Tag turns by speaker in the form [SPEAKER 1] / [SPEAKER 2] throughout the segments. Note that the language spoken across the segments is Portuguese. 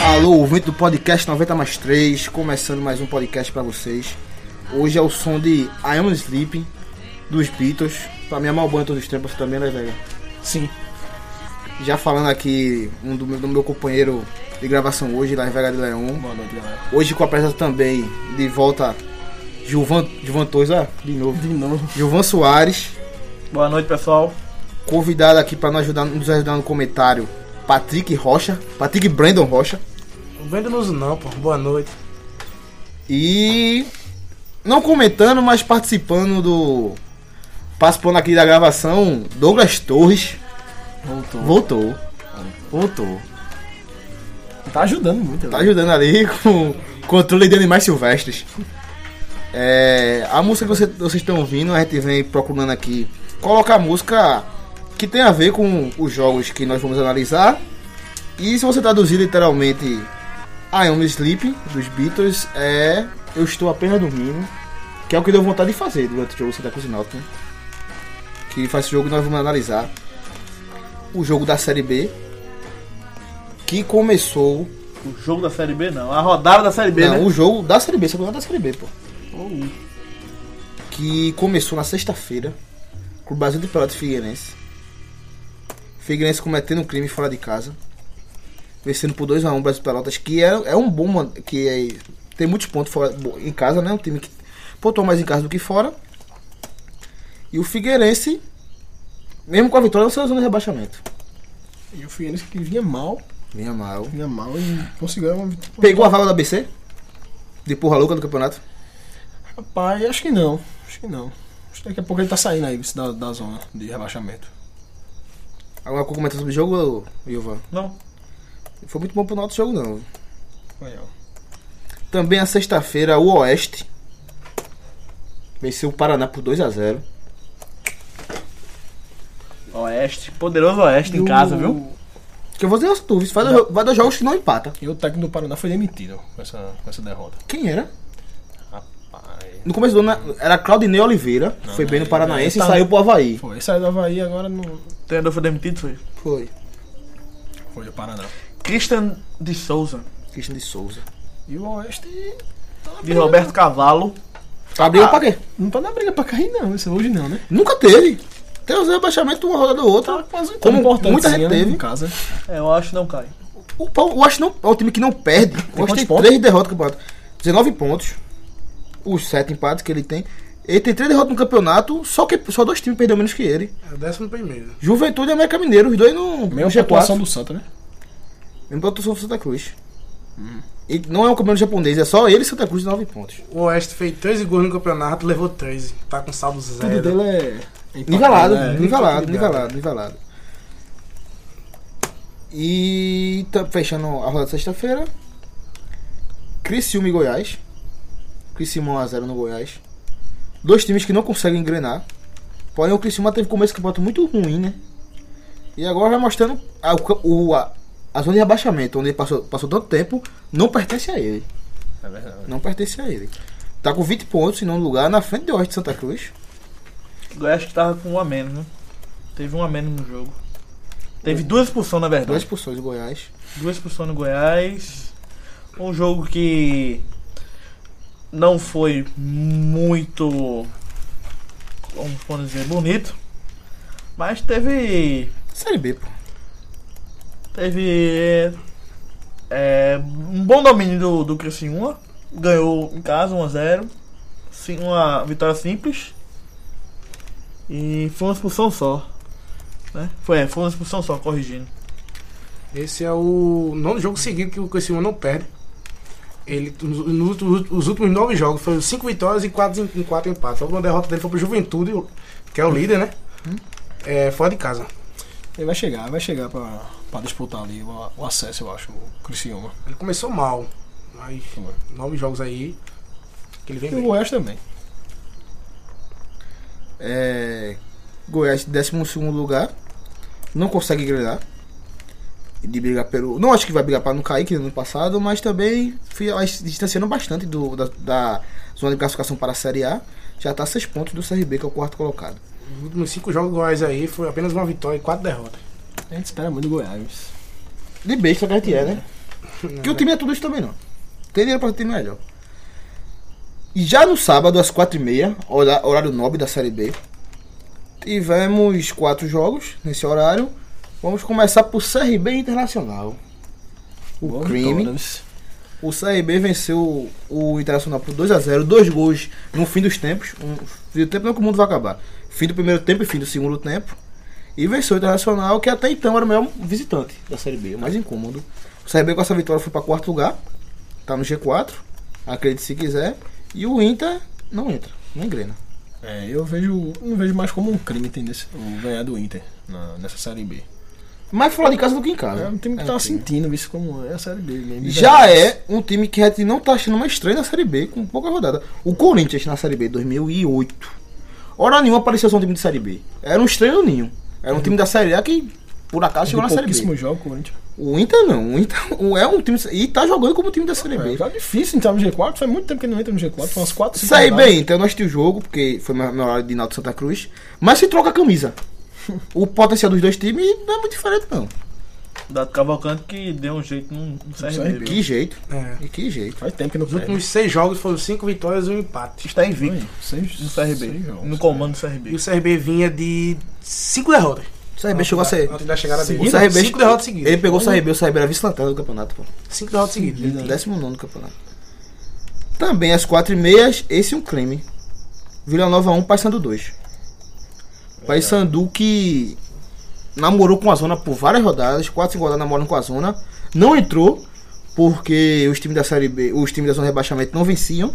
[SPEAKER 1] Alô, ouvinte do podcast 90 mais 3, começando mais um podcast pra vocês. Hoje é o som de I Am Sleeping, dos Beatles. Pra mim é mal banho todos os tempos também, né, velho?
[SPEAKER 2] Sim.
[SPEAKER 1] Já falando aqui, um do meu, do meu companheiro de gravação hoje, Las Vegas de Leão.
[SPEAKER 2] Boa noite, galera.
[SPEAKER 1] Hoje com a presença também, de volta, Gilvan, Gilvan Torres, ah, de novo.
[SPEAKER 2] De novo.
[SPEAKER 1] Gilvan Soares,
[SPEAKER 3] Boa noite, pessoal.
[SPEAKER 1] convidado aqui pra nos ajudar, nos ajudar no comentário, Patrick Rocha, Patrick Brandon Rocha.
[SPEAKER 2] Vendo não uso não, pô. Boa noite.
[SPEAKER 1] E não comentando, mas participando do. Participando aqui da gravação, Douglas Torres
[SPEAKER 2] Voltou.
[SPEAKER 1] voltou. Voltou.
[SPEAKER 2] Tá ajudando muito.
[SPEAKER 1] Tá
[SPEAKER 2] velho.
[SPEAKER 1] ajudando ali com controle de animais silvestres. É, a música que você- vocês estão ouvindo, a gente vem procurando aqui colocar música que tem a ver com os jogos que nós vamos analisar. E se você traduzir literalmente I Am Sleep dos Beatles, é Eu Estou Apenas Dormindo, que é o que deu vontade de fazer durante o jogo Santa Cruz e Náutico, né? Que faz esse jogo que nós vamos analisar. O jogo da Série B, que começou
[SPEAKER 3] O jogo da Série B não, a rodada da Série B,
[SPEAKER 1] não,
[SPEAKER 3] né?
[SPEAKER 1] o jogo da Série B, segundo da Série B, pô.
[SPEAKER 3] Oh.
[SPEAKER 1] Que começou na sexta-feira com o Brasil de Pelotas e Figueirense. Figueirense cometendo um crime fora de casa. Vencendo por 2x1 o Brasil de Pelotas, que é, é um bom. man- que é- tem muitos pontos fora, bo- em casa, né? Um time que pontuou mais em casa do que fora. E o Figueirense, mesmo com a vitória, não saiu da zona de rebaixamento.
[SPEAKER 2] E o Figueirense que vinha mal.
[SPEAKER 1] Vinha mal.
[SPEAKER 2] Vinha mal e conseguiu uma vitória.
[SPEAKER 1] Pegou a vaga do ABC? De porra louca do campeonato?
[SPEAKER 2] Rapaz, acho que não. Acho que não. Acho que daqui a pouco ele tá saindo aí da, da zona de rebaixamento.
[SPEAKER 1] Alguma coisa comentar sobre o jogo, Ivan?
[SPEAKER 3] Não.
[SPEAKER 1] Foi muito bom pro nosso jogo, não.
[SPEAKER 2] Foi, ó.
[SPEAKER 1] Também na sexta-feira, o Oeste venceu o Paraná por 2x0.
[SPEAKER 3] Oeste, poderoso Oeste
[SPEAKER 2] E
[SPEAKER 3] em
[SPEAKER 2] o-
[SPEAKER 3] casa, viu?
[SPEAKER 1] Que eu vou dizer aos turvos, vai, dois- vai dois jogos que não empata.
[SPEAKER 2] E o técnico do Paraná foi demitido com essa, com essa derrota.
[SPEAKER 1] Quem era?
[SPEAKER 2] Rapaz.
[SPEAKER 1] No começo do ano era Claudinei Oliveira, foi bem no
[SPEAKER 2] aí-
[SPEAKER 1] Paranaense
[SPEAKER 2] aí
[SPEAKER 1] e
[SPEAKER 2] tá-
[SPEAKER 1] saiu pro Havaí.
[SPEAKER 2] Foi. Ele saiu do Havaí agora não.
[SPEAKER 3] O treinador foi demitido, foi.
[SPEAKER 1] Foi.
[SPEAKER 2] Foi do Paraná.
[SPEAKER 3] Christian de Souza,
[SPEAKER 1] Cristian de Souza.
[SPEAKER 2] E o Oeste. tá na
[SPEAKER 3] de
[SPEAKER 2] briga.
[SPEAKER 3] Roberto Cavalo.
[SPEAKER 1] Tá abrindo pra quê?
[SPEAKER 2] Não tá na briga pra cair, não. Isso hoje não, né? Tá
[SPEAKER 1] Nunca teve. Teve um rebaixamento uma rodada ou outra.
[SPEAKER 2] quase
[SPEAKER 1] Como muita gente teve.
[SPEAKER 2] né, Em casa.
[SPEAKER 3] É, eu acho que não cai.
[SPEAKER 1] O, Pau- o Oeste não, é um time que não perde. O
[SPEAKER 2] quantos
[SPEAKER 1] Oeste tem
[SPEAKER 2] pontos?
[SPEAKER 1] 3 derrotas no campeonato. 19 pontos. Os 7 empates que ele tem. Ele tem 3 derrotas no campeonato, só que só dois times perderam menos que ele.
[SPEAKER 4] É o décimo primeiro.
[SPEAKER 1] Juventude e América Mineiro, os dois no no
[SPEAKER 2] Mesma
[SPEAKER 1] G4.
[SPEAKER 2] pontuação do Santa, né?
[SPEAKER 1] Mesmo pontuação do Santa Cruz.
[SPEAKER 2] Hum.
[SPEAKER 1] E não é um campeonato japonês, é só ele e Santa Cruz de 9 pontos.
[SPEAKER 4] O Oeste fez 13 gols no campeonato, levou 13. Tá com saldo
[SPEAKER 2] Tudo
[SPEAKER 4] zero.
[SPEAKER 2] dele é. empatado,
[SPEAKER 1] Nivelado,
[SPEAKER 2] né?
[SPEAKER 1] nivelado,
[SPEAKER 4] complicado.
[SPEAKER 1] nivelado, nivelado. E tá fechando a rodada de sexta-feira. Criciúma e Goiás. Criciúma 1x0 no Goiás. Dois times que não conseguem engrenar. Porém, o Criciúma teve começo de campeonato muito ruim, né? E agora vai mostrando a, o, a, a zona de rebaixamento, onde ele passou, passou tanto tempo, não pertence a ele.
[SPEAKER 2] É verdade.
[SPEAKER 1] Não pertence a ele. Tá com 20 pontos em nono lugar, na frente de Oeste de Santa Cruz.
[SPEAKER 3] Goiás que tava com um a menos, né? Teve um a menos no jogo. Teve duas expulsões, na
[SPEAKER 1] Duas
[SPEAKER 2] É.
[SPEAKER 3] verdade.
[SPEAKER 1] expulsões do Goiás.
[SPEAKER 3] Duas expulsões no Goiás. Um jogo que não foi muito, como podemos dizer, bonito. Mas teve
[SPEAKER 1] Série B, pô.
[SPEAKER 3] Teve é, um bom domínio do, do Criciúma. Ganhou em casa 1x0. Sim, uma vitória simples. E foi uma expulsão só. Né? Foi, é, foi uma expulsão só, corrigindo.
[SPEAKER 4] Esse é o nono jogo seguido que o Criciúma não perde. Ele, nos, nos últimos- os últimos nove jogos foram cinco vitórias e quatro, em- em quatro empates. A última derrota dele foi pro Juventude, que é o líder, né?
[SPEAKER 2] Hum?
[SPEAKER 4] É, fora de casa.
[SPEAKER 2] Ele vai chegar, vai chegar pra, pra disputar ali o, o acesso, eu acho, o Criciúma.
[SPEAKER 4] Ele começou mal, mas nove jogos aí que ele vem
[SPEAKER 2] E o
[SPEAKER 4] bem.
[SPEAKER 2] Goiás também.
[SPEAKER 1] É, Goiás, 12 lugar. Não consegue engrenar. De brigar pelo. Não acho que vai brigar para não cair, que no ano passado, mas também fi- vai se distanciando bastante do, da, da zona de classificação para a Série A. Já tá a 6 pontos do CRB, que é o quarto colocado.
[SPEAKER 4] Os últimos cinco jogos do Goiás aí foi apenas uma vitória e quatro derrotas.
[SPEAKER 2] A gente espera muito do Goiás.
[SPEAKER 1] De besta que a gente é, né? Porque o time é tudo isso também, não. Tem dinheiro pra um time melhor. E já no sábado, às 4h30, hora- horário nobre da Série B, tivemos quatro jogos nesse horário. Vamos começar por CRB Internacional. O
[SPEAKER 2] Boa
[SPEAKER 1] crime.
[SPEAKER 2] vitória, viu?
[SPEAKER 1] O CRB venceu o Internacional por 2x0, dois gols no fim dos tempos. Um, fim do tempo não que o mundo vai acabar. Fim do primeiro tempo e fim do segundo tempo. E venceu o Internacional, que até então era o maior visitante da Série B, o mais incômodo. O CRB com essa vitória foi para quarto lugar, tá no G4, acredite se quiser. E o Inter não entra, não engrena.
[SPEAKER 2] É, eu vejo. Não vejo mais como um crime, entendeu? O ganhar do Inter na- nessa série B.
[SPEAKER 1] Mais fora de casa do que em casa.
[SPEAKER 2] É um time que
[SPEAKER 1] É,
[SPEAKER 2] tava
[SPEAKER 1] time.
[SPEAKER 2] sentindo isso como é a série B. Mesmo,
[SPEAKER 1] Já é um time que a gente não tá achando mais estranho na Série B, com pouca rodada. O Corinthians na Série B 2008. Hora nenhuma parecia ser um time de Série B. Era um estranho ninho. Era um time da Série A que, por acaso,
[SPEAKER 2] Chegou
[SPEAKER 1] chegou na Série B.
[SPEAKER 2] pouquíssimos jogos, o Corinthians.
[SPEAKER 1] O Inter não. O Inter o- é um time... E tá jogando como time da Série
[SPEAKER 2] É,
[SPEAKER 1] B.
[SPEAKER 2] tá difícil entrar no G4, faz muito tempo que não entra no G4, foi umas 4, 5
[SPEAKER 1] Saí bem, então eu não assisti o jogo, porque foi meu meu horário de Náutico Santa Cruz. Mas se troca a camisa. O potencial dos dois times não é muito diferente, não.
[SPEAKER 3] Da Cavalcante que deu um jeito no no
[SPEAKER 2] CRB.
[SPEAKER 3] CRB.
[SPEAKER 1] Que jeito.
[SPEAKER 4] É.
[SPEAKER 1] E que jeito.
[SPEAKER 2] Faz tempo que não
[SPEAKER 4] Os últimos seis jogos foram cinco vitórias e um empate.
[SPEAKER 3] Está invicto
[SPEAKER 2] seis,
[SPEAKER 3] no CRB.
[SPEAKER 2] seis jogos.
[SPEAKER 3] No comando do
[SPEAKER 4] E
[SPEAKER 3] CRB.
[SPEAKER 4] o CRB vinha de cinco derrotas.
[SPEAKER 1] O CRB chegou a ser...
[SPEAKER 4] Antes da chegada
[SPEAKER 1] O
[SPEAKER 4] dele.
[SPEAKER 1] CRB,
[SPEAKER 4] Cinco derrotas seguidas.
[SPEAKER 1] Ele pegou o CRB, o CRB era vice-lanterna do campeonato, pô.
[SPEAKER 4] Cinco derrotas seguidas.
[SPEAKER 2] Seguida.
[SPEAKER 1] 19 do campeonato. Também às 4h30, esse é um crime. Vila Nova 1, Paysandu 2. Paysandu que namorou com a zona por várias rodadas, 4, 5 rodadas namorando com a zona. Não entrou, porque os times da Série B, os times da zona de rebaixamento não venciam.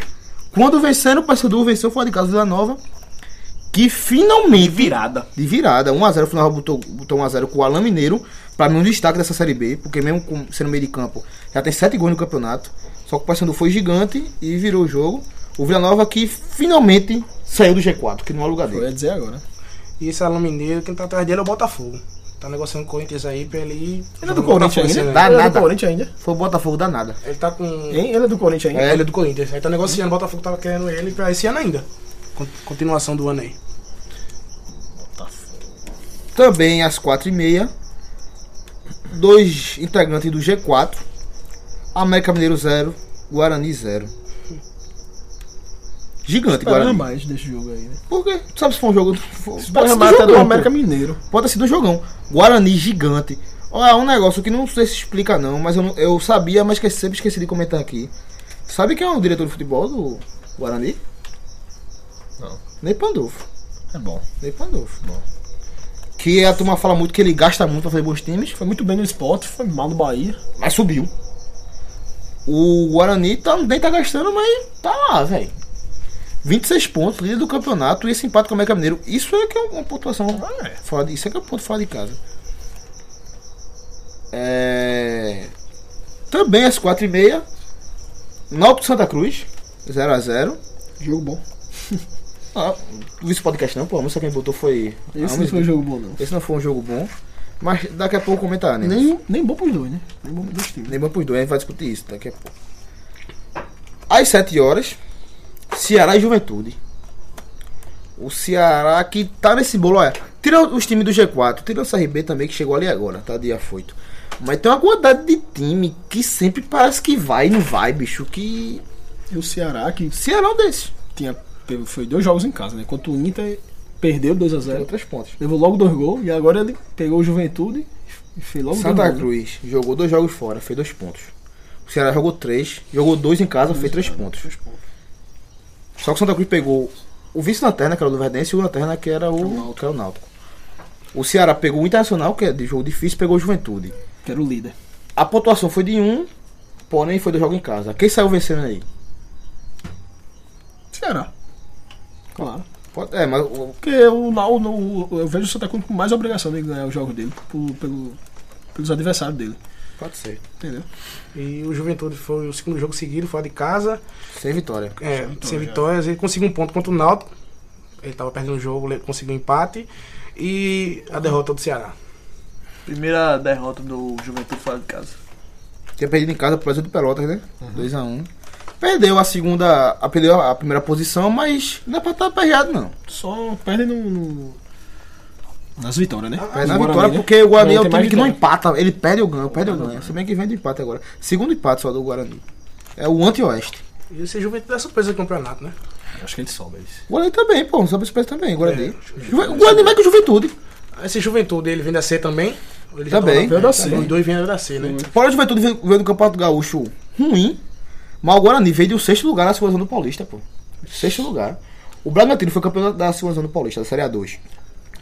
[SPEAKER 1] Quando venceram, o Paysandu venceu fora de casa o Vila Nova. Que finalmente
[SPEAKER 3] Virada.
[SPEAKER 1] de virada. 1x0, o final botou, botou 1x0 com o Alain Mineiro. Pra mim, um destaque dessa Série B, porque mesmo com- sendo meio de campo, já tem 7 gols no campeonato. Só que o Paysandu foi gigante e virou o jogo. O Vila Nova que finalmente saiu do G4, que não é lugar
[SPEAKER 2] Eu
[SPEAKER 1] dele.
[SPEAKER 2] ia dizer agora.
[SPEAKER 4] E esse Alan Mineiro, quem tá atrás dele é o Botafogo. Tá negociando com o Corinthians aí pra ele ir.
[SPEAKER 2] Ele é do Corinthians ainda?
[SPEAKER 1] Dá
[SPEAKER 2] ele é
[SPEAKER 1] nada.
[SPEAKER 2] do Corinthians ainda?
[SPEAKER 1] Foi o Botafogo danada.
[SPEAKER 4] Ele tá com.
[SPEAKER 2] Hein? Ele é do Corinthians ainda?
[SPEAKER 4] É, ele é do Corinthians. Aí tá negociando, o Botafogo tava querendo ele pra esse ano ainda. Con- Continuação do ano aí.
[SPEAKER 1] Também às 4h30, dois integrantes do G4, América Mineiro 0, Guarani 0. Gigante,
[SPEAKER 2] Esperava
[SPEAKER 1] Guarani.
[SPEAKER 2] mais desse jogo aí, né?
[SPEAKER 1] Por quê? Tu sabe se foi um jogo.
[SPEAKER 2] Esperava
[SPEAKER 5] tá
[SPEAKER 2] mais até do América Mineiro.
[SPEAKER 1] Pode ter sido um jogão. Guarani gigante. Olha, um negócio que não sei se explica não, mas eu, não- eu sabia, mas esqueci, sempre esqueci de comentar aqui. Sabe quem é o diretor de futebol do Guarani?
[SPEAKER 2] Não.
[SPEAKER 1] Ney Pandolfo.
[SPEAKER 2] É bom.
[SPEAKER 1] Ney Pandolfo.
[SPEAKER 2] Bom.
[SPEAKER 1] tá Que a turma fala muito que ele gasta muito pra fazer bons times,
[SPEAKER 2] Foi muito bem no esporte, foi mal no Bahia.
[SPEAKER 1] mas subiu. O Guarani também tá gastando, mas tá lá, velho. 26 pontos, líder do campeonato e esse empate com o América Mineiro. Isso é que é uma pontuação
[SPEAKER 2] Ah, é.
[SPEAKER 1] Fora de, isso é que é ponto fora de casa. É, também às 4h30. Náutico Santa Cruz, 0x0.
[SPEAKER 2] Jogo bom.
[SPEAKER 1] Ah, não vi esse podcast não, pô. A música quem botou foi.
[SPEAKER 2] Esse
[SPEAKER 1] Ah,
[SPEAKER 2] não
[SPEAKER 1] mas-
[SPEAKER 2] foi jogo bom, não.
[SPEAKER 1] esse não foi um jogo bom. Mas daqui a pouco comentar, né?
[SPEAKER 2] Nem, nem bom pros dois, né? Nem bom pros dois times.
[SPEAKER 1] Nem bom pros dois, a gente vai discutir isso daqui a pouco. Às 7 horas, Ceará e Juventude. O Ceará que tá nesse bolo, olha. Tira os times do G4, tira o CRB também que chegou ali agora, tá de afoito. Mas tem uma quantidade de time que sempre parece que vai e não vai, bicho. Que.
[SPEAKER 2] E o Ceará, que
[SPEAKER 1] Ceará é um desses.
[SPEAKER 2] tinha, teve- foi dois jogos em casa, né? Contra o Inter, perdeu 2x0.
[SPEAKER 5] É.
[SPEAKER 1] Tirou três pontos.
[SPEAKER 2] Levou logo dois gols e agora ele pegou o Juventude e fez logo
[SPEAKER 1] Santa
[SPEAKER 2] dois gols. né?
[SPEAKER 1] Cruz jogou dois jogos fora, fez dois pontos. O Ceará jogou três, jogou dois em casa, fez três pontos. Só que o Santa Cruz pegou o vice-lanterna, que era o Luverdense, e o lanterna, que era o, que era o Náutico. O Ceará pegou o Internacional, que é de jogo difícil, pegou o Juventude.
[SPEAKER 2] Que era o líder.
[SPEAKER 1] A pontuação foi de um, porém foi do jogo em casa. Quem saiu vencendo aí?
[SPEAKER 2] Ceará. Claro.
[SPEAKER 1] Pode- É, mas o-
[SPEAKER 2] Porque eu, não, não- eu vejo o Santa Cruz com mais obrigação de ganhar os jogos dele por- pelo, pelos adversários dele.
[SPEAKER 1] pode ser.
[SPEAKER 2] Entendeu?
[SPEAKER 4] E o Juventude foi o segundo jogo seguido, fora de casa,
[SPEAKER 1] Sem vitória.
[SPEAKER 4] é, sem vitórias. Ele conseguiu um ponto contra o Náutico. Ele tava perdendo o jogo, le- conseguiu um empate. E a derrota do Ceará.
[SPEAKER 3] Primeira derrota do Juventude fora de casa.
[SPEAKER 1] Tinha perdido em casa pro Brasil do Pelotas, né? 2x1. Perdeu a segunda. A, perdeu a tá primeira posição, mas não é pra estar aperreado, não.
[SPEAKER 2] Só perde no, no, Nas vitórias, né?
[SPEAKER 1] Mas Ah, na
[SPEAKER 2] Do Guarani,
[SPEAKER 1] vitória,
[SPEAKER 2] né?
[SPEAKER 1] porque o Guarani é o
[SPEAKER 2] Tem mais
[SPEAKER 1] time que não
[SPEAKER 2] vitória.
[SPEAKER 1] empata. Ele perde ou ganha, perde ou ganha. Se bem que vem do empate agora. Segundo empate só do Guarani. É o anti-oeste.
[SPEAKER 4] E esse Juventude é surpresa do campeonato, né?
[SPEAKER 2] Acho que a gente sobe isso.
[SPEAKER 1] O Guarani também, pô. Não sabe se perde também. o
[SPEAKER 2] É,
[SPEAKER 1] Guarani. Juve- o Guarani vai com juventude.
[SPEAKER 4] Esse Juventude, ele vem da C também. Ou Ele já
[SPEAKER 1] Também.
[SPEAKER 4] tava na-
[SPEAKER 2] Da C.
[SPEAKER 4] Os dois vêm da C, né?
[SPEAKER 1] Fora a juventude veio veio do Campeonato Gaúcho ruim. Mas o Guarani veio do sexto lugar na segunda do Paulista, pô. Sexto lugar. O Bragantino foi campeão da segunda do Paulista, da Série A2.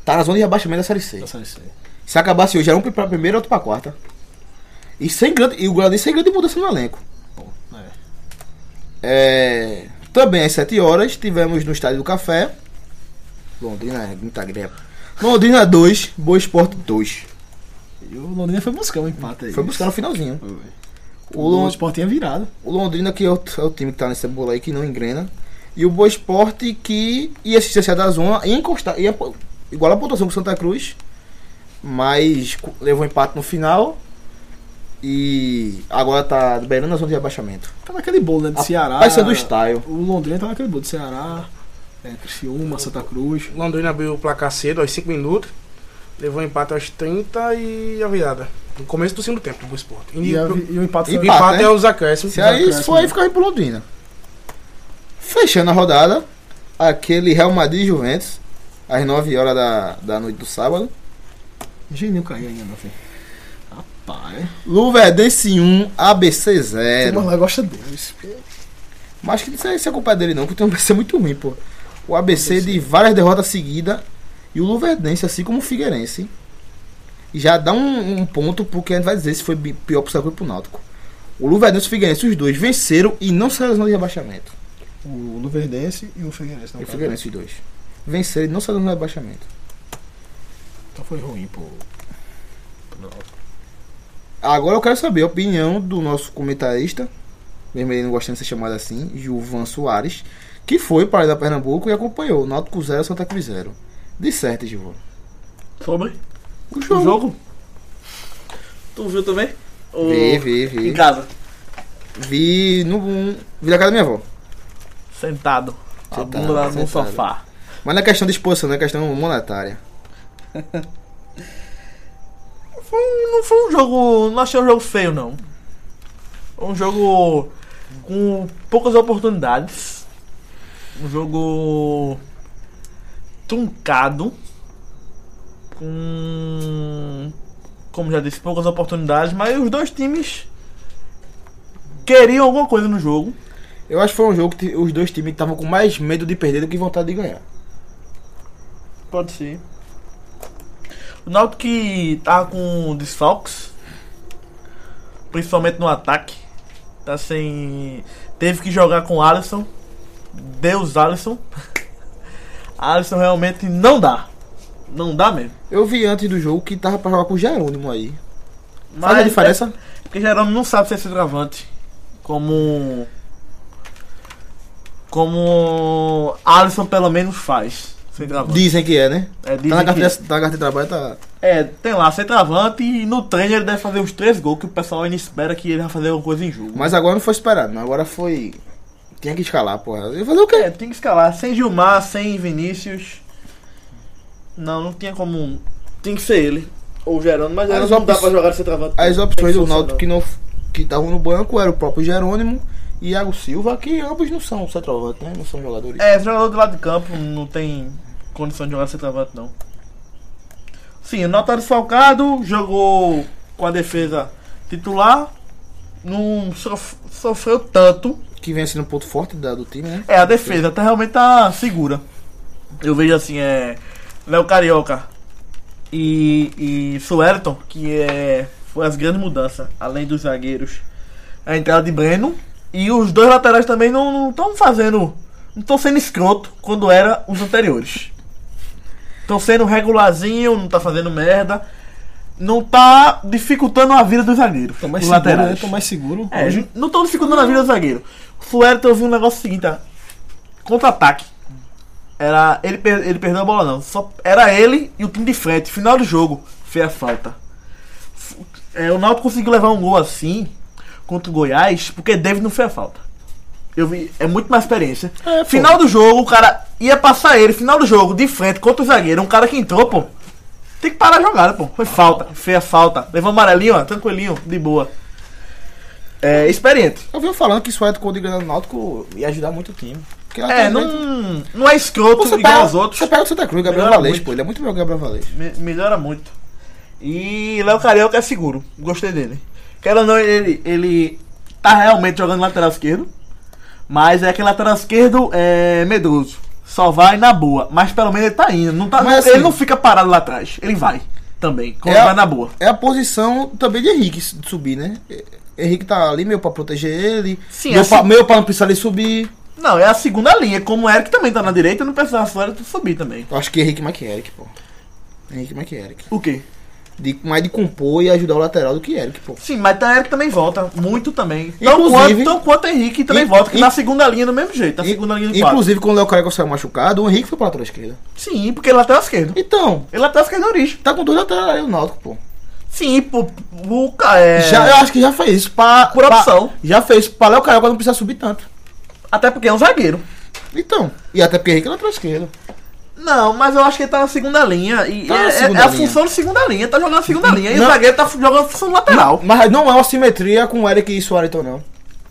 [SPEAKER 1] Tá na zona de rebaixamento da Série C.
[SPEAKER 2] Da Série C.
[SPEAKER 1] Se acabasse hoje, era um pra primeira e outro pra quarta. E, sem grande, e o Guarani sem grande mudança no elenco.
[SPEAKER 2] Bom, é.
[SPEAKER 1] É, também às 7 horas tivemos no Estádio do Café. Londrina, é muita greve. Londrina 2, Boa Esporte 2.
[SPEAKER 2] E o Londrina foi buscar um empate aí.
[SPEAKER 1] Foi buscar no finalzinho.
[SPEAKER 2] Foi.
[SPEAKER 1] O,
[SPEAKER 2] O
[SPEAKER 1] Lon-
[SPEAKER 2] Sport tinha virado.
[SPEAKER 1] o Londrina, que é o, é o time que tá nessa bola aí, que não engrena. E o Boa Esporte, que ia se distanciar da zona, ia encostar, ia po- igual a pontuação com o Santa Cruz, mas co- levou um empate no final. E agora tá beirando a zona de rebaixamento.
[SPEAKER 2] Tá naquele bolo, né? De Ceará.
[SPEAKER 1] Vai ser é do style.
[SPEAKER 2] O Londrina tá naquele bolo de Ceará, é, Criciúma, Santa Cruz.
[SPEAKER 4] O Londrina abriu o placar cedo, aos 5 minutos. Levou o empate aos 30 e a virada. No começo do segundo tempo, do esporte.
[SPEAKER 2] E, a vi- e o empate
[SPEAKER 1] e
[SPEAKER 4] O
[SPEAKER 2] foi...
[SPEAKER 1] empate,
[SPEAKER 4] empate
[SPEAKER 1] né?
[SPEAKER 4] é os acréscimos.
[SPEAKER 1] Se aí
[SPEAKER 2] Acréscimo.
[SPEAKER 1] isso foi ficar aí pro Londrina. Fechando a rodada, aquele Real Madrid e Juventus, às 9 horas da, da noite do sábado.
[SPEAKER 2] Geninho caiu ainda, meu filho. Rapaz.
[SPEAKER 1] Luverdense 1, ABC
[SPEAKER 2] É,
[SPEAKER 1] 0.
[SPEAKER 2] lá gosta deles.
[SPEAKER 1] Mas acho que isso aí não é culpa dele não, porque o ABC é muito ruim, pô. O ABC de várias derrotas seguidas e o Luverdense, assim como o Figueirense, já dá um, um ponto porque a gente vai dizer se foi bi- pior pro Sacro e pro Náutico. O Luverdense e o Figueirense, os dois venceram e não saíram da zona de rebaixamento.
[SPEAKER 2] O Luverdense e o Figueirense. não,
[SPEAKER 1] E o
[SPEAKER 2] cara.
[SPEAKER 1] Figueirense, os dois. Venceram e não saíram da zona de rebaixamento.
[SPEAKER 2] Então foi ruim pro... pro Náutico.
[SPEAKER 1] Agora eu quero saber a opinião do nosso comentarista, mesmo ele não gostando de ser chamado assim, Gilvan Soares, que foi para da Pernambuco e acompanhou o Náutico 0 Santa Cruz 0. De certo, Gilvan.
[SPEAKER 3] Sobre
[SPEAKER 1] O
[SPEAKER 3] o jogo. Tu viu também? O-
[SPEAKER 1] Vi, vi, vi.
[SPEAKER 3] Em casa.
[SPEAKER 1] Vi no um, vi na casa da minha avó.
[SPEAKER 3] Sentado. A
[SPEAKER 1] Sentado,
[SPEAKER 3] bunda lá no
[SPEAKER 1] sentado.
[SPEAKER 3] sofá.
[SPEAKER 1] Mas não é questão de exposição, não é questão monetária.
[SPEAKER 3] Foi um- não foi um jogo. Não achei um jogo feio, não. Foi um jogo com poucas oportunidades. Um jogo truncado. Com. Como já disse, poucas oportunidades, mas os dois times queriam alguma coisa no jogo.
[SPEAKER 1] Eu acho que foi um jogo que os dois times estavam com mais medo de perder do que vontade de ganhar.
[SPEAKER 3] Pode ser. O Náutico que tá com desfalques, principalmente no ataque. Tá sem. Teve que jogar com o Alisson. Deus Alisson. Alisson realmente não dá. Não dá mesmo.
[SPEAKER 1] Eu vi antes do jogo que tava pra jogar com o Jerônimo aí.
[SPEAKER 3] Mas
[SPEAKER 1] Faz a diferença?
[SPEAKER 3] É porque Jerome não sabe ser centroavante. Como. Como Alisson pelo menos faz. Centroavante.
[SPEAKER 1] Dizem que é, né? Tá na
[SPEAKER 3] É, dizem que-
[SPEAKER 1] carteira, tá na carteira de trabalho, tá.
[SPEAKER 3] É, tem lá, centroavante e no treino ele deve fazer os três gols que o pessoal ainda espera que ele vai fazer alguma coisa em jogo.
[SPEAKER 1] Mas agora não foi esperado, não. agora foi. Tinha que escalar, porra. Eu ia fazer o quê?
[SPEAKER 3] É, tem que escalar, sem Gilmar, sem Vinícius. Não, não tinha como. Tem que ser ele. Ou Gerando, mas
[SPEAKER 1] Gerando
[SPEAKER 3] Gerando
[SPEAKER 1] não
[SPEAKER 3] não
[SPEAKER 1] dá
[SPEAKER 3] dá
[SPEAKER 1] pra
[SPEAKER 3] pra jogar de centroavante.
[SPEAKER 1] As opções do Náutico que não que estavam no banco eram o próprio Jerônimo e Iago Silva, que ambos não são centroavante, né? Não são jogadores.
[SPEAKER 3] É, esse jogador do lado de campo não tem condição de jogar de centroavante, não. Sim, o Nauta tá desfalcado, jogou com a defesa titular. Não sof- sofreu tanto.
[SPEAKER 1] Que vem sendo um ponto forte da- do time, né?
[SPEAKER 3] É, a defesa tá, realmente tá segura. Eu vejo assim, é. Léo Carioca e, e Suerton, que é, foi as grandes mudanças, além dos zagueiros. A entrada de Breno. E os dois laterais também não estão fazendo. Não estão sendo escroto quando era os anteriores. Estão sendo regularzinho, não tá fazendo merda. Não tá dificultando a vida dos zagueiros.
[SPEAKER 2] Tô mais
[SPEAKER 3] dos
[SPEAKER 2] seguro,
[SPEAKER 3] laterais.
[SPEAKER 2] né? Tô mais seguro.
[SPEAKER 3] É,
[SPEAKER 2] hoje.
[SPEAKER 3] não estão dificultando a vida do zagueiro. O Fluerto, eu vi um negócio seguinte, tá? Contra-ataque. Era. Ele, per- ele perdeu a bola, não. Só, era ele e o time de frente. Final do jogo. Fez a falta. F- é, o Náutico conseguiu levar um gol assim contra o Goiás, porque David não fez a falta. Eu vi, é muito mais experiência.
[SPEAKER 1] É, pô.
[SPEAKER 3] final do jogo, o cara ia passar ele, final do jogo, de frente contra o zagueiro. Um cara que entrou, pô. Tem que parar a jogada, pô. Foi falta, feia falta. Levou um amarelinho, ó, tranquilinho, de boa. É, experiente.
[SPEAKER 1] Eu venho falando que isso é do Código Grana do Náutico ia ajudar muito o time. Porque lá
[SPEAKER 3] É,
[SPEAKER 1] tem
[SPEAKER 3] não,
[SPEAKER 1] gente-
[SPEAKER 3] não é escroto
[SPEAKER 1] Você
[SPEAKER 3] igual
[SPEAKER 1] pega,
[SPEAKER 3] aos outros.
[SPEAKER 1] você tá- pega o Santa Cruz, Gabriel
[SPEAKER 3] Melhora
[SPEAKER 1] Valente,
[SPEAKER 3] muito.
[SPEAKER 1] pô. Ele é muito melhor que o Gabriel Valente.
[SPEAKER 3] Me- melhora muito. E Léo Carioca é seguro. Gostei dele. Quero ou não, ele, ele tá realmente jogando lateral esquerdo. Mas é aquele lateral esquerdo é medroso. Só vai na boa. Mas pelo menos ele tá indo. Não tá,
[SPEAKER 1] Mas,
[SPEAKER 3] ele
[SPEAKER 1] assim,
[SPEAKER 3] não fica parado lá atrás. Ele vai também. Quando
[SPEAKER 1] É a-
[SPEAKER 3] vai na boa.
[SPEAKER 1] É a posição também de Henrique s- de subir, né? Eh, Henrique tá ali meio pra proteger ele.
[SPEAKER 3] Sim,
[SPEAKER 1] meio,
[SPEAKER 3] assim-
[SPEAKER 1] pra, meio pra não precisar ele subir.
[SPEAKER 3] Não, é a segunda linha. Como o Eric também tá na direita, não precisava só ele subir também.
[SPEAKER 1] Eu acho que Henrique mais que Eric, pô. Henrique mais que Eric.
[SPEAKER 3] O quê?
[SPEAKER 1] De, mais de compor e ajudar o lateral do que Eric, pô.
[SPEAKER 3] Sim, mas o Eric também volta. Muito também. Tão
[SPEAKER 1] Inclusive-
[SPEAKER 3] quanto, tão quanto o Henrique também
[SPEAKER 1] In-
[SPEAKER 3] volta. Que
[SPEAKER 1] in-
[SPEAKER 3] na segunda linha do mesmo jeito. Na
[SPEAKER 1] In-
[SPEAKER 3] segunda linha do quadro.
[SPEAKER 1] Inclusive, quando o Léo Careca saiu machucado, o Henrique foi pra lateral esquerda.
[SPEAKER 3] Sim, porque ele é lateral esquerdo.
[SPEAKER 1] Então,
[SPEAKER 3] Ele é até fica na origem.
[SPEAKER 1] tá com dois laterais aí o Náutico, pô.
[SPEAKER 3] Sim, pô, o cara é.
[SPEAKER 1] Já, eu acho que já fez isso pra.
[SPEAKER 3] Por
[SPEAKER 1] pra-
[SPEAKER 3] opção.
[SPEAKER 1] já fez isso pra Léo Careca não precisar subir tanto.
[SPEAKER 3] Até porque é um zagueiro.
[SPEAKER 1] Então, e até porque Henrique é lateral esquerda.
[SPEAKER 3] Não, mas eu acho que ele tá na segunda linha. E
[SPEAKER 1] Tá
[SPEAKER 3] é,
[SPEAKER 1] na
[SPEAKER 3] é-
[SPEAKER 1] segunda
[SPEAKER 3] é a
[SPEAKER 1] linha.
[SPEAKER 3] função de segunda linha, tá jogando na segunda linha. E
[SPEAKER 1] Não.
[SPEAKER 3] o zagueiro tá jogando na função lateral.
[SPEAKER 1] Mas não é uma simetria com o Eric e Suárez, então, não.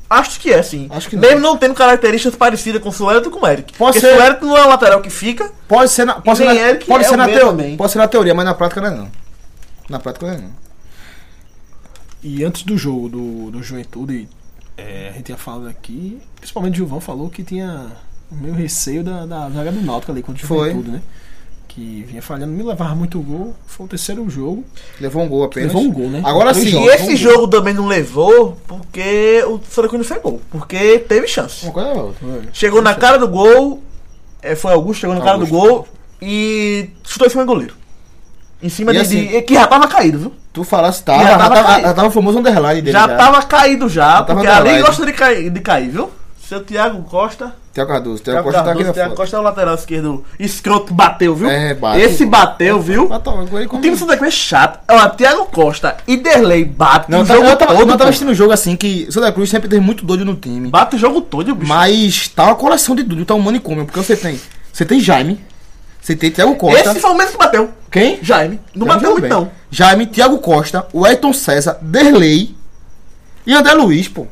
[SPEAKER 3] Acho que é, sim.
[SPEAKER 1] Acho que não.
[SPEAKER 3] Mesmo não tendo características parecidas com o Suelito e com o Eric.
[SPEAKER 1] Pode
[SPEAKER 3] porque
[SPEAKER 1] ser.
[SPEAKER 3] o Suelito não é o lateral que fica.
[SPEAKER 1] Pode ser na, pode ser
[SPEAKER 3] nem
[SPEAKER 1] na,
[SPEAKER 3] Eric
[SPEAKER 1] pode
[SPEAKER 3] é
[SPEAKER 1] ser
[SPEAKER 3] o
[SPEAKER 1] na
[SPEAKER 3] B
[SPEAKER 1] teo-
[SPEAKER 3] também.
[SPEAKER 1] pode ser na teoria, mas na prática não é não. Na prática não é não.
[SPEAKER 2] E antes do jogo do, do Juventude, é, a gente tinha falado aqui, principalmente o Gilvão falou que tinha o meu receio da, da zaga do Náutico ali contra o
[SPEAKER 1] Foi.
[SPEAKER 2] Juventude, né? Que vinha falhando, me levava muito gol. Foi o terceiro jogo.
[SPEAKER 1] Levou um gol apenas.
[SPEAKER 2] Levou um gol, né?
[SPEAKER 1] Agora
[SPEAKER 2] Três
[SPEAKER 1] sim.
[SPEAKER 2] jogos.
[SPEAKER 3] e
[SPEAKER 2] vamos
[SPEAKER 3] esse
[SPEAKER 2] ver.
[SPEAKER 3] jogo também não levou porque o Suelito não fez gol. Porque teve chance.
[SPEAKER 1] Uma coisa é outra.
[SPEAKER 3] Chegou na cara do gol. é, foi Augusto, chegou na cara do
[SPEAKER 1] Augusto.
[SPEAKER 3] gol e chutou em cima do goleiro. Em cima
[SPEAKER 1] E
[SPEAKER 3] de,
[SPEAKER 1] assim-
[SPEAKER 3] de- Que já tava caído, viu?
[SPEAKER 1] Tu falasse, tá?
[SPEAKER 3] Já
[SPEAKER 1] Já
[SPEAKER 3] tava
[SPEAKER 1] tava,
[SPEAKER 3] caído.
[SPEAKER 1] já tava o famoso underline dele.
[SPEAKER 3] já tava caído já,
[SPEAKER 1] tava
[SPEAKER 3] porque
[SPEAKER 1] na
[SPEAKER 3] ali
[SPEAKER 1] live.
[SPEAKER 3] gosta de cair, de cair, viu? Seu Thiago Costa.
[SPEAKER 1] Teo Cardoso, Teo
[SPEAKER 3] Thiago
[SPEAKER 1] Costa tá aqui
[SPEAKER 3] Cardoso,
[SPEAKER 1] na
[SPEAKER 3] Thiago
[SPEAKER 1] foto.
[SPEAKER 3] Costa é o lateral esquerdo. Escroto bateu, viu?
[SPEAKER 1] É, bate.
[SPEAKER 3] Esse bateu, viu?
[SPEAKER 1] Mas tá, tava com ele
[SPEAKER 3] O
[SPEAKER 1] como-
[SPEAKER 3] time do Santa Cruz é chato. Olha, Thiago Costa e Derlei bate
[SPEAKER 1] Não,
[SPEAKER 3] o
[SPEAKER 1] eu tava,
[SPEAKER 3] jogo
[SPEAKER 1] eu tava,
[SPEAKER 3] todo.
[SPEAKER 1] eu tava
[SPEAKER 3] é pô.
[SPEAKER 1] assistindo um jogo assim que Santa Cruz sempre teve muito doido no time.
[SPEAKER 3] Bate o jogo todo, bicho.
[SPEAKER 1] Mas tá uma coleção de doido, tá um manicômio, porque você tem. Você tem Jaime. Você tem Thiago Costa.
[SPEAKER 3] Esse foi o mesmo que bateu.
[SPEAKER 1] Quem?
[SPEAKER 3] Jaime. Não
[SPEAKER 1] tá- Jaime
[SPEAKER 3] então.
[SPEAKER 1] jogou
[SPEAKER 3] bateu muito,
[SPEAKER 1] bem.
[SPEAKER 3] não.
[SPEAKER 1] Jaime, Thiago Costa, Wellington César, Derlei e André Luiz, pô.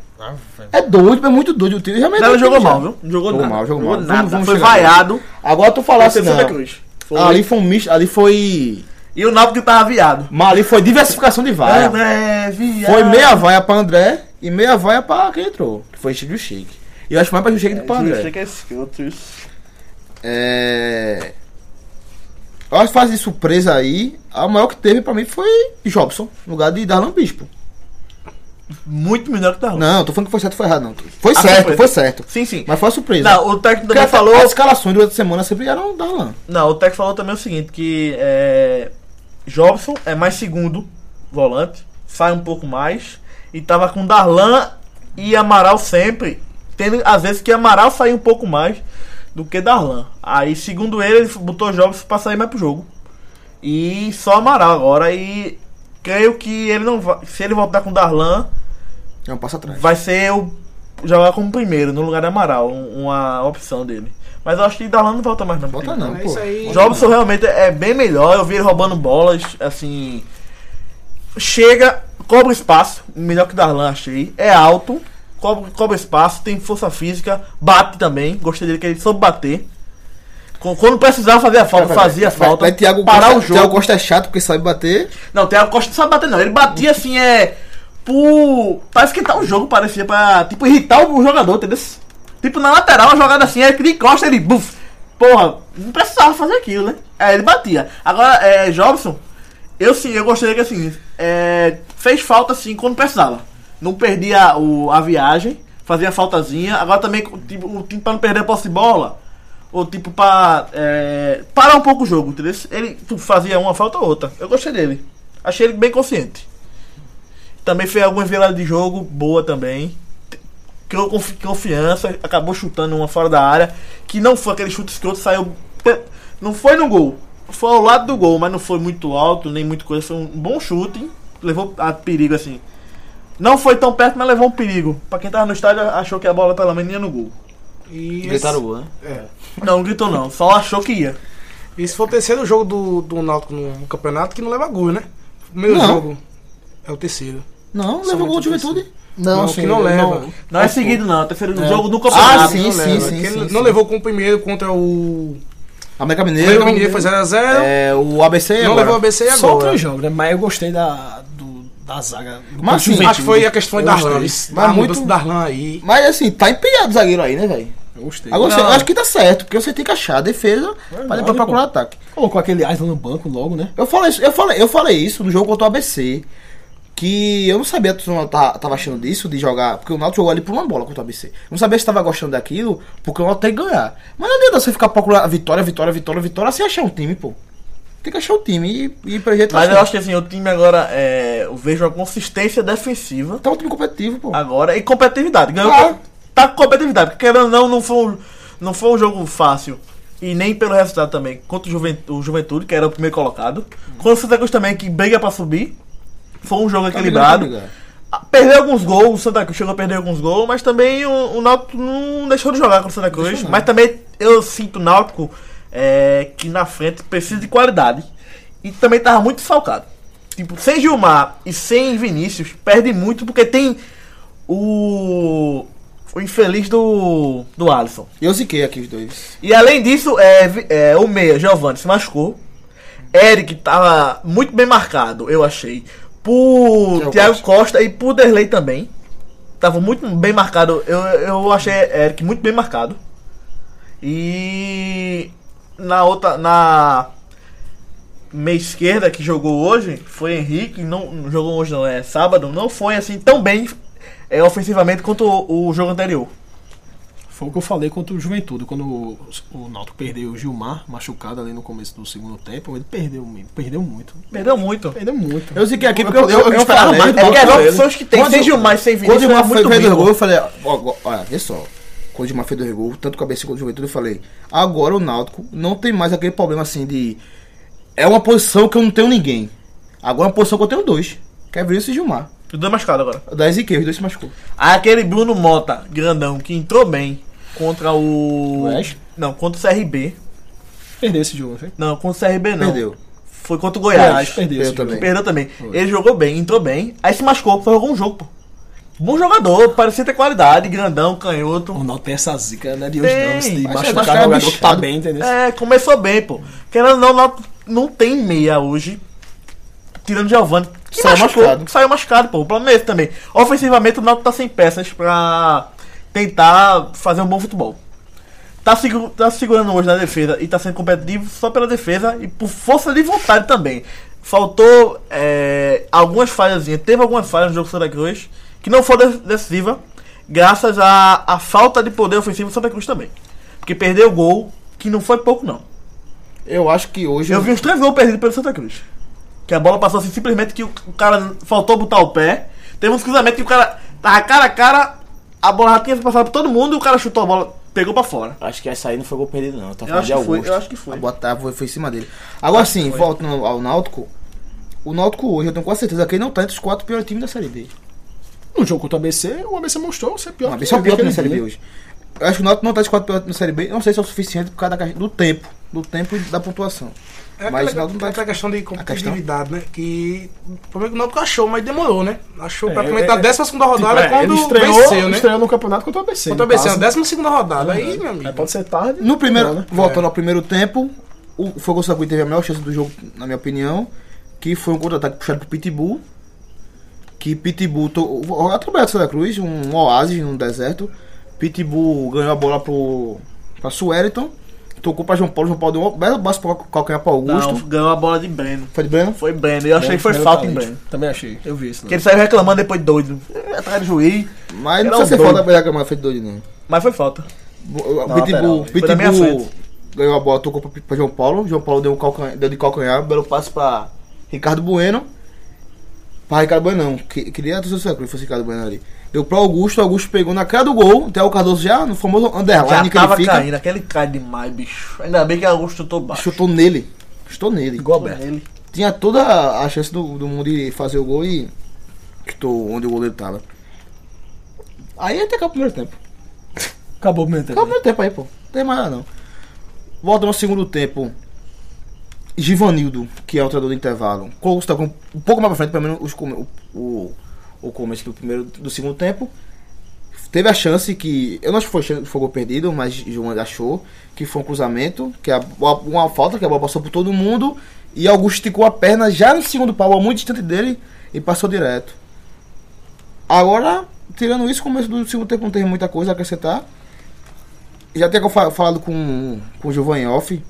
[SPEAKER 1] É doido, é muito doido o time. Realmente
[SPEAKER 3] Ela
[SPEAKER 1] é doido,
[SPEAKER 3] jogou
[SPEAKER 1] já.
[SPEAKER 3] mal, viu? Ah, Não Jogou,
[SPEAKER 1] Jogou
[SPEAKER 3] nada.
[SPEAKER 1] mal, jogou mal.
[SPEAKER 3] nada.
[SPEAKER 1] Vamos- vamos
[SPEAKER 3] foi
[SPEAKER 1] chegar nisso.
[SPEAKER 3] vaiado.
[SPEAKER 1] Agora tu falasse
[SPEAKER 3] Bateu Santa
[SPEAKER 1] não.
[SPEAKER 3] Cruz.
[SPEAKER 1] Ali foi um misto, ali foi...
[SPEAKER 3] E o Náutico tava viado.
[SPEAKER 1] Mas ali foi diversificação de
[SPEAKER 3] É,
[SPEAKER 1] vaia.
[SPEAKER 3] André, viado.
[SPEAKER 1] É. Foi meia vaia pra André e meia vaia pra quem entrou. Que foi Chico Chique. E eu acho mais pra Chico Chique do que pra André.
[SPEAKER 3] que é escroto isso.
[SPEAKER 1] É... A fase de surpresa aí, a maior que teve pra mim foi Jobson, no lugar de Darlan Bispo.
[SPEAKER 3] Muito melhor que o Darlan.
[SPEAKER 1] Não, tô falando que foi certo ou foi errado, não. Foi
[SPEAKER 3] Ah,
[SPEAKER 1] certo,
[SPEAKER 3] surpresa.
[SPEAKER 1] foi certo.
[SPEAKER 3] Sim, sim.
[SPEAKER 1] Mas foi uma surpresa.
[SPEAKER 3] Não, o técnico
[SPEAKER 1] Porque
[SPEAKER 3] também
[SPEAKER 1] até
[SPEAKER 3] falou.
[SPEAKER 1] As escalações durante a semana sempre eram Darlan.
[SPEAKER 3] Não, o técnico falou também o seguinte: que é, Jobson é mais segundo volante, sai um pouco mais. E tava com Darlan e Amaral sempre. Tendo, às vezes que Amaral saiu um pouco mais do que Darlan. Aí, segundo ele, ele botou Jobson pra sair mais pro jogo. E só Amaral agora. E creio que ele não vai. Se ele voltar com Darlan,
[SPEAKER 1] É um passo atrás.
[SPEAKER 3] vai ser o. jogar como primeiro, no lugar de Amaral, um- uma opção dele. Mas eu acho que Darlan não volta mais não. pro
[SPEAKER 1] Volta
[SPEAKER 3] time.
[SPEAKER 1] não, Então,
[SPEAKER 4] É
[SPEAKER 1] pô.
[SPEAKER 4] isso aí.
[SPEAKER 3] O Jobson realmente é bem melhor. Eu vi ele roubando bolas, assim. Chega, cobra espaço. Melhor que o Darlan, achei. É alto, cobra, cobra espaço, tem força física, bate também. Gostei dele que ele soube bater. Co- Quando precisava fazer a falta, fazia falta.
[SPEAKER 1] Mas Thiago
[SPEAKER 3] parar
[SPEAKER 1] Costa,
[SPEAKER 3] o jogo.
[SPEAKER 1] Thiago Costa é chato porque sabe bater.
[SPEAKER 3] Não, o Thiago Costa não sabe bater, não. Ele batia assim, é. Por. Pra esquentar o um jogo, parecia. Pra, tipo, irritar o jogador, entendeu? Tipo, na lateral, uma jogada assim, é que ele encosta, ele. Buf, porra, não precisava fazer aquilo, né? Aí ele batia. Agora, é, Jobson, eu sim, eu gostei que assim. É, fez falta assim quando precisava. Não perdia o, a viagem, fazia faltazinha. Agora também, tipo, o time pra não perder a posse de bola. Ou tipo, pra. é, parar um pouco o jogo, entendeu? Ele tu fazia uma falta ou outra. Eu gostei dele. Achei ele bem consciente. Também fez algumas viradas de jogo boa também. T- Criou confi- confiança, acabou chutando uma fora da área. Que não foi aquele chute escroto, saiu. pe- Não foi no gol. Foi ao lado do gol, mas não foi muito alto, nem muito coisa. Foi um bom chute, hein? levou a perigo assim. Não foi tão perto, mas levou um perigo. Pra quem tava no estádio, achou que a bola tá pelo menos ia no gol.
[SPEAKER 4] E esse-
[SPEAKER 1] o né?
[SPEAKER 4] É.
[SPEAKER 3] Não, não gritou não, só achou que ia.
[SPEAKER 4] Esse foi o terceiro jogo do, do Náutico no campeonato que não leva gol, né? O primeiro
[SPEAKER 1] Não.
[SPEAKER 4] jogo é o terceiro.
[SPEAKER 1] Não, levou gol de juventude.
[SPEAKER 4] Não, que não leva.
[SPEAKER 3] Não é seguido, não. É o terceiro
[SPEAKER 2] É.
[SPEAKER 3] jogo do
[SPEAKER 1] Ah,
[SPEAKER 3] campeonato.
[SPEAKER 1] sim,
[SPEAKER 4] não
[SPEAKER 1] sim,
[SPEAKER 4] leva.
[SPEAKER 1] sim.
[SPEAKER 4] Aquele
[SPEAKER 1] sim, sim.
[SPEAKER 4] não levou com o primeiro contra o.
[SPEAKER 1] América
[SPEAKER 4] O
[SPEAKER 1] Mineiro.
[SPEAKER 4] América Mineiro foi 0x0.
[SPEAKER 1] É, o ABC
[SPEAKER 4] Não
[SPEAKER 1] agora.
[SPEAKER 4] levou o ABC agora.
[SPEAKER 2] Só três jogos, né? Mas eu gostei da, do- da zaga. Do
[SPEAKER 1] Mas,
[SPEAKER 2] Juventude.
[SPEAKER 1] assim,
[SPEAKER 4] Acho que foi a questão
[SPEAKER 2] Eu
[SPEAKER 4] da
[SPEAKER 2] gostei.
[SPEAKER 4] Darlan.
[SPEAKER 1] Mas
[SPEAKER 4] Mas muito
[SPEAKER 1] muito-
[SPEAKER 4] Darlan aí.
[SPEAKER 1] Mas assim, tá empenhado o zagueiro aí, né, velho?
[SPEAKER 2] Eu gostei.
[SPEAKER 1] Agora, você-
[SPEAKER 3] Não.
[SPEAKER 1] eu acho que tá certo, porque você tem que achar a defesa pra
[SPEAKER 2] Verdade,
[SPEAKER 1] depois procurar
[SPEAKER 2] pô.
[SPEAKER 1] ataque.
[SPEAKER 2] Colocou aquele Aislan no banco logo, né?
[SPEAKER 1] Eu falei, isso- eu falei, eu falei isso no jogo contra o ABC. Que eu não sabia se o Náutico tá- tava achando disso, de jogar. Porque o Náutico jogou ali por uma bola contra o ABC. Eu não sabia se tava gostando daquilo, porque o Náutico tem que ganhar. Mas não adianta você ficar procurando vitória, vitória, vitória, vitória, sem achar um time, pô. Tem que achar um time e, e pra gente
[SPEAKER 3] Mas
[SPEAKER 1] achar.
[SPEAKER 3] eu acho que assim, o time agora é. Eu vejo uma consistência defensiva
[SPEAKER 1] Tá um time competitivo, pô.
[SPEAKER 3] agora e competitividade. Ganhou.
[SPEAKER 1] Claro.
[SPEAKER 3] Tá com competitividade. Porque querendo ou não, não foi, um, não foi um jogo fácil. E nem pelo resultado também. Contra o, Juven- o Juventude, que era o primeiro colocado. Contra o Santa Cruz também, que briga pra subir. Foi um
[SPEAKER 1] Tá
[SPEAKER 3] jogo equilibrado. Ah, Perdeu alguns gols, o Santa Cruz chegou a perder alguns gols, mas também o, o Náutico não deixou de jogar com o Santa Cruz.
[SPEAKER 1] Deixou não.
[SPEAKER 3] Mas também eu sinto o Náutico é, que na frente precisa de qualidade. E também tava muito salcado. Tipo, sem Gilmar e sem Vinícius, perde muito porque tem o, o infeliz do, do Alisson.
[SPEAKER 1] Eu ziquei aqui os dois.
[SPEAKER 3] E além disso, é, vi- é, o meia, Giovanni, se machucou. Eric tava muito bem marcado, eu achei. Por
[SPEAKER 1] Thiago
[SPEAKER 3] Thiago
[SPEAKER 1] Costa.
[SPEAKER 3] Costa. e por Derlei também. Tava muito bem marcado. Eu, eu achei Eric muito bem marcado. E na outra. Na meia esquerda que jogou hoje foi Henrique, não não jogou hoje não, é sábado, não foi assim tão bem é, ofensivamente quanto o, o jogo anterior.
[SPEAKER 2] Foi o que eu falei contra o Juventude. Quando o, o Náutico perdeu o Gilmar, machucado ali no começo do segundo tempo, ele perdeu, mu- perdeu muito.
[SPEAKER 3] Perdeu muito.
[SPEAKER 2] Perdeu muito.
[SPEAKER 1] Eu ziquei aqui porque eu,
[SPEAKER 2] eu- eu esperava
[SPEAKER 1] falei-
[SPEAKER 2] mais do
[SPEAKER 1] é
[SPEAKER 3] É
[SPEAKER 1] que
[SPEAKER 3] que
[SPEAKER 1] eu
[SPEAKER 3] as
[SPEAKER 1] falei-
[SPEAKER 3] opções que tem,
[SPEAKER 1] Quando-
[SPEAKER 3] sem Gilmar e sem
[SPEAKER 1] Quando o
[SPEAKER 3] Vinícius, é
[SPEAKER 1] Gilmar foi
[SPEAKER 3] muito
[SPEAKER 1] fez dois gols,
[SPEAKER 3] ruim.
[SPEAKER 1] eu falei, ó, ó, olha, vê só. Quando o Gilmar fez dois gols, tanto com a BC quanto com o Juventude, eu falei, agora o Náutico não tem mais aquele problema assim de. É uma posição que eu não tenho ninguém. Agora é uma posição que eu tenho dois. Que é Vinícius e Gilmar.
[SPEAKER 3] Os dois machucados agora.
[SPEAKER 1] Da Ezequiel, os dois se machucou.
[SPEAKER 3] Aquele Bruno Mota, grandão, que entrou bem contra o...
[SPEAKER 1] Oeste?
[SPEAKER 3] Não, contra o CRB.
[SPEAKER 2] Perdeu esse jogo, né? não foi?
[SPEAKER 3] Não, contra o CRB não.
[SPEAKER 1] Perdeu.
[SPEAKER 3] Foi contra o Goiás.
[SPEAKER 2] Perdeu, perdeu
[SPEAKER 1] eu
[SPEAKER 2] esse jogo.
[SPEAKER 1] também.
[SPEAKER 3] Perdeu também. Ele jogou bem, entrou bem. Aí se machucou, foi algum jogo, pô. Bom jogador, parecia ter qualidade, grandão, canhoto.
[SPEAKER 2] O Náutico tem essa zica, né? De hoje
[SPEAKER 3] Tem.
[SPEAKER 2] não, esse de
[SPEAKER 1] Mas
[SPEAKER 2] machucar
[SPEAKER 1] os caras
[SPEAKER 2] jogador que tá
[SPEAKER 1] bichados.
[SPEAKER 2] bem, entendeu?
[SPEAKER 3] É, começou bem, pô. Querendo ou não, não, não tem meia hoje. Tirando o Giovanni. Que
[SPEAKER 1] Saiu
[SPEAKER 3] machucou,
[SPEAKER 1] machucado.
[SPEAKER 3] Saiu machucado, pô. O problema é esse também. Ofensivamente, o Náutico tá sem peças pra tentar fazer um bom futebol. Tá, segu- tá segurando hoje na defesa e tá sendo competitivo só pela defesa e por força de vontade também. Faltou é, algumas falhas, teve algumas falhas no jogo do Santa Cruz que não foram de- decisiva, graças à à falta de poder ofensivo do Santa Cruz também. Porque perdeu o gol, que não foi pouco não.
[SPEAKER 1] Eu acho que hoje.
[SPEAKER 3] Eu vi um os três gols perdidos pelo Santa Cruz. Que a bola passou assim, simplesmente que o o cara faltou botar o pé. Teve uns cruzamentos que o cara tava cara a cara, a bola já tinha passado por todo mundo e o cara chutou a bola, pegou pra fora.
[SPEAKER 6] Acho que essa aí não foi gol perdido, não. Tá
[SPEAKER 3] Eu
[SPEAKER 6] falando
[SPEAKER 3] acho
[SPEAKER 6] de
[SPEAKER 3] que foi,
[SPEAKER 6] Augusto.
[SPEAKER 3] eu acho que foi.
[SPEAKER 1] A botar foi, foi em cima dele. Agora sim, voltando ao Náutico. O Náutico hoje, eu tenho quase certeza que ele não tá entre os quatro piores times da Série B.
[SPEAKER 2] No Um jogo contra o ABC, o ABC mostrou ser pior.
[SPEAKER 1] É. Não,
[SPEAKER 2] que
[SPEAKER 1] esse é o pior time da Série
[SPEAKER 2] aquele
[SPEAKER 1] B
[SPEAKER 2] dia.
[SPEAKER 1] hoje. Eu acho que o Náutico não tá de 4 pilotos na Série B. Eu não sei se é o suficiente por causa da caixa- do tempo. Do tempo e da pontuação.
[SPEAKER 4] É
[SPEAKER 1] Mas
[SPEAKER 4] aquela,
[SPEAKER 1] não tá-
[SPEAKER 4] aquela questão de competitividade, né? Que o problema é que o Náutico achou, mas demorou, né? Achou
[SPEAKER 2] É,
[SPEAKER 4] praticamente
[SPEAKER 2] é,
[SPEAKER 4] na
[SPEAKER 2] é.
[SPEAKER 4] 12 segunda rodada
[SPEAKER 2] É,
[SPEAKER 4] quando
[SPEAKER 2] ele estreou,
[SPEAKER 4] venceu, né?
[SPEAKER 2] estreou no campeonato contra o ABC.
[SPEAKER 4] Contra o
[SPEAKER 2] no
[SPEAKER 4] BC, na
[SPEAKER 2] caso.
[SPEAKER 4] 12 segunda rodada. Aí, meu
[SPEAKER 2] Aí
[SPEAKER 4] amigo.
[SPEAKER 2] pode ser tarde.
[SPEAKER 1] No primeiro,
[SPEAKER 2] Não, né?
[SPEAKER 1] voltando ao primeiro tempo, o Fogo Sacuí teve a maior chance do jogo, na minha opinião, que foi um contra-ataque puxado pro Pitbull. Que Pitbull, to... o Atlético Santa Cruz, um oásis no deserto. Pitbull ganhou a bola pro pra Sueliton, tocou pra João Paulo, João Paulo deu uma bela base pra calcanhar pra Augusto.
[SPEAKER 3] Não, ganhou a bola de Breno.
[SPEAKER 1] Foi de Breno?
[SPEAKER 3] Foi Breno. Eu achei que foi
[SPEAKER 2] Primeiro
[SPEAKER 3] falta em
[SPEAKER 2] talento.
[SPEAKER 3] Breno.
[SPEAKER 2] Também achei. Eu vi isso. né?
[SPEAKER 3] Que ele saiu reclamando depois doido. É, Atrás do juiz.
[SPEAKER 1] Mas
[SPEAKER 3] Era
[SPEAKER 1] não
[SPEAKER 3] um
[SPEAKER 1] precisa ser
[SPEAKER 3] doido.
[SPEAKER 1] falta da câmera feito doido, não.
[SPEAKER 3] Mas foi falta.
[SPEAKER 1] O
[SPEAKER 6] Na
[SPEAKER 1] Pitbull,
[SPEAKER 6] lateral,
[SPEAKER 3] Foi na minha
[SPEAKER 1] Pitbull
[SPEAKER 3] frente.
[SPEAKER 1] ganhou a bola, tocou pra, pra João Paulo. João Paulo deu, um calcanhar, deu de calcanhar, belo passe pra Ricardo Bueno. Pra Ricardo Bueno, não. Que, queria a torcida do Santa Cruz, fosse Ricardo Bueno ali. Deu pro Augusto, Augusto pegou na cara do gol. Até o Cardoso já, no famoso
[SPEAKER 3] Já
[SPEAKER 1] underline que ele
[SPEAKER 3] tava
[SPEAKER 1] fica.
[SPEAKER 3] caindo. Aquele cai demais, bicho. Ainda bem que Augusto chutou baixo.
[SPEAKER 1] Chutou nele. Chutou nele.
[SPEAKER 3] Igual Nele.
[SPEAKER 1] Tinha toda a chance do, do mundo de fazer o gol e. Chutou onde o goleiro tava. Aí até acabou o primeiro tempo.
[SPEAKER 2] Acabou o primeiro tempo.
[SPEAKER 1] Acabou o primeiro tempo aí, pô. Não tem mais nada, não. Volta no segundo tempo. Givanildo, que é o treinador do intervalo, Costa com- um pouco mais pra frente, pelo menos os come- o, o, o começo do primeiro do segundo tempo. Teve a chance que. Eu não acho que foi, chan- foi gol perdido, mas João achou que foi um cruzamento, que a, bola- uma falta, que a bola passou por todo mundo. E Augusto esticou a perna já no segundo pau, muito distante dele, e passou direto. Agora, tirando isso, o começo do segundo tempo não teve muita coisa a acrescentar. Já até que eu fa- falado com, com o Giovanni Off,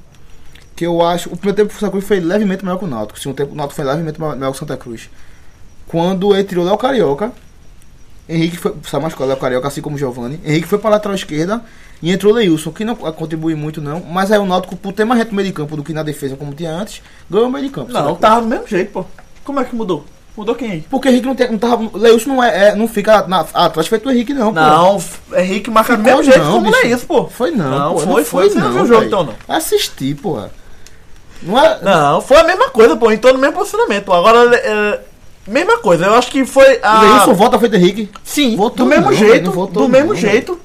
[SPEAKER 1] que eu acho. O primeiro tempo do Santa Cruz foi levemente melhor que o Náutico. O segundo tempo o Náutico foi levemente ma- melhor que o Santa Cruz. Quando ele tirou Léo Carioca, Henrique foi. Sabe mais qual Léo Carioca, assim como o Giovanni. Henrique foi para lateral esquerda e entrou Leilson, que não co- contribui muito não. Mas aí o Náutico, por ter mais gente no meio de campo do que na defesa, como tinha antes, ganhou o meio de campo. Santa
[SPEAKER 3] Não,
[SPEAKER 1] Cruz.
[SPEAKER 3] tava do mesmo jeito, pô. Como é que mudou? Mudou quem aí?
[SPEAKER 1] Porque Henrique não, tem, não tava. Leilson não, é, é- não fica na, atrás feito o Henrique, não. pô.
[SPEAKER 3] Não, f- é Henrique marca do
[SPEAKER 1] Ficou
[SPEAKER 3] mesmo jeito
[SPEAKER 1] não,
[SPEAKER 3] como
[SPEAKER 1] bicho.
[SPEAKER 3] é isso, pô.
[SPEAKER 1] Foi não.
[SPEAKER 3] Não,
[SPEAKER 1] pô,
[SPEAKER 3] foi, foi. Você não viu o jogo,
[SPEAKER 1] véi.
[SPEAKER 3] então, não?
[SPEAKER 1] Assisti, porra. Não é.
[SPEAKER 3] Não, foi a mesma coisa, pô. Entrou no mesmo posicionamento. Agora, é, mesma coisa. Eu acho que foi a.
[SPEAKER 1] Leilson volta feito Henrique.
[SPEAKER 3] Sim,
[SPEAKER 1] Voltou
[SPEAKER 3] do mesmo
[SPEAKER 1] não,
[SPEAKER 3] jeito.
[SPEAKER 1] velho, não voltou
[SPEAKER 3] do mesmo
[SPEAKER 1] não,
[SPEAKER 3] jeito.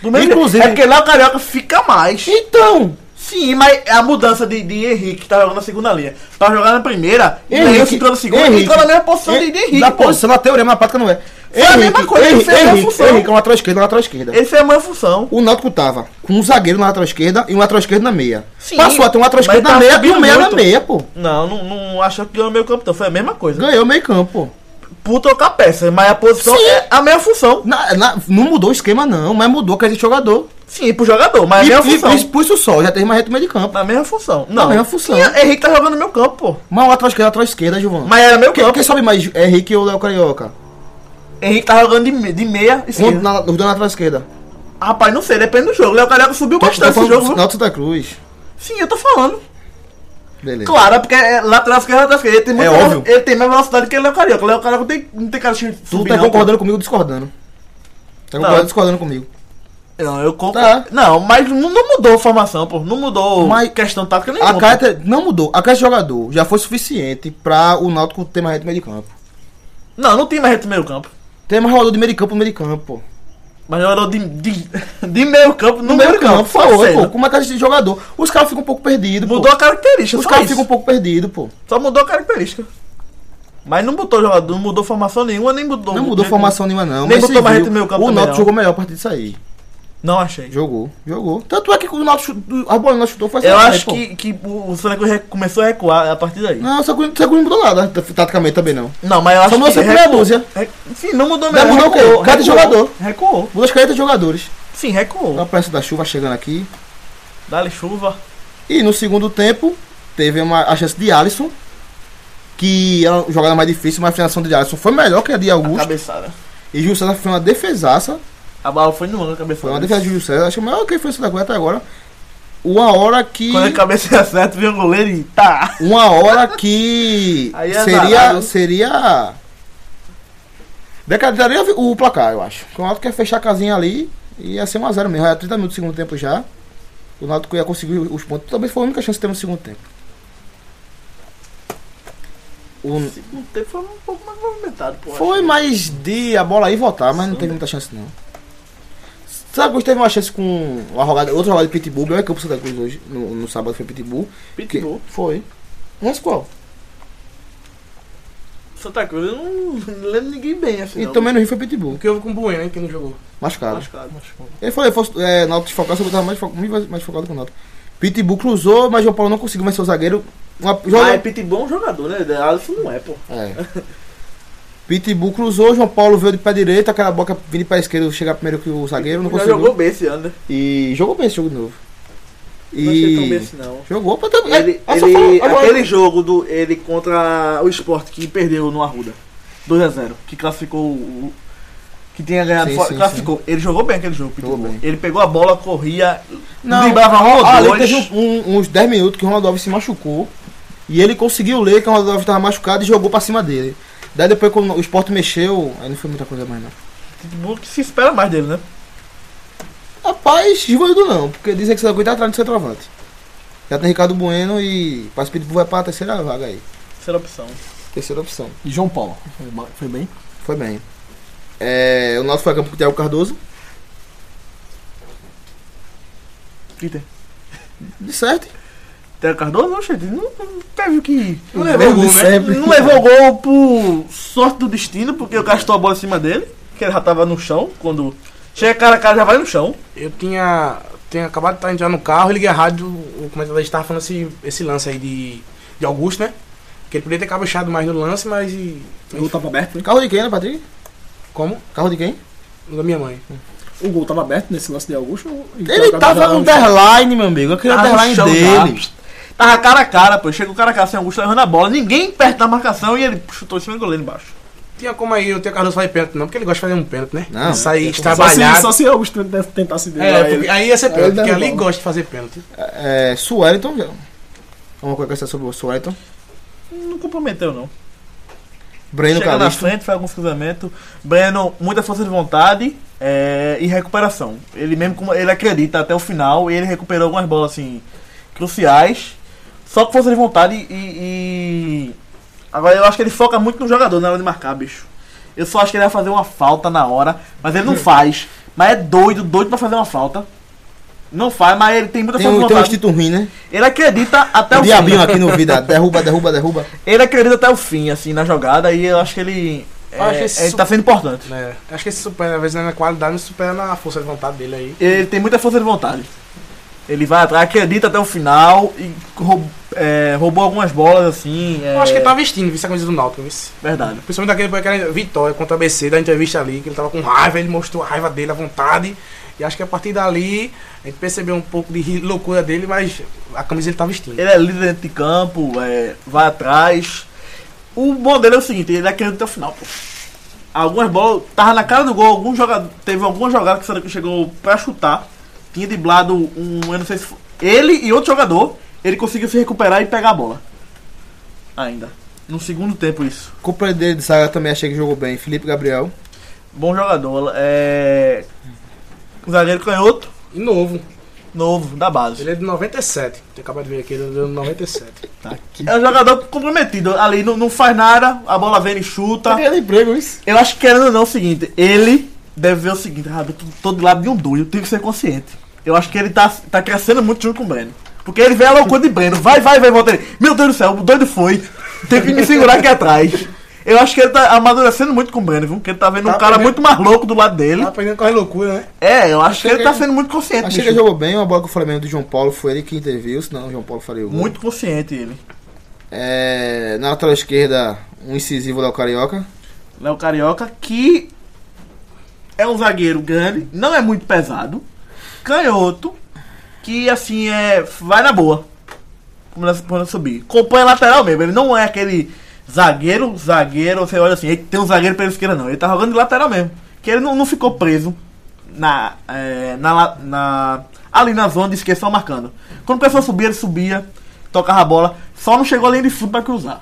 [SPEAKER 3] Do mesmo
[SPEAKER 1] Inclusive-
[SPEAKER 3] jeito. É porque lá o Carioca fica mais.
[SPEAKER 1] Então!
[SPEAKER 3] Sim, mas é a mudança de, de Henrique, que tá jogando na segunda linha, pra jogar na primeira, e Henrique entrou na segunda,
[SPEAKER 1] Henrique.
[SPEAKER 3] entrou na mesma posição de, de Henrique,
[SPEAKER 1] Na
[SPEAKER 3] pô.
[SPEAKER 1] posição, na teoria, mas na prática não é.
[SPEAKER 3] Foi a mesma coisa, ele
[SPEAKER 1] Henrique,
[SPEAKER 3] fez a mesma
[SPEAKER 1] Henrique,
[SPEAKER 3] função.
[SPEAKER 1] Henrique, é um lateral esquerda, um lateral esquerda.
[SPEAKER 3] Essa é a minha função.
[SPEAKER 1] O Náutico tava com um zagueiro na lateral esquerda e um lateral esquerdo na meia.
[SPEAKER 3] Sim,
[SPEAKER 1] Passou a ter um lateral
[SPEAKER 3] mas
[SPEAKER 1] esquerdo na
[SPEAKER 3] tava
[SPEAKER 1] meia e um
[SPEAKER 3] subindo
[SPEAKER 1] meia na
[SPEAKER 3] muito.
[SPEAKER 1] meia, pô.
[SPEAKER 3] Não, não, não achou que ganhou meio campo, então. Foi a mesma coisa.
[SPEAKER 1] Ganhou meio campo, pô.
[SPEAKER 3] Por trocar peça, mas a posição
[SPEAKER 1] Sim.
[SPEAKER 3] é a mesma função.
[SPEAKER 1] Na- na- não mudou o esquema, não, mas mudou que a gente é jogador.
[SPEAKER 3] Sim, pro jogador, mas
[SPEAKER 1] E,
[SPEAKER 3] É a mesma
[SPEAKER 1] e,
[SPEAKER 3] função.
[SPEAKER 1] e expulsa o sol, já tem mais reto no meio de campo.
[SPEAKER 3] Na mesma função. Não.
[SPEAKER 1] Na mesma função.
[SPEAKER 3] Sim, Henrique tá jogando no meu campo, pô.
[SPEAKER 1] Mas o lateral esquerda, lateral esquerda, Giovanni.
[SPEAKER 3] Mas era meu
[SPEAKER 1] quem,
[SPEAKER 3] campo.
[SPEAKER 1] quem é sobe mais, Henrique ou Léo Carioca?
[SPEAKER 3] Henrique tá jogando de, me- de meia
[SPEAKER 1] Quanto
[SPEAKER 3] esquerda.
[SPEAKER 1] na, no- na lateral esquerda?
[SPEAKER 3] Rapaz, não sei, depende do jogo. Léo Carioca subiu
[SPEAKER 1] Tô- tô
[SPEAKER 3] bastante esse
[SPEAKER 1] falando do
[SPEAKER 3] jogo. viu?
[SPEAKER 1] Náutico Santa Cruz.
[SPEAKER 3] Sim, eu tô falando.
[SPEAKER 1] Beleza.
[SPEAKER 3] Claro, é porque é lateral esquerda, lateral esquerda. Ele tem,
[SPEAKER 1] É
[SPEAKER 3] muita-
[SPEAKER 1] óbvio.
[SPEAKER 3] ele tem mais velocidade que o Léo Carioca. O Léo Carioca tem, não tem cara de
[SPEAKER 1] Tu
[SPEAKER 3] subir,
[SPEAKER 1] tá
[SPEAKER 3] não, pô.
[SPEAKER 1] concordando comigo ou discordando? Tá concordando ou discordando comigo?
[SPEAKER 3] Não, eu compro.
[SPEAKER 1] Tá.
[SPEAKER 3] Não, mas não, não mudou a formação, pô. Não mudou
[SPEAKER 1] Mas-
[SPEAKER 3] questão tática nenhuma.
[SPEAKER 1] A carta não mudou. A carta de jogador já foi suficiente pra o Náutico ter mais gente no meio de campo.
[SPEAKER 3] pô. Não, não tem mais reto meio campo.
[SPEAKER 1] Tem mais jogador de meio de campo no meio de campo.
[SPEAKER 3] Mas jogador de, de, de meio campo no,
[SPEAKER 1] No
[SPEAKER 3] meio campo.
[SPEAKER 1] por favor,
[SPEAKER 3] parceiro.
[SPEAKER 1] pô. Como é que a gente tem jogador? Os caras ficam um pouco perdidos, pô.
[SPEAKER 3] Mudou a característica,
[SPEAKER 1] Os
[SPEAKER 3] só
[SPEAKER 1] caras
[SPEAKER 3] isso.
[SPEAKER 1] ficam um pouco perdidos, pô.
[SPEAKER 3] Só mudou a característica. Mas não botou jogador, não mudou formação nenhuma, nem mudou. né?
[SPEAKER 1] Não mudou
[SPEAKER 3] nem-
[SPEAKER 1] formação nenhuma, não.
[SPEAKER 3] nem
[SPEAKER 1] mas
[SPEAKER 3] botou
[SPEAKER 1] se
[SPEAKER 3] mais
[SPEAKER 1] viu,
[SPEAKER 3] gente no meio campo
[SPEAKER 1] O
[SPEAKER 3] também,
[SPEAKER 1] Náutico
[SPEAKER 3] não.
[SPEAKER 1] jogou melhor a partir disso aí.
[SPEAKER 3] Não achei.
[SPEAKER 1] Jogou, jogou. Tanto é que o Náutico, chu- a bola do Náutico chutou foi
[SPEAKER 3] Eu
[SPEAKER 1] essa,
[SPEAKER 3] acho
[SPEAKER 1] é pô.
[SPEAKER 3] que, que o Santa Cruz re- começou a recuar a partir daí. Não,
[SPEAKER 1] Não, o Sacuri não mudou nada, taticamente também não.
[SPEAKER 3] mas eu acho
[SPEAKER 1] Só mudou
[SPEAKER 3] que.
[SPEAKER 1] sempre meia dúzia.
[SPEAKER 3] re- Sim, não mudou
[SPEAKER 1] Não mudou o quê?
[SPEAKER 3] recuou,
[SPEAKER 1] Cada
[SPEAKER 3] recuou,
[SPEAKER 1] jogador.
[SPEAKER 3] Recuou.
[SPEAKER 1] Mudou as 40 jogadores.
[SPEAKER 3] Sim, recuou.
[SPEAKER 1] A pressa da chuva chegando aqui.
[SPEAKER 3] Dá-lhe chuva.
[SPEAKER 1] E no segundo tempo, teve uma, a chance de Alisson, que era uma jogada mais difícil, mas a finalização de Alisson foi melhor que a de Augusto.
[SPEAKER 3] Cabeçada.
[SPEAKER 1] E Júlio César foi uma defesaça.
[SPEAKER 3] A bala foi no ângulo, cabeçada.
[SPEAKER 1] Foi uma defesa de Júlio César. Acho que a melhor que foi o Santa Cruz até agora. Uma hora que.
[SPEAKER 3] Quando é a cabeça acerta, vem o goleiro e tá.
[SPEAKER 1] Uma hora que.
[SPEAKER 3] Aí é
[SPEAKER 1] seria.
[SPEAKER 3] azarado.
[SPEAKER 1] Seria. Decadaria o placar, eu acho. Porque o Náutico quer fechar a casinha ali e ia ser 1x0 mesmo. Era 30 minutos do segundo tempo já. O Náutico ia conseguir os pontos. Talvez foi a única chance que teve no segundo tempo. O-
[SPEAKER 3] Segundo tempo foi um pouco mais movimentado, pô.
[SPEAKER 1] Foi mais de a bola aí voltar, mas não teve muita chance não. Santa Cruz teve uma chance com uma jogada, outra jogada de Pitbull, melhor campo Santa Cruz hoje, no, no sábado foi Pitbull.
[SPEAKER 3] Pitbull.
[SPEAKER 1] Que foi. Mas qual?
[SPEAKER 3] Santa Cruz, eu não, não lembro ninguém bem assim.
[SPEAKER 1] E
[SPEAKER 3] não.
[SPEAKER 1] também no Rio foi
[SPEAKER 4] O
[SPEAKER 1] Pitbull,
[SPEAKER 4] que houve com o Bueno, hein, que não jogou?
[SPEAKER 1] machucado.
[SPEAKER 3] Machucado.
[SPEAKER 1] Ele foi, fosse é, Náutico desfocado, só botava mais, fo- muito mais- mais focado que o Náutico. Pitbull cruzou, mas João Paulo não conseguiu vencer o zagueiro. Uma,
[SPEAKER 3] Mas é
[SPEAKER 1] joga,
[SPEAKER 3] Pitbull é um jogador, né? Alisson não é, pô.
[SPEAKER 1] é. Pitbull cruzou, João Paulo veio de pé direito, aquela boca vindo pra esquerda, chegar primeiro que o zagueiro, não
[SPEAKER 3] Já
[SPEAKER 1] conseguiu.
[SPEAKER 3] jogou bem esse ano, né?
[SPEAKER 1] E jogou bem esse jogo de novo.
[SPEAKER 3] Não achei tão bem
[SPEAKER 1] E
[SPEAKER 3] assim, não.
[SPEAKER 1] jogou pra também.
[SPEAKER 3] Ele,
[SPEAKER 1] é, é só
[SPEAKER 3] ele-
[SPEAKER 1] falar, agora-
[SPEAKER 3] aquele jogo do ele contra o Sport que perdeu no Arruda. 2x0. Que classificou o. o- Que tinha ganhado.
[SPEAKER 1] Sim,
[SPEAKER 3] fora-
[SPEAKER 1] sim,
[SPEAKER 3] classificou. Ele jogou bem aquele jogo, Pitbull.
[SPEAKER 1] Jogou bem.
[SPEAKER 3] Ele pegou a bola, corria,
[SPEAKER 1] Não,
[SPEAKER 3] driblava um ou
[SPEAKER 1] ah, ali
[SPEAKER 3] dois.
[SPEAKER 1] teve um- uns 10 minutos que o Ronaldo Alves se machucou. E ele conseguiu ler que o Ronaldo Alves tava machucado e jogou pra cima dele. Daí depois quando o Sport mexeu, aí não foi muita coisa mais não.
[SPEAKER 3] Pitbull que se espera mais dele, né?
[SPEAKER 1] Rapaz, Givanildo não, porque dizem que o Santa tá atrás do centroavante. Já tem Ricardo Bueno e parece que o Pitbull vai pra terceira vaga aí.
[SPEAKER 3] Terceira opção.
[SPEAKER 1] Terceira opção.
[SPEAKER 2] E João Paulo? Foi ma- Foi bem?
[SPEAKER 1] Foi bem. É, o nosso foi a campo com o Thiago Cardoso.
[SPEAKER 3] Peter.
[SPEAKER 1] De certo.
[SPEAKER 3] Theo Cardoso, oxe, ele não não teve o que ir.
[SPEAKER 1] Não levou gol, né? Sempre.
[SPEAKER 3] Não levou gol por sorte do destino, porque eu gastou a bola em cima dele, que ele já tava no chão. Quando chega cara a cara, já vai no chão.
[SPEAKER 4] Eu tinha, tinha acabado de estar entrar no carro, liguei a rádio, o comentador estava falando esse, esse lance aí de, de Augusto, né? Que ele poderia ter cabuchado mais no lance, mas. e-
[SPEAKER 5] O gol tava aberto, né?
[SPEAKER 1] Carro de quem, né, Patrick?
[SPEAKER 4] Como?
[SPEAKER 1] Carro de quem?
[SPEAKER 4] Da minha mãe.
[SPEAKER 2] Hum.
[SPEAKER 5] O gol tava aberto nesse lance de Augusto. e
[SPEAKER 1] Ele
[SPEAKER 5] o cara
[SPEAKER 1] tava
[SPEAKER 5] já-
[SPEAKER 1] no underline, meu amigo. Aquele
[SPEAKER 3] Tava Tá no
[SPEAKER 1] underline
[SPEAKER 3] chão,
[SPEAKER 1] dele.
[SPEAKER 3] Tava cara a cara, pô. Chega o cara a cara sem Augusto levando a bola, ninguém perto da marcação e ele chutou em cima do goleiro embaixo.
[SPEAKER 4] Tinha como aí o Theo Cardoso fazer pênalti, não, porque ele gosta de fazer um pênalti, né?
[SPEAKER 1] Não, é,
[SPEAKER 4] Sair
[SPEAKER 5] Só se,
[SPEAKER 4] trabalhado.
[SPEAKER 5] só se Augusto tentasse
[SPEAKER 4] É,
[SPEAKER 5] driblar
[SPEAKER 4] porque
[SPEAKER 5] ele.
[SPEAKER 4] aí ia ser
[SPEAKER 5] Aí
[SPEAKER 4] pênalti, porque
[SPEAKER 5] derruba.
[SPEAKER 4] ali gosta de fazer pênalti.
[SPEAKER 1] É, Suelton. Uma coisa que eu sei sobre o Suelton.
[SPEAKER 3] Não comprometeu, não.
[SPEAKER 1] Breno
[SPEAKER 3] Chega na
[SPEAKER 1] Calixto.
[SPEAKER 3] frente, faz algum cruzamento. Breno, muita força de vontade é, e recuperação. Ele mesmo como- ele acredita até o final e ele recuperou algumas bolas assim cruciais. Só com força de vontade e, e- Agora eu acho que ele foca muito no jogador na hora de marcar, bicho. Eu só acho que ele vai fazer uma falta na hora, mas ele não
[SPEAKER 1] Hum.
[SPEAKER 3] faz. Mas é doido, doido pra fazer uma falta. Não faz, mas ele tem muita
[SPEAKER 1] Tem
[SPEAKER 3] força
[SPEAKER 1] um,
[SPEAKER 3] de
[SPEAKER 1] tem um
[SPEAKER 3] vontade.
[SPEAKER 1] instinto ruim, né?
[SPEAKER 3] Ele acredita até
[SPEAKER 1] O
[SPEAKER 3] o
[SPEAKER 1] diabinho
[SPEAKER 3] fim.
[SPEAKER 1] aqui no vida. Derruba, derruba, derruba.
[SPEAKER 3] Ele acredita até o fim, assim, na jogada, e eu acho que ele. É,
[SPEAKER 4] Eu acho que esse
[SPEAKER 3] ele
[SPEAKER 4] su-
[SPEAKER 3] tá sendo importante.
[SPEAKER 4] É, acho que esse supera, às vezes, né, na qualidade, não supera na força de vontade dele aí.
[SPEAKER 3] Ele tem muita força de vontade. Ele vai atrás, acredita até o final e roub- é, roubou algumas bolas, assim. é,
[SPEAKER 4] Eu acho que ele tá vestindo, vice a camisa do Náutico, vice.
[SPEAKER 3] Verdade.
[SPEAKER 4] Principalmente daquele daquela vitória contra a ABC da entrevista ali, que ele tava com raiva, ele mostrou a raiva dele, a vontade. E acho que a partir dali a gente percebeu um pouco de ri- loucura dele, mas a camisa ele tá vestindo.
[SPEAKER 3] Ele é líder dentro de campo, é, vai atrás. O bom dele é o seguinte, ele acredita até o final, pô. Algumas bolas, tava na cara do gol, algum jogador, teve alguma jogada que o Santa chegou pra chutar. Tinha driblado um, eu não sei se foi, ele e outro jogador, ele conseguiu se recuperar e pegar a bola. Ainda. No segundo tempo isso.
[SPEAKER 1] Culpa dele de Saga também achei que jogou bem. Felipe Gabriel.
[SPEAKER 3] Bom jogador, é... Zagueiro canhoto,
[SPEAKER 4] E novo.
[SPEAKER 3] novo, da base.
[SPEAKER 4] Ele é de 97. Tem acabado de ver aqui, ele é de 97.
[SPEAKER 3] É um jogador comprometido, ali não, não faz nada, a bola vem e chuta.
[SPEAKER 1] Tá ganhando emprego, isso.
[SPEAKER 3] Eu acho que querendo ou não é o seguinte, ele deve ver o seguinte, ah, eu tô, tô do lado de um doido, eu tenho que ser consciente. Eu acho que ele tá, tá crescendo muito junto com o Breno. Porque ele vê a loucura de Breno, vai, vai, vai, volta ele. Meu Deus do céu, o doido foi. Tem que me segurar aqui atrás. Eu acho que ele tá amadurecendo muito com o Breno, viu? Porque ele tá vendo
[SPEAKER 4] Tá
[SPEAKER 3] um cara muito
[SPEAKER 4] aprendendo.
[SPEAKER 3] mais louco do lado dele.
[SPEAKER 4] Tá aprendendo com as loucuras, né?
[SPEAKER 3] É, eu acho que ele
[SPEAKER 1] que
[SPEAKER 3] tá
[SPEAKER 1] ele-
[SPEAKER 3] sendo muito consciente.
[SPEAKER 1] Achei que
[SPEAKER 3] bicho.
[SPEAKER 1] ele jogou bem. Uma bola que o Flamengo do João Paulo foi ele que interviu. Senão o João Paulo faria o gol.
[SPEAKER 3] Muito consciente ele.
[SPEAKER 1] É, na lateral esquerda, um incisivo Léo Carioca.
[SPEAKER 3] Léo Carioca, que é um zagueiro grande, não é muito pesado, canhoto, que assim é. vai na boa. Começa a subir. Compõe a lateral mesmo, ele não é aquele zagueiro, zagueiro, você olha assim, "Eita, tem um zagueiro pela esquerda, não. Ele tá jogando de lateral mesmo. Que ele não, não ficou preso na, é, na, la- na- ali na zona de esquerda só marcando. Quando o pessoal subia, ele subia, tocava a bola, só não chegou além de fundo pra cruzar.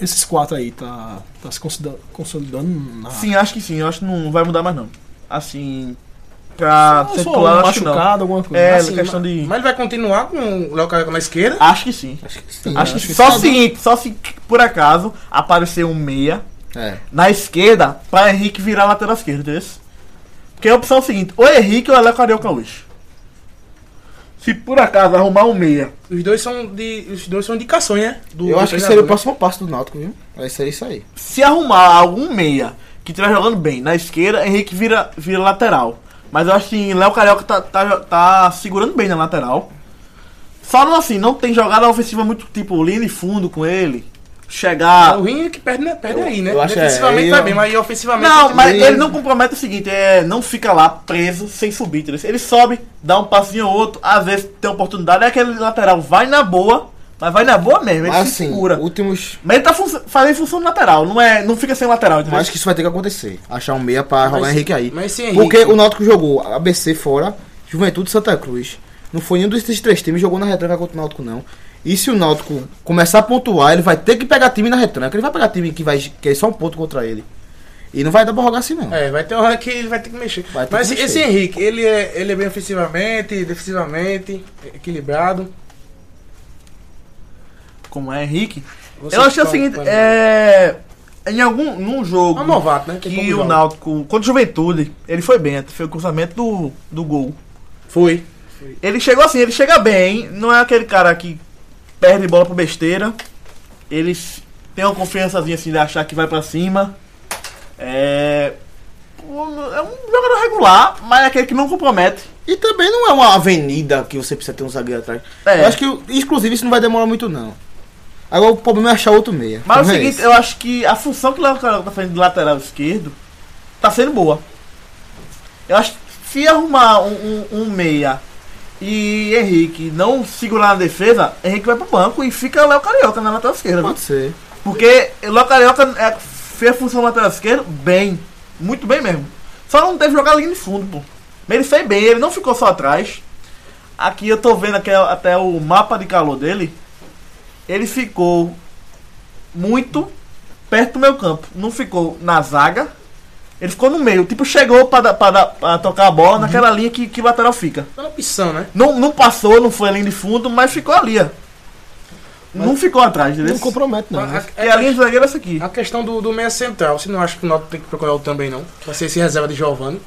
[SPEAKER 2] Esses quatro aí tá, tá se consolida- consolidando na.
[SPEAKER 3] Sim, acho que sim. Eu acho que não vai mudar mais, não. Assim, pra
[SPEAKER 2] Só- só
[SPEAKER 3] circular, eu acho que não.
[SPEAKER 2] machucado, alguma coisa.
[SPEAKER 3] É,
[SPEAKER 4] Assim,
[SPEAKER 3] questão de...
[SPEAKER 4] Mas ele vai continuar com o Léo Carioca na esquerda.
[SPEAKER 3] Acho que sim.
[SPEAKER 1] Acho que sim. né?
[SPEAKER 3] acho que sim. Só o seguinte, só se por acaso aparecer um meia
[SPEAKER 1] É.
[SPEAKER 3] na esquerda pra Henrique virar lateral esquerdo, entendeu? Porque a opção é o seguinte, ou Henrique ou Léo Carioca hoje. Se por acaso arrumar um meia,
[SPEAKER 4] Os dois são de. Os dois são indicações, né? Do-
[SPEAKER 1] Eu
[SPEAKER 4] do
[SPEAKER 1] acho que
[SPEAKER 4] treinador,
[SPEAKER 1] seria o
[SPEAKER 4] né?
[SPEAKER 1] próximo passo do Náutico, viu? Vai ser isso aí.
[SPEAKER 3] se arrumar algum meia que estiver jogando bem na esquerda, Henrique vira, vira lateral. Mas eu acho que Léo Carioca tá, tá, tá segurando bem na lateral. Só não assim, não tem jogada ofensiva muito tipo linha e fundo com ele.
[SPEAKER 4] O
[SPEAKER 3] Chegar.
[SPEAKER 4] ruim é que perde, né? perde aí, né?
[SPEAKER 1] Ah. eu acho que é,
[SPEAKER 4] Defensivamente
[SPEAKER 1] aí
[SPEAKER 4] tá
[SPEAKER 1] eu-
[SPEAKER 4] bem, mas ofensivamente.
[SPEAKER 3] Não,
[SPEAKER 4] ele-
[SPEAKER 3] mas
[SPEAKER 1] bem.
[SPEAKER 3] ele não compromete o seguinte, é, não fica lá preso sem subir. entendeu? Ele sobe, dá um passinho ou outro, às vezes tem oportunidade, é aquele lateral, vai na boa, mas vai na boa mesmo, ele
[SPEAKER 1] Mas
[SPEAKER 3] se
[SPEAKER 1] assim,
[SPEAKER 3] segura.
[SPEAKER 1] últimos.
[SPEAKER 3] Mas ele tá fun- fazendo função de lateral, não, é, não fica sem lateral, entendeu?
[SPEAKER 1] Mas que isso vai ter que acontecer. Achar um meia pra
[SPEAKER 4] Mas
[SPEAKER 1] rolar
[SPEAKER 4] se-
[SPEAKER 1] Henrique aí.
[SPEAKER 4] Mas sim, Henrique.
[SPEAKER 1] Porque o Náutico jogou ABC fora, Juventude e Santa Cruz. Não foi nenhum desses três times que jogou na retranca contra o Náutico, não. E se o Náutico começar a pontuar, ele vai ter que pegar time na retranca. Ele vai pegar time que vai querer só um ponto contra ele. E não vai dar pra rogar assim, não.
[SPEAKER 4] É, vai ter uma hora que ele vai ter que mexer.
[SPEAKER 1] Vai ter
[SPEAKER 4] Mas
[SPEAKER 1] que
[SPEAKER 4] esse,
[SPEAKER 1] mexer.
[SPEAKER 4] esse Henrique, ele é, ele é bem ofensivamente, defensivamente, equilibrado.
[SPEAKER 3] Como é Henrique,
[SPEAKER 4] Você
[SPEAKER 3] Eu acho o
[SPEAKER 4] fala-
[SPEAKER 3] seguinte,
[SPEAKER 4] fala-
[SPEAKER 3] é. Em algum num
[SPEAKER 4] É
[SPEAKER 3] jogo
[SPEAKER 4] um novato, né? Tem poucos
[SPEAKER 3] que o
[SPEAKER 4] jogos.
[SPEAKER 3] Náutico. Contra o Juventude, ele foi bem, até foi o cruzamento do, do gol.
[SPEAKER 4] Foi.
[SPEAKER 3] Ele chegou assim, ele chega bem, não é aquele cara que perde bola por besteira. Eles têm uma confiançazinha assim de achar que vai pra cima. É. um- É um jogador regular, mas é aquele que não compromete.
[SPEAKER 1] E também não é uma avenida que você precisa ter um zagueiro atrás.
[SPEAKER 3] É.
[SPEAKER 1] Eu acho que, inclusive, isso não vai demorar muito, não. Agora o problema é achar outro meia.
[SPEAKER 3] Mas é o
[SPEAKER 1] Não é
[SPEAKER 3] seguinte,
[SPEAKER 1] esse.
[SPEAKER 3] eu acho que a função que o Léo Carioca tá fazendo de lateral esquerdo tá sendo boa. Eu acho que se arrumar um, um- um meia e Henrique não segurar na defesa, Henrique vai pro banco e fica Léo Carioca na lateral esquerda. viu?
[SPEAKER 1] Pode ser.
[SPEAKER 3] Porque o Léo Carioca é, fez a função lateral esquerdo bem. Muito bem mesmo. Só não teve jogar linha de fundo, pô. Mas ele fez bem, ele não ficou só atrás. Aqui eu tô vendo aqui, até o mapa de calor dele. Ele ficou muito perto do meu campo. Não ficou na zaga. Ele ficou no meio. Tipo, chegou pra, dar- pra, dar- pra tocar a bola naquela linha que, que o lateral fica.
[SPEAKER 4] Pela opção, né?
[SPEAKER 3] Não, não passou, não foi a linha de fundo, mas ficou ali, ó. Não ficou atrás,
[SPEAKER 2] Não
[SPEAKER 3] entendeu?
[SPEAKER 2] compromete, não.
[SPEAKER 4] A-
[SPEAKER 2] né?
[SPEAKER 3] E a linha de zagueiro é essa aqui.
[SPEAKER 4] A questão do, do meia central, você não acha que o Náutico tem que procurar outro também, não? Vai ser esse reserva de Giovanni.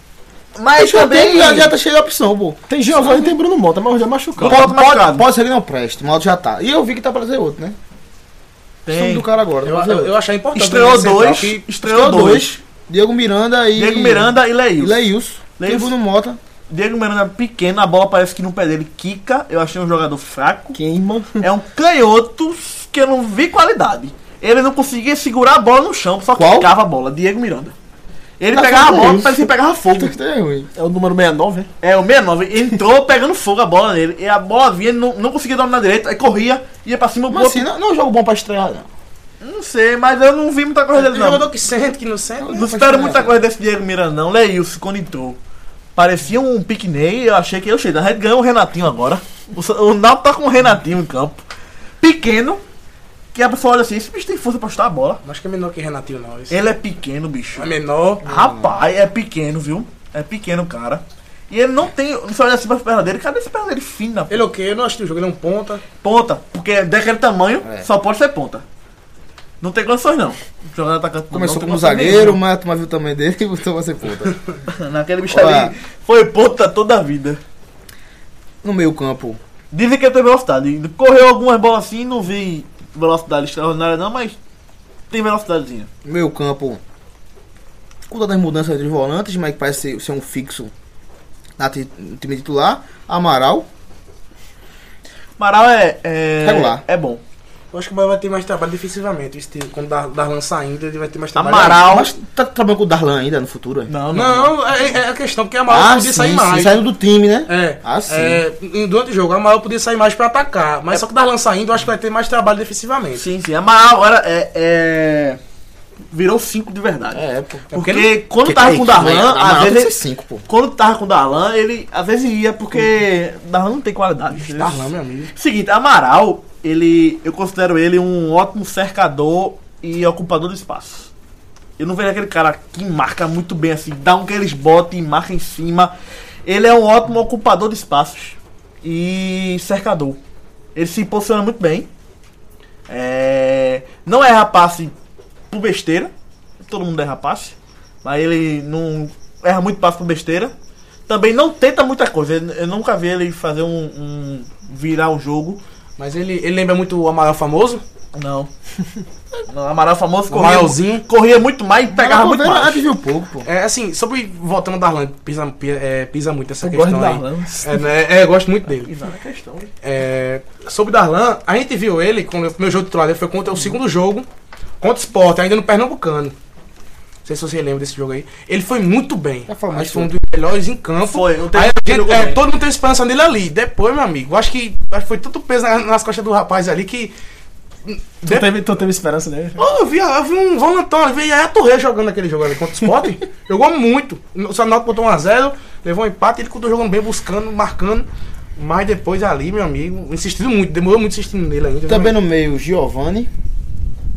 [SPEAKER 3] Mas
[SPEAKER 1] Acho que
[SPEAKER 3] também.
[SPEAKER 1] tem- já, já tá cheio de opção, pô.
[SPEAKER 2] Tem Giovanni e tem Bruno Mota, mas já machucou.
[SPEAKER 3] Pode-
[SPEAKER 1] Pode,
[SPEAKER 3] machucado.
[SPEAKER 1] pode, pode ser que não preste, o Maldo já tá. E eu vi que tá pra fazer outro, né? Sumo do cara agora. tá
[SPEAKER 4] Eu,
[SPEAKER 1] pra fazer
[SPEAKER 4] eu,
[SPEAKER 1] outro.
[SPEAKER 4] eu achei importante. o
[SPEAKER 3] Estreou
[SPEAKER 4] meia central,
[SPEAKER 3] dois.
[SPEAKER 4] que-
[SPEAKER 3] Estreou
[SPEAKER 1] Estreou
[SPEAKER 3] dois.
[SPEAKER 1] Diego Miranda e.
[SPEAKER 3] Diego Miranda e
[SPEAKER 1] e
[SPEAKER 3] Leil.
[SPEAKER 1] Leilson.
[SPEAKER 3] Leilson.
[SPEAKER 1] Tem Bruno Mota.
[SPEAKER 3] Diego Miranda pequeno, a bola parece que no pé dele quica. Eu achei um jogador fraco.
[SPEAKER 2] Queima.
[SPEAKER 3] É um canhoto que eu não vi qualidade. Ele não conseguia segurar a bola no chão, só
[SPEAKER 1] Qual?
[SPEAKER 3] quicava a bola. Diego Miranda. Ele
[SPEAKER 1] Tá
[SPEAKER 3] pegava a
[SPEAKER 1] falando
[SPEAKER 3] bola,
[SPEAKER 1] isso.
[SPEAKER 3] parecia que pegava fogo.
[SPEAKER 1] É ruim.
[SPEAKER 2] É o número 69, né?
[SPEAKER 3] É, o 69 entrou pegando fogo a bola nele. E a bola vinha, ele não, não conseguia dominar direito. Aí corria, ia pra cima,
[SPEAKER 1] Mas
[SPEAKER 3] botou.
[SPEAKER 1] assim, não, não é um jogo bom pra estrear, não.
[SPEAKER 3] Não sei, mas eu não vi muita coisa
[SPEAKER 4] Tem
[SPEAKER 3] dele não.
[SPEAKER 4] jogador que sente, que não sente. né?
[SPEAKER 3] Não espero muita coisa desse Diego Miranda, não. Leilson, quando entrou. Parecia um piquenei, eu achei que eu cheguei. A gente ganhou o Renatinho agora. O, Sa- o Náutico tá com o Renatinho em campo. Pequeno, que a pessoa olha assim, esse bicho tem força pra chutar a bola.
[SPEAKER 4] Acho que é menor que Renatinho, não. Esse
[SPEAKER 3] Ele é pequeno, bicho.
[SPEAKER 4] É menor.
[SPEAKER 3] Rapaz, é pequeno, viu? É pequeno, cara. E ele não tem. Você olha assim pra perna dele, cadê essa perna dele fina?
[SPEAKER 4] Ele é o quê? Eu não acho que o jogo, ele é um ponta.
[SPEAKER 3] Ponta, porque daquele tamanho
[SPEAKER 1] É.
[SPEAKER 3] só pode ser ponta. Não tem condições, não. Jogar atacante
[SPEAKER 1] Começou
[SPEAKER 3] não tem
[SPEAKER 1] como
[SPEAKER 3] condições
[SPEAKER 1] zagueiro,
[SPEAKER 3] nenhuma.
[SPEAKER 1] mas tu viu o tamanho dele e botou pra ser puta.
[SPEAKER 3] Naquele bicho
[SPEAKER 1] Olha.
[SPEAKER 3] ali foi ponta toda a vida.
[SPEAKER 1] No meio campo,
[SPEAKER 3] Dizem que ele tem velocidade. Correu algumas bolas assim, não vi velocidade extraordinária não, mas tem velocidadezinha.
[SPEAKER 1] no meio campo, com todas as mudanças entre os volantes, mas que parece ser, ser um fixo na ti- no time titular, Amaral,
[SPEAKER 3] Amaral é, é.
[SPEAKER 1] Regular.
[SPEAKER 3] É bom.
[SPEAKER 4] Eu acho que o Bahia vai ter mais trabalho defensivamente. Esse time, quando o Dar- Darlan saindo, ele vai ter mais trabalho.
[SPEAKER 3] Amaral.
[SPEAKER 1] mas tá trabalhando com o Darlan ainda no futuro, é?
[SPEAKER 3] Não,
[SPEAKER 4] Não, é, é a questão, porque a
[SPEAKER 1] Ah,
[SPEAKER 4] Amaral podia sair mais.
[SPEAKER 1] saindo do time, né?
[SPEAKER 4] É.
[SPEAKER 1] Ah, sim.
[SPEAKER 4] É, em- durante o jogo, a Amaral podia sair mais pra atacar. Mas só que o Darlan saindo, eu acho que vai ter mais trabalho defensivamente.
[SPEAKER 3] Sim, sim. Amaral agora é. é... Virou 5 de verdade.
[SPEAKER 1] É, pô.
[SPEAKER 3] Porque,
[SPEAKER 4] Porque
[SPEAKER 3] quando tava com o Darlan, às
[SPEAKER 1] Amaral tem que
[SPEAKER 3] vezes.
[SPEAKER 1] ser cinco, pô.
[SPEAKER 3] Quando tava com o Darlan, ele às vezes ia, porque Darlan não tem qualidade.
[SPEAKER 4] Darlan, meu amigo.
[SPEAKER 3] Seguinte, Amaral, ele, eu considero ele um ótimo cercador e ocupador de espaço. Eu não vejo aquele cara que marca muito bem assim, dá um que eles botam e marca em cima. Ele é um ótimo ocupador de espaços e cercador. Ele se posiciona muito bem. É, não é passe por besteira. Todo mundo erra passe. Mas ele não erra muito passe por besteira. Também não tenta muita coisa. Eu eu nunca vi ele fazer um. um- virar um jogo.
[SPEAKER 4] Mas ele, ele lembra muito o Amaral famoso,
[SPEAKER 3] Não. não Amaral famoso
[SPEAKER 4] o
[SPEAKER 3] corria,
[SPEAKER 4] Amarilzinho.
[SPEAKER 3] corria muito mais e pegava
[SPEAKER 1] Não,
[SPEAKER 3] muito
[SPEAKER 1] Coveiro
[SPEAKER 3] mais.
[SPEAKER 1] adivinha um pouco, pô.
[SPEAKER 4] É, assim, sobre voltando ao Darlan, pisa, pi- é, pisa muito essa
[SPEAKER 2] Eu gosto
[SPEAKER 4] questão
[SPEAKER 2] de
[SPEAKER 4] aí.
[SPEAKER 2] Darlan.
[SPEAKER 4] É, né? É, eu gosto muito dele.
[SPEAKER 3] Exato, é questão.
[SPEAKER 4] É, sobre o Darlan, a gente viu ele, quando o meu jogo titular dele foi contra o segundo jogo, contra o Sport, ainda no Pernambucano. Não sei se você lembra desse jogo aí. Ele foi muito bem.
[SPEAKER 1] Já falamos
[SPEAKER 4] Acho que foi um dos melhores em campo.
[SPEAKER 3] Foi, eu tenho
[SPEAKER 4] Aí, a gente-
[SPEAKER 3] jogou
[SPEAKER 4] é,
[SPEAKER 3] bem.
[SPEAKER 4] todo mundo teve esperança nele ali. Depois, meu amigo, acho que, acho que foi tanto peso na- nas costas do rapaz ali que.
[SPEAKER 2] Tu teve, tu teve esperança né? nele?
[SPEAKER 4] Oh, eu, vi, eu vi um Vão Antônio, eu vi a Torre jogando aquele jogo ali contra o Sport. jogou muito. O Sanalto botou 1x0, levou um empate, ele continuou jogando bem, buscando, marcando. Mas depois ali, meu amigo, insistindo muito, demorou muito insistindo nele ainda. né?
[SPEAKER 1] Também no meio, Giovanni.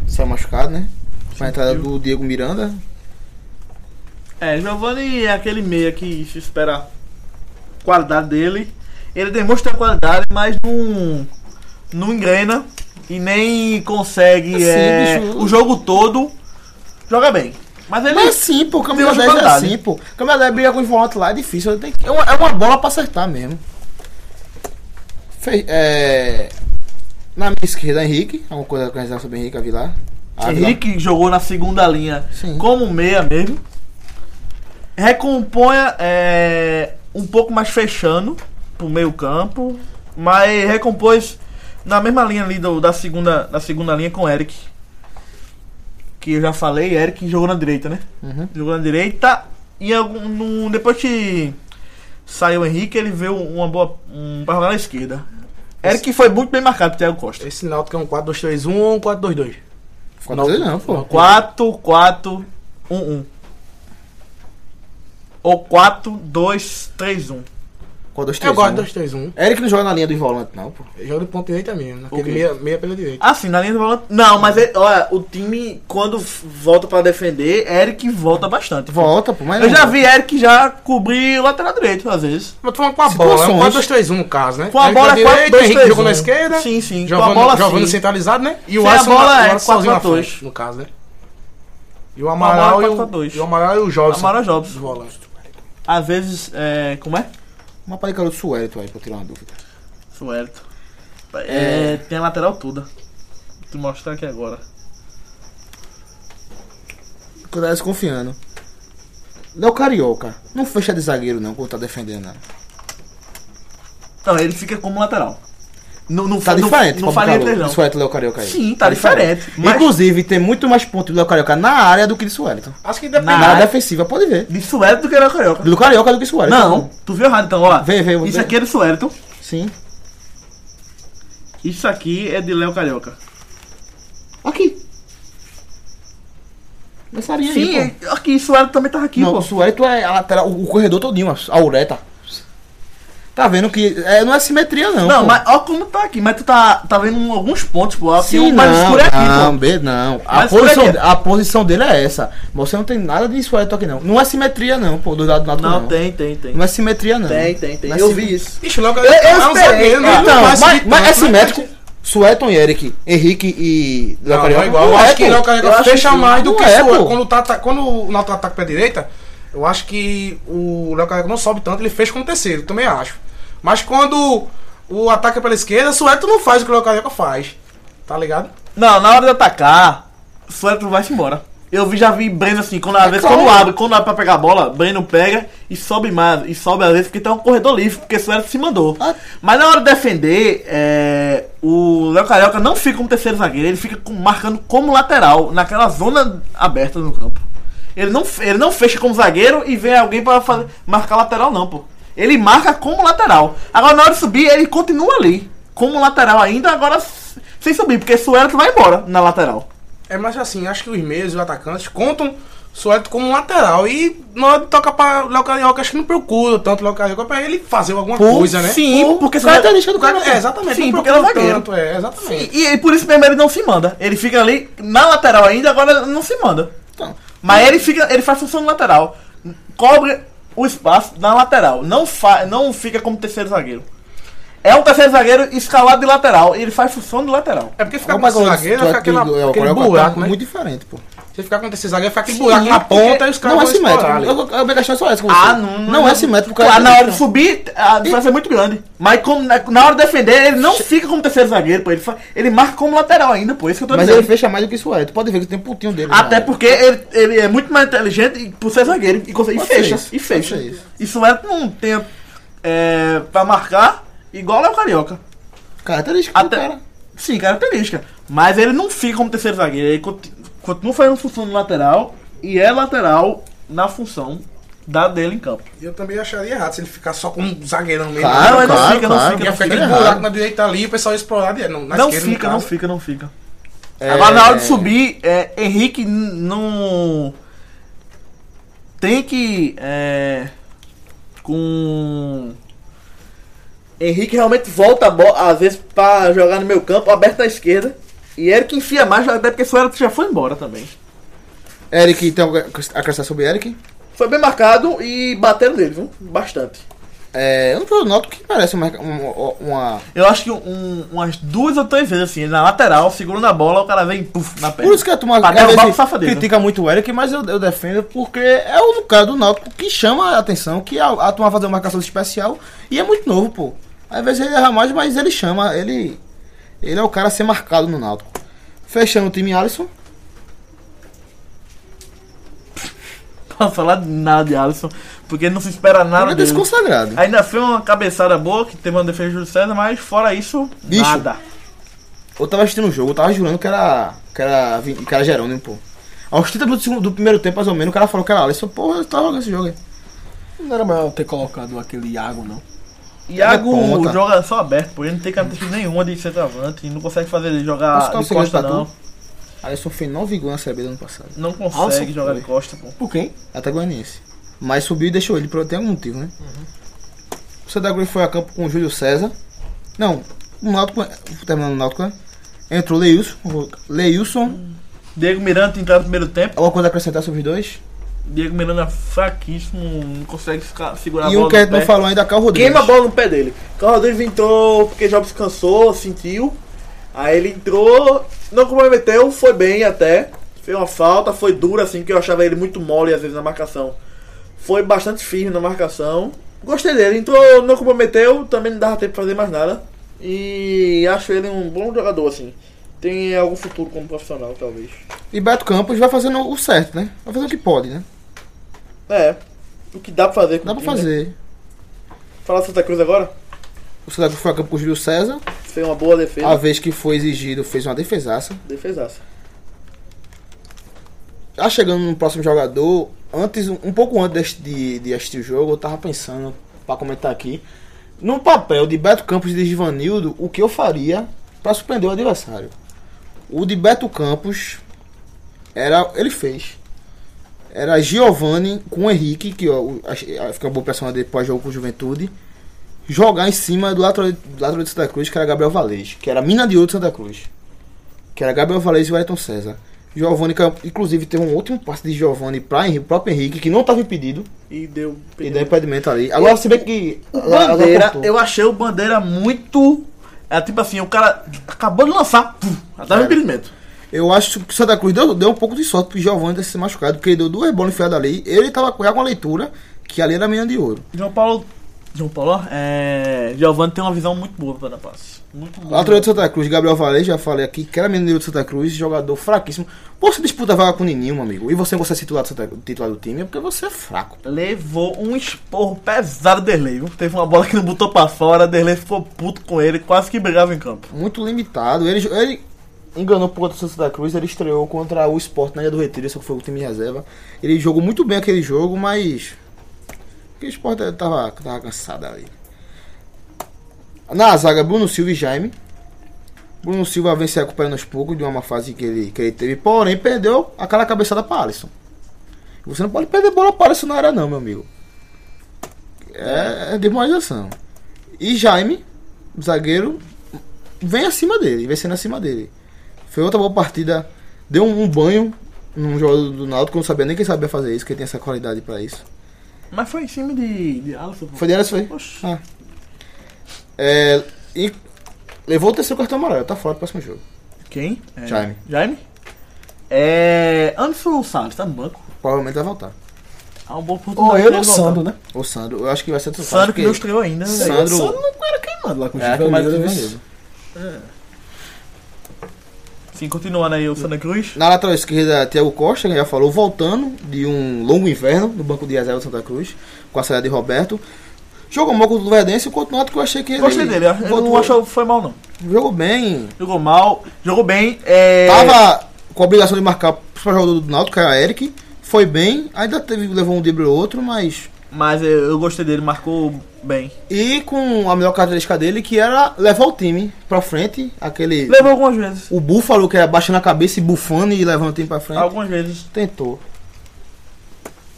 [SPEAKER 1] Saiu machucado, né? Foi a entrada do Diego Miranda.
[SPEAKER 3] É, Giovanni é aquele meia que se espera a qualidade dele. Ele demonstra a qualidade, mas não, não engrena e nem consegue
[SPEAKER 1] Assim,
[SPEAKER 3] é,
[SPEAKER 1] bicho.
[SPEAKER 3] o jogo todo joga bem. Mas ele
[SPEAKER 1] Mas sim, pô, Camila
[SPEAKER 3] Deu
[SPEAKER 1] 10 é
[SPEAKER 3] jogador,
[SPEAKER 1] assim,
[SPEAKER 3] né?
[SPEAKER 1] pô. Camila 10 briga com o volante lá, é difícil. ele tem que- É, uma, é uma bola pra acertar mesmo. Fe- é, Na minha esquerda, Henrique. Alguma coisa a conversar sobre Henrique Ah, Avilar. Ávila.
[SPEAKER 3] Henrique jogou na segunda linha
[SPEAKER 1] Sim.
[SPEAKER 3] como meia mesmo. Recomponha é, um pouco mais fechando pro meio campo, mas recompôs na mesma linha ali do- da, segunda, da segunda linha com Eric. Que eu já falei, Eric jogou na direita, né?
[SPEAKER 1] Uhum.
[SPEAKER 3] Jogou na direita e em algum- num- depois que saiu o Henrique, ele veio uma boa. Um, pra jogar na esquerda. Eric foi muito bem marcado, Thiago Costa.
[SPEAKER 4] Esse Náutico é um 4-2-3-1 ou um 4-2-2?
[SPEAKER 1] Ficou não, não, pô.
[SPEAKER 3] 4, 4, 1, 1. Ou 4, 2, 3, 1.
[SPEAKER 1] Qual dos três?
[SPEAKER 4] Eu gosto
[SPEAKER 1] né?
[SPEAKER 4] 2-3-1.
[SPEAKER 1] Eric não joga na linha do volante, não, pô.
[SPEAKER 4] Eu jogo de ponta direita mesmo, naquele
[SPEAKER 3] Ok.
[SPEAKER 4] meia, meia pela direita.
[SPEAKER 3] Assim, na linha do volante. Não, mas ele- olha, o time, quando f- volta pra defender, Eric volta bastante.
[SPEAKER 1] Volta, pô, mas.
[SPEAKER 3] Eu
[SPEAKER 1] não.
[SPEAKER 3] já vi Eric já cobrir o lateral direito, às vezes.
[SPEAKER 4] Mas tu falando com a bola, é um 4-2-3-1 no caso, né?
[SPEAKER 3] Com a
[SPEAKER 4] Ele na
[SPEAKER 3] bola é
[SPEAKER 4] direita,
[SPEAKER 3] 4, 2, 3,
[SPEAKER 4] Henrique
[SPEAKER 3] 1.
[SPEAKER 4] jogou na esquerda,
[SPEAKER 3] Sim, sim.
[SPEAKER 4] Giovani,
[SPEAKER 3] com Então a bola, assim,
[SPEAKER 4] Giovani
[SPEAKER 3] sim.
[SPEAKER 4] centralizado, né? E o
[SPEAKER 3] Sem a
[SPEAKER 4] Alisson
[SPEAKER 3] bola,
[SPEAKER 4] na- o
[SPEAKER 3] é
[SPEAKER 4] Alisson sozinho na
[SPEAKER 3] 4-4-2.
[SPEAKER 4] frente, no caso, né? E o
[SPEAKER 3] a
[SPEAKER 4] Amaral
[SPEAKER 3] bola é
[SPEAKER 4] e o,
[SPEAKER 3] 4-4-2.
[SPEAKER 4] e o Amaral e o Jobson.
[SPEAKER 3] Amaral
[SPEAKER 4] Os
[SPEAKER 3] Jobs.
[SPEAKER 4] volantes.
[SPEAKER 3] Às vezes, é, como é?
[SPEAKER 1] Uma parecida do Suelito aí, pra eu tirar uma dúvida.
[SPEAKER 3] Suelto. É, Tem a lateral toda. Vou te mostrar aqui agora.
[SPEAKER 1] Porque eu tava desconfiando. Léo Carioca. Não fecha de zagueiro, não, quando tá defendendo, não.
[SPEAKER 3] Não, ele fica como lateral. Não, não
[SPEAKER 1] Tá
[SPEAKER 3] fa- não-
[SPEAKER 1] diferente,
[SPEAKER 3] Não,
[SPEAKER 1] como
[SPEAKER 3] faria
[SPEAKER 1] tá o-
[SPEAKER 3] três, não.
[SPEAKER 1] o Suelito e o Léo Carioca aí.
[SPEAKER 3] Sim, tá diferente. Mas
[SPEAKER 1] Inclusive, tem muito mais pontos do Léo Carioca na área do que de Suelito.
[SPEAKER 4] Acho que depende.
[SPEAKER 3] Na
[SPEAKER 1] Na
[SPEAKER 3] área.
[SPEAKER 1] defensiva, pode ver.
[SPEAKER 3] de Suelton do que era Carioca.
[SPEAKER 1] Do Carioca do que Suelito.
[SPEAKER 3] Não, tu viu errado então, ó.
[SPEAKER 1] Vê, vê, vê.
[SPEAKER 3] Isso aqui é de Suelton.
[SPEAKER 1] Sim.
[SPEAKER 3] Isso aqui é de Léo Carioca.
[SPEAKER 1] Aqui. Nessa linha
[SPEAKER 3] Sim,
[SPEAKER 1] aí, pô.
[SPEAKER 3] é- aqui, Suelton também tava aqui,
[SPEAKER 1] não, o
[SPEAKER 3] pô.
[SPEAKER 1] Suelito é a lateral, o corredor todinho, a ureta. Tá vendo que é, não é simetria, não.
[SPEAKER 3] Não,
[SPEAKER 1] pô.
[SPEAKER 3] mas ó como tá aqui, mas tu tá, tá vendo alguns pontos, pô. Aqui
[SPEAKER 1] Sim,
[SPEAKER 3] o mais
[SPEAKER 1] não,
[SPEAKER 3] escuro é aqui,
[SPEAKER 1] não,
[SPEAKER 3] pô.
[SPEAKER 1] be- não. A
[SPEAKER 3] Mais escuro é
[SPEAKER 1] posição,
[SPEAKER 3] aqui.
[SPEAKER 1] a posição dele é essa. Mas Você não tem nada de Suelito aqui, não. Não é simetria, não, pô, do lado do lado,
[SPEAKER 3] Não, tem, tem, tem.
[SPEAKER 1] Não é simetria, não.
[SPEAKER 3] Tem, tem, tem.
[SPEAKER 1] Não é
[SPEAKER 3] Eu
[SPEAKER 1] simetria.
[SPEAKER 3] vi isso.
[SPEAKER 4] Ixi, logo
[SPEAKER 1] Eu, eu
[SPEAKER 4] é um
[SPEAKER 1] esperei.
[SPEAKER 4] zagueiro, né? Ele
[SPEAKER 1] Então,
[SPEAKER 4] não vai
[SPEAKER 1] mas,
[SPEAKER 4] seguir
[SPEAKER 1] mas é
[SPEAKER 4] tanto, né?
[SPEAKER 1] simétrico. Sueton e Eric, Henrique e Léo
[SPEAKER 4] Não, não
[SPEAKER 1] Carioca.
[SPEAKER 4] é igual. Eu acho que
[SPEAKER 1] pô.
[SPEAKER 4] Léo
[SPEAKER 1] Eu
[SPEAKER 4] Carioca
[SPEAKER 1] acho
[SPEAKER 4] fecha
[SPEAKER 1] que
[SPEAKER 4] mais do
[SPEAKER 1] não
[SPEAKER 4] que
[SPEAKER 1] é,
[SPEAKER 4] o Suelton.
[SPEAKER 1] pô.
[SPEAKER 4] Quando, tá, tá- quando o Náutico ataca pra direita, eu acho que o Léo Carioca não sobe tanto, ele fecha como terceiro, também acho. Mas quando o ataque é pela esquerda, o Suelton não faz o que o Léo Carioca faz. Tá ligado?
[SPEAKER 3] Não, na hora de atacar, Suelton vai se embora. Eu vi, já vi Breno assim, quando, às vezes
[SPEAKER 1] É claro.
[SPEAKER 3] quando abre, quando abre pra pegar a bola, Breno pega e sobe mais, e sobe às vezes porque tá um corredor livre, porque Suelton se mandou.
[SPEAKER 1] Ah.
[SPEAKER 3] Mas na hora de defender, é, o Léo Carioca não fica como terceiro zagueiro, ele fica com- marcando como lateral, naquela zona aberta no campo. Ele não, fe- ele não fecha como zagueiro e vem alguém pra fazer, marcar lateral, não, pô. Ele marca como lateral. Agora na hora de subir, ele continua ali, como lateral ainda, agora s- sem subir, porque Suelton vai embora na lateral.
[SPEAKER 4] É mais assim, acho que os meios e os atacantes contam Suelton como um lateral. E na hora de tocar pra Léo Carioca, acho que não procura tanto o Léo Carioca pra ele fazer alguma coisa, né?
[SPEAKER 3] Sim,
[SPEAKER 1] Por
[SPEAKER 3] porque Suelton.
[SPEAKER 1] característica do
[SPEAKER 4] O cara-
[SPEAKER 1] cara.
[SPEAKER 4] É, exatamente.
[SPEAKER 3] Sim,
[SPEAKER 4] não
[SPEAKER 3] porque ele é
[SPEAKER 4] procura
[SPEAKER 3] zagueiro.
[SPEAKER 4] tanto, é, exatamente.
[SPEAKER 3] E, e por isso mesmo ele não se manda. Ele fica ali na lateral ainda, agora não se manda.
[SPEAKER 1] Então,
[SPEAKER 3] Mas ele fica, ele faz função no lateral. Cobre o espaço na lateral. Não, fa não fica como terceiro zagueiro. É um terceiro zagueiro escalado de lateral. E ele faz função de latéu.
[SPEAKER 4] É porque ficar com
[SPEAKER 1] Alguma
[SPEAKER 4] esse
[SPEAKER 1] coisa do
[SPEAKER 4] zagueiro, fica
[SPEAKER 1] Sueto e
[SPEAKER 4] aquele,
[SPEAKER 1] do Léo
[SPEAKER 4] aquele
[SPEAKER 1] Carioca tá
[SPEAKER 4] buraco, né?
[SPEAKER 1] muito diferente, pô.
[SPEAKER 4] Você ficar com esse zagueiro, fica aquele
[SPEAKER 1] Sim,
[SPEAKER 4] buraco na
[SPEAKER 1] porque
[SPEAKER 4] ponta e os caras
[SPEAKER 1] Não é
[SPEAKER 4] vão explorar
[SPEAKER 1] simétrico.
[SPEAKER 4] ali.
[SPEAKER 1] Eu, eu, eu, minha questão é só essa com
[SPEAKER 3] Ah,
[SPEAKER 1] você.
[SPEAKER 3] não, não,
[SPEAKER 1] é
[SPEAKER 3] não.
[SPEAKER 1] simétrico. cara.
[SPEAKER 3] Ah, na hora de subir, a diferença é muito grande. Mas como, na, na hora de defender, ele não fica como terceiro zagueiro, pô. Ele, fa- ele marca como lateral ainda, pô. É Isso que eu tô
[SPEAKER 1] Mas
[SPEAKER 3] dizendo.
[SPEAKER 1] ele fecha mais do que Suelito. Pode ver que tem um pontinho dele. na
[SPEAKER 3] Até
[SPEAKER 1] área.
[SPEAKER 3] porque ele, ele é muito mais inteligente e, por ser zagueiro e, consegue, e
[SPEAKER 1] Pode ser
[SPEAKER 3] fecha.
[SPEAKER 1] isso,
[SPEAKER 3] e fecha.
[SPEAKER 1] pode ser isso.
[SPEAKER 3] Isso é não tem é, pra marcar igual é o Carioca.
[SPEAKER 1] Característica
[SPEAKER 3] Até,
[SPEAKER 1] do cara.
[SPEAKER 3] Sim, característica. Mas ele não fica como terceiro zagueiro. Ele conti- continua fazendo função no lateral e é lateral na função da dele em campo.
[SPEAKER 4] E eu também acharia errado se ele ficar só com um zagueirão mesmo.
[SPEAKER 1] Claro,
[SPEAKER 3] não, ele não
[SPEAKER 1] claro,
[SPEAKER 3] fica, não
[SPEAKER 1] claro.
[SPEAKER 3] fica,
[SPEAKER 4] Porque
[SPEAKER 3] não
[SPEAKER 4] fica
[SPEAKER 3] fica.
[SPEAKER 4] aquele
[SPEAKER 1] errado.
[SPEAKER 4] buraco na direita ali, o pessoal explorar ali. Não, na
[SPEAKER 3] não
[SPEAKER 4] esquerda, no
[SPEAKER 3] fica, não
[SPEAKER 4] caso.
[SPEAKER 3] fica, não fica.
[SPEAKER 1] É,
[SPEAKER 3] Agora na hora de subir, é, Henrique n- não. Tem que. É, com. Henrique realmente volta a bola, às vezes, pra jogar no meu campo, aberto à esquerda. E Eric enfia mais, até porque Suero já foi embora também.
[SPEAKER 1] Eric, então, acrescentar sobre Eric.
[SPEAKER 3] Foi bem marcado e bateram nele, viu? Bastante.
[SPEAKER 1] É, eu não noto que parece uma, uma, uma-
[SPEAKER 3] Eu acho que um- umas duas ou três vezes, assim, na lateral, segurando a bola, o cara vem puf, na perna.
[SPEAKER 1] Por isso que a turma
[SPEAKER 3] Pra
[SPEAKER 1] às
[SPEAKER 3] derrubar
[SPEAKER 1] vezes,
[SPEAKER 3] o né? safadeiro.
[SPEAKER 1] critica muito o Eric, mas eu, eu defendo porque é o cara do Náutico que chama a atenção, que a, a turma fazer uma marcação especial e é muito novo, pô. Às vezes ele erra mais, mas ele chama, ele Ele é o cara a ser marcado no Náutico. Fechando o time Alisson,
[SPEAKER 3] Tá Pra falar de nada de Alisson, porque não se espera
[SPEAKER 1] ele
[SPEAKER 3] nada
[SPEAKER 1] é
[SPEAKER 3] dele.
[SPEAKER 1] desconsagrado.
[SPEAKER 3] Ainda foi uma cabeçada boa, que teve uma defesa do César, mas fora isso,
[SPEAKER 1] Bicho.
[SPEAKER 3] nada.
[SPEAKER 1] Eu tava assistindo o jogo, eu tava jurando que era. que era, Vin- que era Jerônimo, pô. Aos 30 minutos do, segundo- do primeiro tempo, mais ou menos, o cara falou que era Alisson. Porra, eu tava jogando esse jogo aí.
[SPEAKER 2] Não era melhor ter colocado aquele Iago, não.
[SPEAKER 3] Iago
[SPEAKER 1] Ele é ponta.
[SPEAKER 3] joga só aberto, pô. Ele não tem característica nenhuma de centroavante, não consegue fazer ele jogar
[SPEAKER 1] Posso dar um
[SPEAKER 3] de
[SPEAKER 1] segredo
[SPEAKER 3] costa,
[SPEAKER 1] pra
[SPEAKER 3] não.
[SPEAKER 1] tu? Alisson fez 9 gols na Série B do ano passado.
[SPEAKER 3] Não consegue
[SPEAKER 2] Nossa,
[SPEAKER 3] jogar
[SPEAKER 2] foi.
[SPEAKER 3] de costa, pô.
[SPEAKER 2] Por quem?
[SPEAKER 1] Até Goianiense. Mas subiu e deixou ele, por tem algum motivo, né? O Santa Cruz foi a campo com o Júlio César. Não, o Náutico. Terminando o Náutico, né? Entrou o Leilson. Leilson.
[SPEAKER 3] Diego Miranda entrar no primeiro tempo.
[SPEAKER 1] Alguma coisa a acrescentar sobre os dois?
[SPEAKER 3] Diego Miranda é fraquíssimo, não consegue ficar- segurar a
[SPEAKER 1] e
[SPEAKER 3] bola.
[SPEAKER 1] um que a
[SPEAKER 3] no
[SPEAKER 1] gente não
[SPEAKER 3] pé.
[SPEAKER 1] falou ainda, Carl Rodrigues.
[SPEAKER 7] Queima a bola no pé dele. Carl Rodrigues entrou porque Jobs cansou, sentiu. Aí ele entrou, não comprometeu, foi bem até. Fez uma falta, foi dura assim, porque eu achava ele muito mole às vezes na marcação. Foi bastante firme na marcação. Gostei dele, entrou, não comprometeu, também não dava tempo pra fazer mais nada. E acho ele um bom jogador, assim. Tem algum futuro como profissional, talvez.
[SPEAKER 1] E Beto Campos vai fazendo o certo, né? Vai fazendo o que pode, né?
[SPEAKER 7] É, o que dá pra fazer com
[SPEAKER 1] Dá
[SPEAKER 7] o
[SPEAKER 1] pra
[SPEAKER 7] time, né?
[SPEAKER 1] fazer.
[SPEAKER 7] Falar Santa Cruz agora?
[SPEAKER 1] O Santa Cruz foi a campo com o Júlio César.
[SPEAKER 7] Fez uma boa defesa.
[SPEAKER 1] A vez que foi exigido, fez uma defesaça.
[SPEAKER 7] Defesaça.
[SPEAKER 1] Já chegando no próximo jogador, antes, um pouco antes de, de assistir o jogo, eu tava pensando, pra comentar aqui, no papel de Beto Campos e de Givanildo, o que eu faria pra surpreender o adversário. O de Beto Campos era. ele fez. Era Giovanni com o Henrique, que ó, o- achei- ah, fica uma boa pressão dele pós-jogo com o Juventude, jogar em cima do lateral, do lateral de Santa Cruz, que era Gabriel Valês, que era mina de ouro de Santa Cruz. Que era Gabriel Valês e o Ayrton César. Giovanni, que, inclusive, teve um último passe de Giovanni para o próprio Henrique, que não estava impedido.
[SPEAKER 7] E deu.
[SPEAKER 1] E deu impedimento ali. Agora, se bem que.
[SPEAKER 3] O
[SPEAKER 1] ela- ela
[SPEAKER 3] Bandeira,
[SPEAKER 1] cortou.
[SPEAKER 3] eu achei o Bandeira muito. É tipo assim, o cara acabou de lançar, pum, dá um
[SPEAKER 1] Cara.
[SPEAKER 3] impedimento.
[SPEAKER 1] Eu acho que o Santa Cruz deu, deu um pouco de sorte pro Giovanni ter se machucado, porque ele deu duas bolas enfiadas ali. Ele tava com já com a leitura, que ali era a mina de ouro.
[SPEAKER 3] João Paulo. João Paulo, é. Giovanni tem uma visão muito boa pra dar passe. Muito boa.
[SPEAKER 1] Lateral de Santa Cruz, Gabriel Valês, já falei aqui, que era mina de ouro de Santa Cruz, jogador fraquíssimo. Você disputa vaga com o Nininho, meu amigo, e você não consegue ser titular do, Santa- titular do time, é porque você é fraco.
[SPEAKER 3] Levou um esporro pesado Derlei, viu? Teve uma bola que não botou pra fora, Derlei ficou puto com ele, quase que brigava em campo.
[SPEAKER 1] muito limitado. Ele, ele enganou por contra o Santa Cruz, ele estreou contra o Sport na Ilha do Retiro, só que foi o time de reserva. Ele jogou muito bem aquele jogo, mas. Porque o Sport tava, tava cansado ali. Na zaga, Bruno Silva e Jaime. Bruno Silva vem se recuperando aos poucos de uma fase que ele, que ele teve, porém perdeu aquela cabeçada para Alisson. Você não pode perder bola para Alisson na área, não, meu amigo. É, é desmoralização. E Jaime, zagueiro, vem acima dele, vem sendo acima dele. Foi outra boa partida, deu um, um banho num jogador do Náutico, que eu não sabia nem quem sabia fazer isso, que tem essa qualidade pra isso.
[SPEAKER 3] Mas foi em cima de, de Alisson. pô.
[SPEAKER 1] Foi de Alisson, foi?
[SPEAKER 3] Oxi.
[SPEAKER 1] Ah. É, e levou o terceiro cartão amarelo, tá fora do próximo jogo.
[SPEAKER 3] Quem? É,
[SPEAKER 1] Jaime.
[SPEAKER 3] Jaime? É. Anderson Salles, tá no banco.
[SPEAKER 1] Provavelmente vai voltar.
[SPEAKER 3] Há um bom oportunidade.
[SPEAKER 2] Ou eu
[SPEAKER 3] dele
[SPEAKER 2] ou
[SPEAKER 3] voltar.
[SPEAKER 2] Sandro, né?
[SPEAKER 1] Ou Sandro, eu acho que vai ser do
[SPEAKER 3] Sandro que não
[SPEAKER 1] porque
[SPEAKER 3] estreou ainda, né? velho?
[SPEAKER 1] Sandro-
[SPEAKER 2] Sandro não era queimado lá com o
[SPEAKER 1] é, que
[SPEAKER 2] Giovanni,
[SPEAKER 1] mais
[SPEAKER 2] era
[SPEAKER 1] que
[SPEAKER 2] vice.
[SPEAKER 1] mesmo.
[SPEAKER 3] Sim, continuando aí o Santa Cruz.
[SPEAKER 1] Na lateral esquerda, Thiago Costa, que já falou, voltando de um longo inverno no banco de reserva do Santa Cruz, com a saída de Roberto. Jogou mal contra o Verdense, enquanto o Náutico eu achei que ele...
[SPEAKER 3] Gostei dele, eu não
[SPEAKER 1] voltou-
[SPEAKER 3] acho que foi mal não.
[SPEAKER 1] Jogou bem,
[SPEAKER 3] Jogou mal, jogou bem. É...
[SPEAKER 1] Tava com a obrigação de marcar pro jogador do Náutico, que era Eric. Foi bem, ainda teve, levou um drible ou outro, mas.
[SPEAKER 3] Mas eu, eu gostei dele, marcou bem.
[SPEAKER 1] E com a melhor característica dele, que era levar o time pra frente. Aquele.
[SPEAKER 3] Levou algumas vezes.
[SPEAKER 1] O Búfalo, que era baixando a cabeça e bufando e levando o time pra frente.
[SPEAKER 3] Algumas vezes.
[SPEAKER 1] Tentou.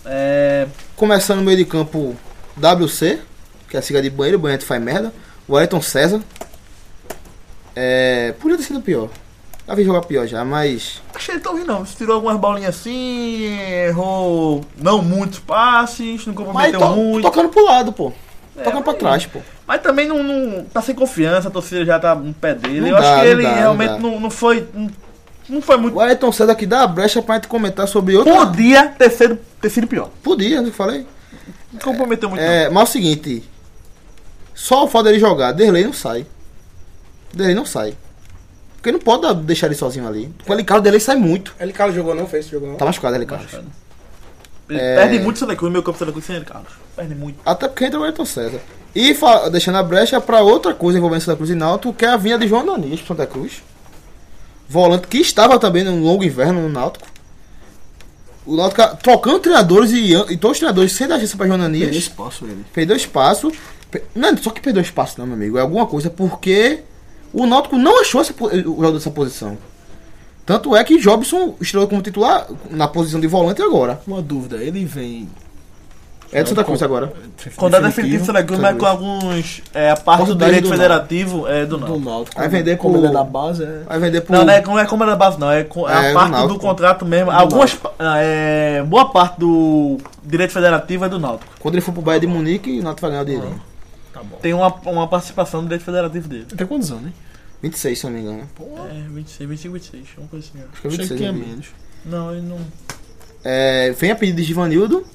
[SPEAKER 3] É...
[SPEAKER 1] Começando no meio de campo, WC, que é a sigla de banheiro, banheiro faz merda. O Ayrton César. É. Podia ter sido pior. Já vi jogar pior já, mas.
[SPEAKER 3] Achei tão ruim não. Tirou algumas bolinhas assim, errou não muitos passes, não
[SPEAKER 1] Mas
[SPEAKER 3] comprometeu
[SPEAKER 1] to-
[SPEAKER 3] muito.
[SPEAKER 1] tocando pro lado, pô.
[SPEAKER 3] É,
[SPEAKER 1] tocando pra
[SPEAKER 3] mas-
[SPEAKER 1] trás, pô.
[SPEAKER 3] Mas também não, não- tá sem confiança, a torcida já tá no pé dele.
[SPEAKER 1] Não
[SPEAKER 3] eu
[SPEAKER 1] dá,
[SPEAKER 3] acho que
[SPEAKER 1] não
[SPEAKER 3] ele
[SPEAKER 1] dá, não
[SPEAKER 3] realmente
[SPEAKER 1] dá.
[SPEAKER 3] não, não foi. Não, não foi muito.
[SPEAKER 1] O Ayrton César que dá a brecha pra gente comentar sobre outro.
[SPEAKER 3] Podia ter sido, ter sido pior.
[SPEAKER 1] Podia, eu falei.
[SPEAKER 3] Não comprometeu muito
[SPEAKER 1] É, mas é o seguinte. Só o fato dele jogar, Derlei não sai. Derlei não sai. Porque não pode dar- deixar ele sozinho ali. Com ele Carlos dele sai muito.
[SPEAKER 4] Ele Carlos jogou não, fez jogou não.
[SPEAKER 1] Tá machucado ele Carlos. É.
[SPEAKER 3] Perde muito o Santa Cruz, meu campo Santa Cruz sem ele, Carlos. Perde muito.
[SPEAKER 1] Até porque entra o Ayrton César. E fa- deixando a brecha pra outra coisa envolvendo Santa Cruz e Náutico, que é a vinda de João Ananias pro Santa Cruz. Volante que estava também num longo inverno no Náutico. O Náutico trocando treinadores e, e todos os treinadores sem dar chance pra João
[SPEAKER 5] Perdeu
[SPEAKER 1] Ananias.
[SPEAKER 5] espaço ele.
[SPEAKER 1] Perdeu espaço. Pe- Não, só que perdeu espaço não, meu amigo. É alguma coisa porque o Náutico não achou essa, po- eh, o jogador dessa posição. Tanto é que Jobson estreou como titular na posição de volante agora.
[SPEAKER 5] Uma dúvida, ele vem.
[SPEAKER 1] É do Santa Cruz
[SPEAKER 2] eh,
[SPEAKER 1] agora.
[SPEAKER 3] Quando é definitivo o Santa Cruz, mas com alguns. É, a parte do
[SPEAKER 1] Possibilidade
[SPEAKER 3] direito
[SPEAKER 1] do
[SPEAKER 3] federativo é do não.
[SPEAKER 5] do Náutico.
[SPEAKER 1] Aí vender
[SPEAKER 5] como
[SPEAKER 1] com-
[SPEAKER 5] ele é da base, é.
[SPEAKER 1] Vai vender pro...
[SPEAKER 3] Não, não é, como- não é como é da base, não. É, co- é
[SPEAKER 1] É,
[SPEAKER 3] a
[SPEAKER 1] do
[SPEAKER 3] parte do
[SPEAKER 1] Náutico.
[SPEAKER 3] contrato mesmo. Algumas. pa- É, boa parte do direito federativo é do Náutico.
[SPEAKER 1] Quando ele for pro Bayern de Munique, o Náutico vai ganhar o dinheirinho.
[SPEAKER 2] tá
[SPEAKER 3] Tem uma, uma participação do direito federativo dele.
[SPEAKER 5] Ele tem quantos
[SPEAKER 2] né?
[SPEAKER 5] anos, hein?
[SPEAKER 1] 26, se eu não me engano.
[SPEAKER 3] É, 26, 25, 26. Uma coisa assim. ó.
[SPEAKER 1] Acho que é
[SPEAKER 5] Achei que
[SPEAKER 1] 26.
[SPEAKER 5] tinha
[SPEAKER 1] eu vi.
[SPEAKER 5] menos.
[SPEAKER 3] Não, ele não.
[SPEAKER 1] É, vem a pedido de Givanildo,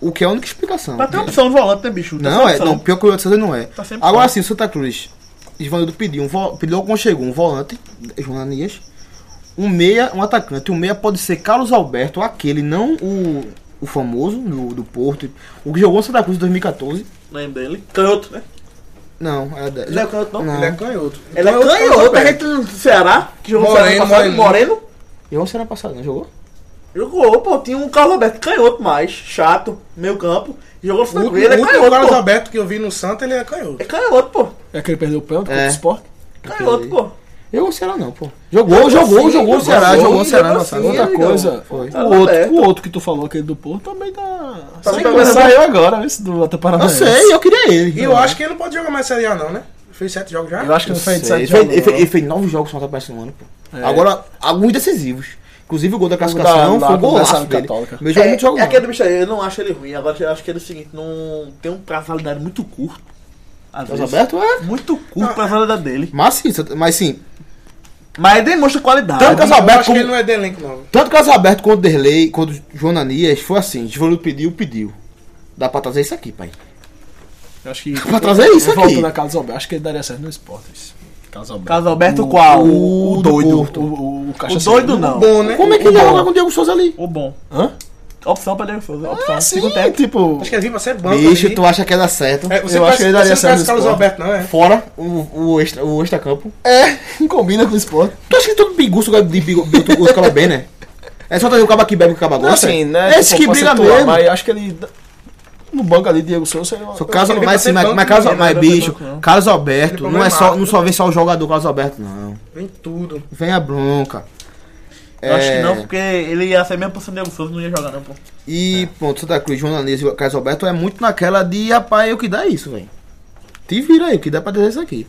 [SPEAKER 1] o que é a única explicação.
[SPEAKER 3] Pra ter opção no volante, né, bicho? Tá
[SPEAKER 1] Não,
[SPEAKER 3] sem
[SPEAKER 1] é,
[SPEAKER 3] opção.
[SPEAKER 1] não, pior que o César não é.
[SPEAKER 3] Tá sempre
[SPEAKER 1] Agora sim, o Santa Cruz. Givanildo pediu, um vo... pediu como chegou, um volante, João Ananias, um meia, um atacante. O meia pode ser Carlos Alberto, aquele, não o, o famoso do, do Porto, o que jogou no Santa Cruz em 2014.
[SPEAKER 3] Lembro dele. Canhoto, né?
[SPEAKER 1] Não, é 10.
[SPEAKER 3] Ele é canhoto, não?
[SPEAKER 1] Não.
[SPEAKER 4] Ele é canhoto.
[SPEAKER 3] Ele é canhoto, a gente do Ceará, que jogou no Ceará
[SPEAKER 4] Moreno,
[SPEAKER 3] passado,
[SPEAKER 4] Moreno.
[SPEAKER 3] Moreno.
[SPEAKER 1] Jogou semana passada, não jogou?
[SPEAKER 3] Jogou, pô, tinha um Carlos Alberto canhoto mais, chato, meio campo. Jogou no
[SPEAKER 4] O
[SPEAKER 3] Santa
[SPEAKER 4] último,
[SPEAKER 3] Cruz, ele é
[SPEAKER 4] o último Carlos
[SPEAKER 3] canhoto, pô.
[SPEAKER 4] Alberto que eu vi no Santa, ele é canhoto.
[SPEAKER 3] É canhoto, pô.
[SPEAKER 5] É que ele perdeu o pênalti contra
[SPEAKER 1] É.
[SPEAKER 5] o Sport?
[SPEAKER 3] Canhoto, pô.
[SPEAKER 1] Jogou o Ceará não, pô. Jogou, jogou, jogou o Ceará, jogou o Ceará na passada.
[SPEAKER 5] Outra coisa,
[SPEAKER 1] Foi.
[SPEAKER 3] Tá
[SPEAKER 5] o, outro,
[SPEAKER 3] aberto.
[SPEAKER 5] o outro que tu falou, aquele do Porto, também tá.
[SPEAKER 3] Tá
[SPEAKER 5] Saiu-
[SPEAKER 3] bem, mas-
[SPEAKER 5] saiu agora, esse do Até
[SPEAKER 1] Eu
[SPEAKER 5] Paranaense.
[SPEAKER 1] sei, eu queria ele.
[SPEAKER 4] E eu acho que ele não pode jogar mais Série A não, né? Fez sete jogos já?
[SPEAKER 5] Eu acho que não foi
[SPEAKER 1] Sei,
[SPEAKER 5] 27
[SPEAKER 1] ele, fez, ele, fez, ele fez nove jogos só atrás no ano, pô.
[SPEAKER 5] né? É,
[SPEAKER 1] Agora, alguns decisivos. Inclusive o gol da classificação
[SPEAKER 5] da- da
[SPEAKER 1] foi um golaço
[SPEAKER 5] Convenção
[SPEAKER 1] dele.
[SPEAKER 5] Católica.
[SPEAKER 1] Meu jogo
[SPEAKER 3] É,
[SPEAKER 1] muito jogo
[SPEAKER 3] é
[SPEAKER 1] não.
[SPEAKER 3] aquele bicho aí, eu não acho ele ruim. Agora eu acho que ele é o seguinte, não tem um prazo de validade muito curto. Às
[SPEAKER 1] Carlos
[SPEAKER 3] vezes.
[SPEAKER 1] Alberto é.
[SPEAKER 3] Muito curto pra validade dele.
[SPEAKER 1] Mas sim, mas sim,
[SPEAKER 3] Mas ele demonstra qualidade.
[SPEAKER 1] Tanto Carlos
[SPEAKER 4] Eu
[SPEAKER 1] Alberto
[SPEAKER 4] acho que
[SPEAKER 1] como-
[SPEAKER 4] ele não é de elenco não.
[SPEAKER 1] tanto Carlos Alberto quanto Derlei, quanto João Ananias, foi assim, Givanildo pediu, pediu. Dá pra trazer isso aqui, pai.
[SPEAKER 5] Eu acho que.
[SPEAKER 1] Pra trazer isso aqui.
[SPEAKER 5] Voltando a Carlos Alberto, acho que ele daria certo no Sport. isso. Carlos Alberto.
[SPEAKER 3] Carlos Alberto qual?
[SPEAKER 5] O,
[SPEAKER 1] O
[SPEAKER 5] doido.
[SPEAKER 1] do
[SPEAKER 5] O,
[SPEAKER 1] Porto.
[SPEAKER 5] o, o
[SPEAKER 3] O
[SPEAKER 5] cachaceiro.
[SPEAKER 3] doido não.
[SPEAKER 4] Bom, né?
[SPEAKER 1] Como é que ele ia jogar com o Diego Souza ali?
[SPEAKER 3] O bom.
[SPEAKER 5] Hã?
[SPEAKER 3] Opção pra Diego Souza. Opção.
[SPEAKER 5] Ah, sim,
[SPEAKER 3] Segundo tempo.
[SPEAKER 5] tipo.
[SPEAKER 4] Acho que é ele vinha pra ser banco.
[SPEAKER 1] Bicho,
[SPEAKER 4] ali.
[SPEAKER 1] tu acha que ia dar certo?
[SPEAKER 4] É, você
[SPEAKER 5] eu
[SPEAKER 4] não
[SPEAKER 5] acho que ele daria
[SPEAKER 4] conhece- você não
[SPEAKER 5] certo
[SPEAKER 4] conhece Carlos
[SPEAKER 5] no esporte.
[SPEAKER 4] Alberto não, é?
[SPEAKER 1] Fora o, o, extra, o extracampo.
[SPEAKER 5] É, combina com o Sport.
[SPEAKER 1] Tu acha que todo pinguço gosta de bigo- de outro- outro cara bem, né? É só trazer o cabo que bebe e o cabo
[SPEAKER 5] Não,
[SPEAKER 1] gosta? É
[SPEAKER 5] assim, né?
[SPEAKER 1] Esse
[SPEAKER 5] tipo,
[SPEAKER 1] que briga
[SPEAKER 5] conceitual,
[SPEAKER 1] mesmo.
[SPEAKER 5] Mas acho que ele. No banco ali, um Diego Souza seria uma.
[SPEAKER 1] Só caso,
[SPEAKER 4] Ele vem pra
[SPEAKER 1] mas,
[SPEAKER 4] ser
[SPEAKER 1] sim, mas,
[SPEAKER 4] banco
[SPEAKER 1] mas, Carlos-
[SPEAKER 4] mesmo,
[SPEAKER 1] mas,
[SPEAKER 3] né?
[SPEAKER 1] bicho,
[SPEAKER 3] Não é banco,
[SPEAKER 1] Carlos
[SPEAKER 4] Ele
[SPEAKER 1] Alberto, não é só,
[SPEAKER 4] problemático.
[SPEAKER 1] não só vem só o jogador Carlos Alberto, não.
[SPEAKER 4] Vem tudo.
[SPEAKER 1] Vem a bronca.
[SPEAKER 3] Eu acho que
[SPEAKER 1] É,
[SPEAKER 3] não, porque ele ia ser mesmo pro Diego Souza, não ia jogar não, pô.
[SPEAKER 1] E,
[SPEAKER 3] É.
[SPEAKER 1] pronto, Santa Cruz, Jornalista e Carlos Alberto é muito naquela de, rapaz, o que dá é isso, velho. Te vira aí, o que dá pra dizer isso aqui.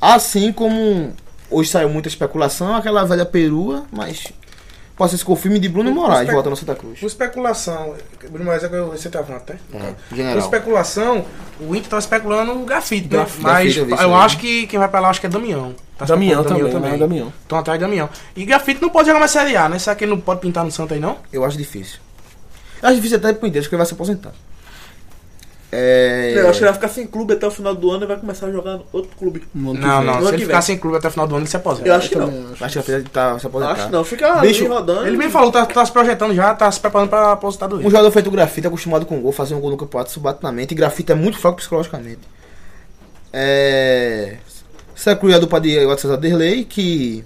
[SPEAKER 1] Assim como hoje saiu muita especulação, aquela velha perua, mas pode ser com o filme de Bruno Moraes,
[SPEAKER 4] espe-
[SPEAKER 1] volta no Santa Cruz.
[SPEAKER 4] Por especulação, Bruno Moraes é que eu- você tá falando, né?
[SPEAKER 1] É,
[SPEAKER 4] Por
[SPEAKER 1] general.
[SPEAKER 4] especulação, o Inter tá especulando o Grafite, né?
[SPEAKER 1] Grafite,
[SPEAKER 4] Mas
[SPEAKER 1] Grafite, eu vi isso
[SPEAKER 4] eu
[SPEAKER 1] aí.
[SPEAKER 4] acho que quem vai pra lá acho que é Damião. Tá
[SPEAKER 5] Damião
[SPEAKER 4] especulando
[SPEAKER 5] também, também. Damião.
[SPEAKER 4] Estão atrás de Damião. E Grafite não pode jogar mais Série A, né? Será que ele não pode pintar no Santa aí, não?
[SPEAKER 1] Eu acho difícil. Eu acho difícil até pro Indês, que ele vai se aposentar. É...
[SPEAKER 3] Eu acho que ele vai ficar sem clube até o final do ano e vai começar a jogar no outro clube.
[SPEAKER 5] No ano que
[SPEAKER 4] Não,
[SPEAKER 5] vem.
[SPEAKER 4] não.
[SPEAKER 3] No
[SPEAKER 4] Se
[SPEAKER 3] ano
[SPEAKER 4] ele
[SPEAKER 3] que
[SPEAKER 4] ficar
[SPEAKER 3] vem.
[SPEAKER 4] sem clube até o final do ano, ele se aposenta.
[SPEAKER 3] É, Eu acho que não.
[SPEAKER 1] Acho que ele tá se aposentar.
[SPEAKER 3] Acho que não. Fica
[SPEAKER 1] Bicho,
[SPEAKER 3] ali rodando.
[SPEAKER 4] Ele bem falou, tá, tá se projetando já, tá se preparando pra
[SPEAKER 1] Um
[SPEAKER 4] aposentadoria.
[SPEAKER 1] jogador feito grafite, acostumado com gol, fazer um gol no campeonato, isso bate na mente. E grafite é muito fraco psicologicamente. É... Santa Cruz é a dupla de Eduardo César Derlei, que...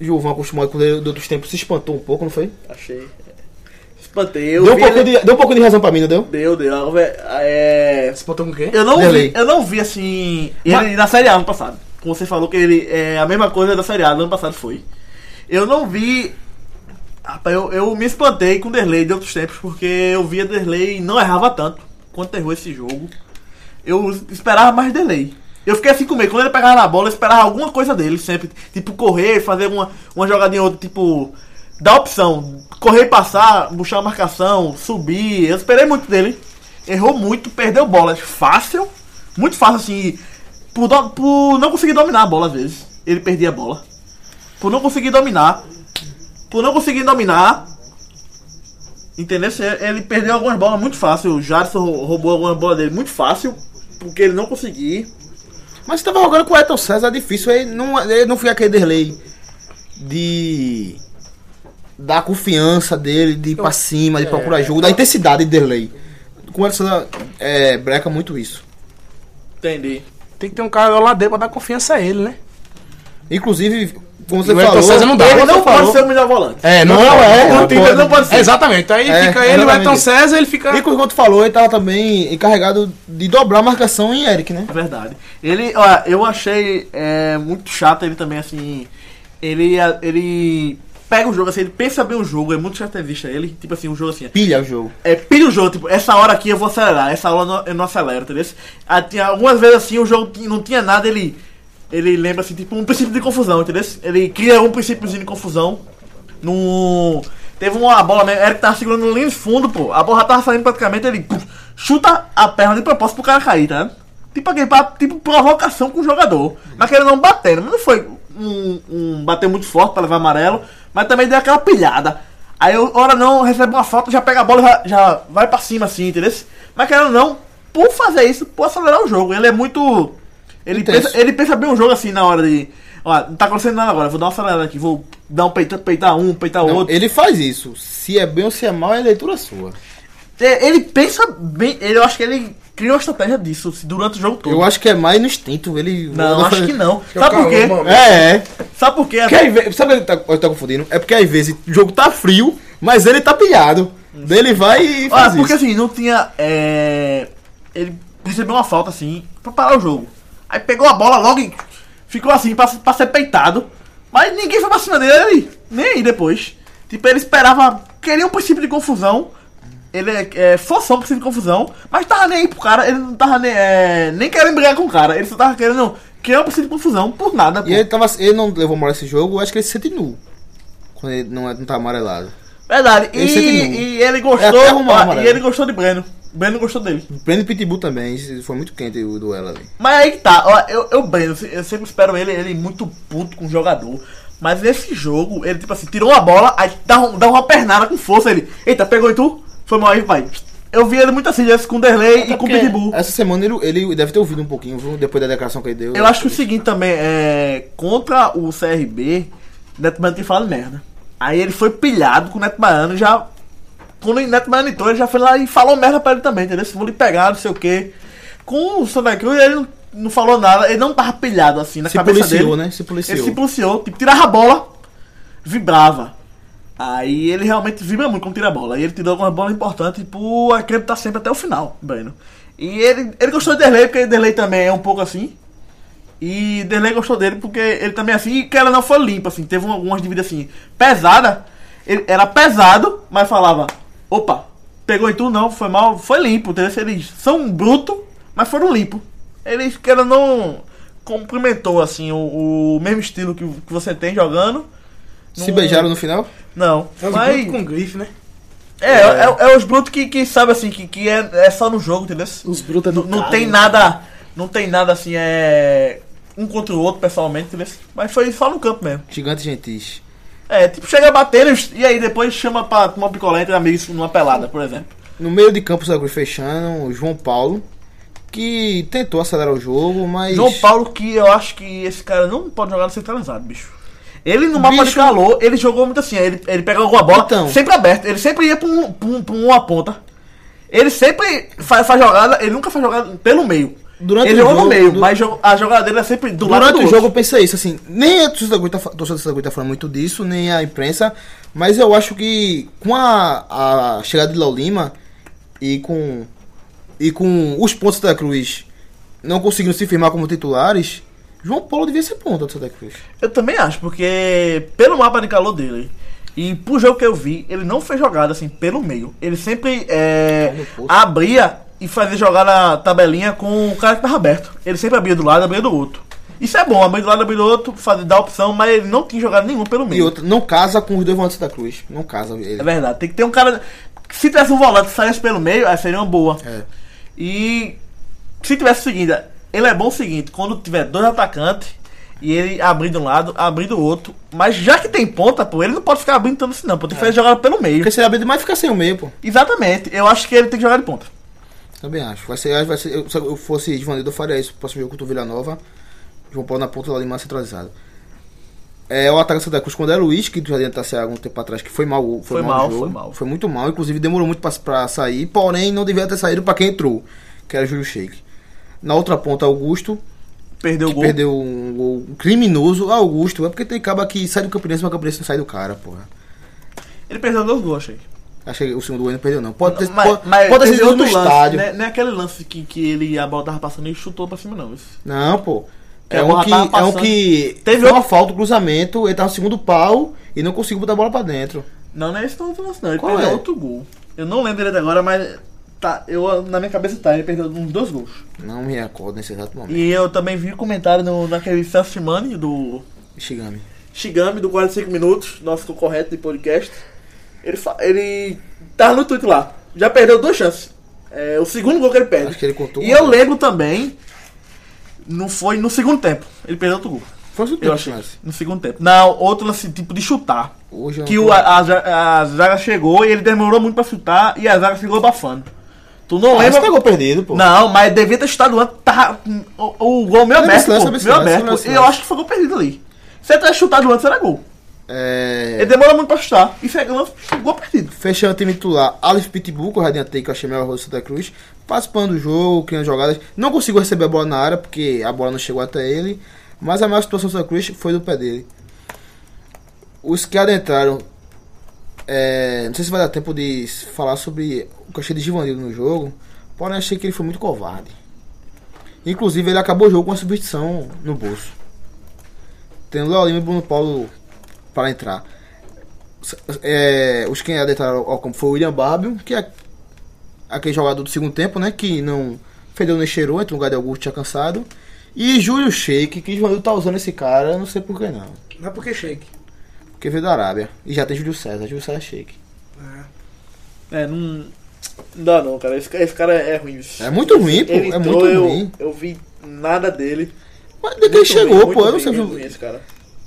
[SPEAKER 1] O Gilvão, acostumado com ele de outros tempos, se espantou um pouco, não foi?
[SPEAKER 3] Achei. Espantei. Eu
[SPEAKER 1] Deu um,
[SPEAKER 3] vi
[SPEAKER 1] pouco
[SPEAKER 3] ele-
[SPEAKER 1] de, deu um pouco de razão pra mim, não deu?
[SPEAKER 3] Deu, deu. É...
[SPEAKER 4] Se botou com quem?
[SPEAKER 3] Eu não
[SPEAKER 1] Delay.
[SPEAKER 3] vi, eu não vi assim. Ele na Série A ano passado. Como você falou que ele é a mesma coisa da Série A do ano passado foi. Eu não vi. Rapaz, eu, eu me espantei com o Derlei de outros tempos, porque eu via Derlei e não errava tanto quanto errou esse jogo. Eu esperava mais Derlei. Eu fiquei assim comigo, quando ele pegava na bola, eu esperava alguma coisa dele sempre. Tipo, correr, fazer uma, uma jogadinha ou outra, tipo. Dar opção. Correr e passar, puxar a marcação, subir. Eu esperei muito dele. Errou muito, perdeu bolas fácil. Muito fácil, assim. Por, do- por não conseguir dominar a bola, às vezes. Ele perdia a bola. Por não conseguir dominar. Por não conseguir dominar. Entendeu? Se- Ele perdeu algumas bolas muito fácil. O Jarson roubou algumas bolas dele muito fácil. Porque ele não conseguia.
[SPEAKER 1] Mas você tava jogando com o Eton César, é difícil. Ele não, ele não foi aquele Derlei de. da confiança dele, de ir pra cima, de
[SPEAKER 4] É.
[SPEAKER 1] procurar jogo, da intensidade de Derlei. Com o Eton César, é, breca muito isso.
[SPEAKER 3] Entendi.
[SPEAKER 4] Tem que ter um cara lá dentro pra dar confiança a ele, né?
[SPEAKER 1] Inclusive, como você
[SPEAKER 4] E o Ayrton
[SPEAKER 1] falou.
[SPEAKER 4] César não dá.
[SPEAKER 3] Ele não
[SPEAKER 4] Você
[SPEAKER 3] pode
[SPEAKER 4] falou.
[SPEAKER 3] ser o melhor volante.
[SPEAKER 1] É, não, é.
[SPEAKER 3] não tem-
[SPEAKER 1] pode.
[SPEAKER 3] não pode ser.
[SPEAKER 4] Exatamente. Aí
[SPEAKER 1] É,
[SPEAKER 4] fica ele, o
[SPEAKER 1] exatamente.
[SPEAKER 4] Ayrton César, ele fica.
[SPEAKER 1] E como você falou, ele tava também encarregado de dobrar a marcação em Eric, né?
[SPEAKER 3] É Verdade. Ele, ó, eu achei é, muito chato ele também, assim. Ele, ele pega o jogo, assim, ele pensa bem o jogo, é muito estrategista ele. Tipo assim, um jogo assim,
[SPEAKER 1] Pilha o jogo.
[SPEAKER 3] é, pilha o jogo, tipo, essa hora aqui eu vou acelerar, essa hora eu não- eu não acelero, entendeu? Ah, tinha- Algumas vezes assim o jogo ti- não tinha nada, ele. Ele lembra assim, tipo, um princípio de confusão, entendeu? Ele cria um princípiozinho de confusão. No. Teve uma bola mesmo, Eric tava segurando no linha de fundo, pô. A bola já tava saindo praticamente, ele puf, chuta a perna de propósito pro cara cair, tá? Tipo aquele papo, tipo provocação com o jogador. Mas que ele não batendo, mas não foi um, um bater muito forte pra levar amarelo, mas também deu aquela pilhada. Aí, eu- hora não, recebe uma falta, já pega a bola e já, já vai pra cima, assim, entendeu? Mas querendo ou não, por fazer isso, por acelerar o jogo. Ele é muito. Ele,
[SPEAKER 1] Intenso.
[SPEAKER 3] pensa, ele pensa bem o jogo assim na hora de. Ó, não tá acontecendo nada agora, vou dar uma acelerada aqui, vou dar um peita, peitar um, peitar
[SPEAKER 1] Não,
[SPEAKER 3] outro.
[SPEAKER 1] ele faz isso. Se é bem ou se é mal, é leitura sua.
[SPEAKER 3] É, Ele, ele pensa bem, ele, eu acho que ele cria uma estratégia disso assim, durante o jogo todo.
[SPEAKER 1] Eu acho que é mais no instinto. Ele
[SPEAKER 3] não,
[SPEAKER 1] ele
[SPEAKER 3] acho
[SPEAKER 1] faz-
[SPEAKER 3] que não. Sabe por quê?
[SPEAKER 1] É, é.
[SPEAKER 3] Sabe por quê?
[SPEAKER 1] Porque às vezes, sabe o que ele tá, ele tá confundindo? É porque às vezes o jogo tá frio, mas ele tá pilhado. Daí ele vai e
[SPEAKER 3] Ah,
[SPEAKER 1] faz
[SPEAKER 3] porque
[SPEAKER 1] isso.
[SPEAKER 3] assim, não tinha. é, Ele recebeu uma falta assim pra parar o jogo. Aí pegou a bola logo e ficou assim pra, pra ser peitado. Mas ninguém foi pra cima dele ali. Nem aí depois. Tipo, ele esperava. Queria um princípio de confusão. Ele é, é, forçou um princípio de confusão. Mas tava nem aí pro cara. Ele não tava nem, é, nem querendo brigar com o cara. Ele só tava querendo criar um princípio de confusão por nada. pô.
[SPEAKER 1] E ele tava. Ele não levou mal esse jogo, eu acho que ele se sente nu. Quando ele não, é- não tá amarelado.
[SPEAKER 3] Verdade. E,
[SPEAKER 1] Ele sempre não.
[SPEAKER 3] e ele
[SPEAKER 1] É
[SPEAKER 3] gostou.
[SPEAKER 1] até arrumar,
[SPEAKER 3] ah,
[SPEAKER 1] amarelo.
[SPEAKER 3] e ele gostou de Breno. Breno gostou dele.
[SPEAKER 1] Prende Pitbull também, isso foi muito quente o duelo ali.
[SPEAKER 3] Mas aí que tá, ó, eu, eu Breno, eu sempre espero ele, ele muito puto com o jogador. Mas nesse jogo, ele tipo assim, tirou uma bola, aí dá, um- dá uma pernada com força ele. Eita, pegou em tu? Foi mal aí, pai. Eu vi ele muito assim, já com o Derlei e com o
[SPEAKER 1] Porque
[SPEAKER 3] Pitbull.
[SPEAKER 1] Essa semana ele, ele deve ter ouvido um pouquinho, viu? Depois da declaração que ele deu.
[SPEAKER 3] Eu acho que o seguinte também, é. Contra o CRB, Neto Baiano tinha falado merda. Aí ele foi pilhado com o Neto Baiano já. Quando o Neto Baiano entrou, ele já foi lá e falou merda pra ele também, entendeu? Se vou lhe pegar, não sei o quê. Com o Santa Cruz, ele não, não falou nada, ele não tava pilhado assim na
[SPEAKER 1] se
[SPEAKER 3] cabeça
[SPEAKER 1] policiou,
[SPEAKER 3] dele.
[SPEAKER 1] né? Se policiou.
[SPEAKER 3] Ele se policiou, tipo, tirava a bola, vibrava. Aí ele realmente vibra muito quando tira a bola. tipo, E ele tirou algumas bolas importantes pro acreditar tá sempre até o final, Breno. E ele, ele gostou de Derlei, porque Derlei também é um pouco assim. E Derlei gostou dele porque ele também é assim, e que ela não foi limpa, assim, teve algumas dívidas assim, pesada. Ele era pesado, mas falava, opa, pegou em tu não, foi mal, foi limpo, entendeu? Eles são bruto, mas foram limpo. Eles que ela não cumprimentou assim o, o mesmo estilo que, que você tem jogando.
[SPEAKER 1] Se beijaram no final?
[SPEAKER 3] Não.
[SPEAKER 4] É os
[SPEAKER 3] mas
[SPEAKER 4] brutos com grife, né?
[SPEAKER 3] é, é, é os brutos que, que sabe assim, que, que é, é só no jogo, entendeu?
[SPEAKER 5] Os
[SPEAKER 2] é
[SPEAKER 5] brutos
[SPEAKER 3] Não, não
[SPEAKER 2] né?
[SPEAKER 3] tem nada. Não tem nada assim, é. Um contra o outro, pessoalmente, entendeu? Mas foi só no campo mesmo.
[SPEAKER 1] Gigantes gentis.
[SPEAKER 3] É, tipo, chega batendo e aí depois chama pra tomar picolé entre amigos numa pelada, por exemplo.
[SPEAKER 1] No meio de campo, o Zagre fechando, o João Paulo, que tentou acelerar o jogo, mas.
[SPEAKER 3] João Paulo, que eu acho que esse cara não pode jogar no centralizado, bicho. Ele no mapa de
[SPEAKER 1] Bicho.
[SPEAKER 3] calor, ele jogou muito assim, ele, ele pega alguma bola,
[SPEAKER 1] Então.
[SPEAKER 3] sempre aberto, ele sempre ia pra, um, pra, um- pra uma ponta. Ele sempre faz, faz jogada, ele nunca faz jogada pelo meio.
[SPEAKER 1] Durante
[SPEAKER 3] ele
[SPEAKER 1] o
[SPEAKER 3] jogou no
[SPEAKER 1] jogo,
[SPEAKER 3] meio,
[SPEAKER 1] du-
[SPEAKER 3] mas jo- a jogada dele é sempre do lado
[SPEAKER 1] Durante
[SPEAKER 3] do
[SPEAKER 1] o
[SPEAKER 3] outro.
[SPEAKER 1] jogo eu pensei isso, assim, nem a torcida do Santa Cruz tá, a torcida do Santa Cruz tá falando muito disso, nem a imprensa, mas eu acho que com a, a chegada de Léo Lima e com, e com os pontos da Cruz não conseguindo se firmar como titulares, João Paulo devia ser ponta do Santa Cruz.
[SPEAKER 3] Eu também acho, porque pelo mapa de calor dele e pro jogo que eu vi, ele não fez jogada assim pelo meio. Ele sempre é, abria e fazia jogada tabelinha com o cara que tava aberto. Ele sempre abria do lado, abria do outro. Isso é bom, abrir do lado, abrir do outro, fazer dar opção, mas ele não tinha jogada nenhuma pelo
[SPEAKER 1] E
[SPEAKER 3] meio.
[SPEAKER 1] outra, não casa com os dois volantes da Cruz, não casa
[SPEAKER 3] É
[SPEAKER 1] ele.
[SPEAKER 3] verdade, tem que ter um cara. Se tivesse um volante que saísse pelo meio, aí seria uma boa.
[SPEAKER 1] É.
[SPEAKER 3] E se tivesse o seguinte, ele é bom o seguinte, quando tiver dois atacantes e ele abrir de um lado, abrir do outro, mas já que tem ponta, pô, ele não pode ficar abrindo tanto assim não, pô, tem que fazer jogada pelo meio.
[SPEAKER 1] Porque É. se ele abrir demais, fica sem o meio, pô.
[SPEAKER 3] Exatamente, eu acho que ele tem que jogar de ponta.
[SPEAKER 1] Também acho. Vai ser, vai ser, eu, se eu fosse Ivanildo, eu faria isso. Próximo jogo contra o Vila Nova. João Paulo na ponta lá de mais centralizado. É, o ataque do Santa Cruz, quando era o Luiz, que tu já adiantasse há algum tempo atrás, que foi mal. Foi,
[SPEAKER 3] Foi
[SPEAKER 1] mal,
[SPEAKER 3] mal,
[SPEAKER 1] no jogo,
[SPEAKER 3] foi mal.
[SPEAKER 1] Foi muito mal, inclusive demorou muito pra, pra sair, porém não devia ter saído pra quem entrou, que era Júlio Sheik. Na outra ponta, Augusto,
[SPEAKER 3] Perdeu o
[SPEAKER 1] que
[SPEAKER 3] gol.
[SPEAKER 1] perdeu um gol criminoso. Augusto, é porque tem caba que sai do Campinense, mas o Campinense não sai do cara, porra.
[SPEAKER 3] Ele perdeu dois gols, achei.
[SPEAKER 1] Achei que o segundo gol não perdeu, não. Pode ter,
[SPEAKER 3] Mas-
[SPEAKER 1] pode,
[SPEAKER 3] mas
[SPEAKER 1] pode ter
[SPEAKER 3] teve
[SPEAKER 1] sido outro
[SPEAKER 3] lance,
[SPEAKER 1] estádio.
[SPEAKER 3] Né? Não é aquele lance que, que ele a bola tava passando e chutou pra cima, não. Esse.
[SPEAKER 1] Não, pô.
[SPEAKER 3] Que
[SPEAKER 1] É
[SPEAKER 3] a
[SPEAKER 1] um
[SPEAKER 3] bola
[SPEAKER 1] que,
[SPEAKER 3] tava
[SPEAKER 1] é um
[SPEAKER 3] passando.
[SPEAKER 1] que
[SPEAKER 3] Teve
[SPEAKER 1] foi
[SPEAKER 3] outro-
[SPEAKER 1] uma falta, um cruzamento, ele tava no segundo pau e não conseguiu botar a bola pra dentro.
[SPEAKER 3] Não, não é esse não, outro lance, não. Ele
[SPEAKER 1] Qual
[SPEAKER 3] perdeu
[SPEAKER 1] é?
[SPEAKER 3] outro gol. Eu não lembro ele agora, mas tá, eu, na minha cabeça tá, ele perdeu uns dois gols.
[SPEAKER 1] Não me recordo nesse exato momento.
[SPEAKER 3] E eu também vi um comentário no, naquele Celso Shimane do
[SPEAKER 1] Shigami.
[SPEAKER 3] Shigami, do 45 Minutos, nosso correto de podcast. Ele, fa- ele tá no tweet lá. Já perdeu duas chances. É o segundo gol que ele perde.
[SPEAKER 1] Acho que ele contou.
[SPEAKER 3] E eu
[SPEAKER 1] com-
[SPEAKER 3] lembro também, não foi no segundo tempo. Ele perdeu outro gol.
[SPEAKER 1] Foi um o segundo
[SPEAKER 3] Eu
[SPEAKER 1] tempo,
[SPEAKER 3] achei.
[SPEAKER 1] Chance.
[SPEAKER 3] No segundo tempo. Não, outro lance tipo de chutar.
[SPEAKER 1] Hoje eu
[SPEAKER 3] Que
[SPEAKER 1] não
[SPEAKER 3] o,
[SPEAKER 1] tô-
[SPEAKER 3] a, a, za- a zaga chegou e ele demorou muito pra chutar e a zaga ficou abafando. Tu não
[SPEAKER 8] Ah, esse
[SPEAKER 3] lembra.
[SPEAKER 8] pegou perdido, pô.
[SPEAKER 3] Não, mas devia ter chutado antes. Tava, o, o gol meio
[SPEAKER 1] Eu lembro
[SPEAKER 3] aberto,
[SPEAKER 1] esse lance,
[SPEAKER 3] pô,
[SPEAKER 1] eu lembro esse lance,
[SPEAKER 3] meio
[SPEAKER 1] eu
[SPEAKER 3] aberto.
[SPEAKER 1] lembro esse
[SPEAKER 3] Eu
[SPEAKER 1] lance.
[SPEAKER 3] acho que foi gol perdido ali. Se ele tivesse chutado antes, era gol.
[SPEAKER 1] É...
[SPEAKER 3] Ele demorou muito pra chutar. E foi gol- gol perdido.
[SPEAKER 1] Fechando o time titular, Aleph Pitbull, que eu já adiantei que eu achei melhor do Santa Cruz, participando do jogo, criando jogadas. Não conseguiu receber a bola na área, porque a bola não chegou até ele. Mas a maior situação do Santa Cruz foi do pé dele. Os que adentraram. é, não sei se vai dar tempo de falar sobre o que eu achei de Givanildo no jogo. Porém, achei que ele foi muito covarde. Inclusive, ele acabou o jogo com uma substituição no bolso. Tendo Léo Lima e Bruno Paulo para entrar. É, os que adentraram ao campo foi o William Barbio, que é aquele jogador do segundo tempo, né? Que não fedeu nem cheirou, entrou no um lugar de Augusto tinha cansado. E Júlio Sheik, que João tá usando esse cara, não sei por que não.
[SPEAKER 4] Não é porque shake.
[SPEAKER 1] Porque veio da Arábia. E já tem Júlio César, Júlio César Sheik.
[SPEAKER 3] É, não. Não dá não, cara. Esse, esse cara é ruim.
[SPEAKER 1] É muito ruim, pô.
[SPEAKER 3] Ele
[SPEAKER 1] é
[SPEAKER 3] entrou,
[SPEAKER 1] muito
[SPEAKER 3] eu,
[SPEAKER 1] ruim.
[SPEAKER 3] eu vi nada dele.
[SPEAKER 1] Mas de que ele
[SPEAKER 3] Muito
[SPEAKER 1] chegou,
[SPEAKER 3] ruim,
[SPEAKER 1] pô.
[SPEAKER 3] muito
[SPEAKER 1] Eu não sei.
[SPEAKER 3] ruim,
[SPEAKER 1] Júlio-
[SPEAKER 3] ruim esse cara.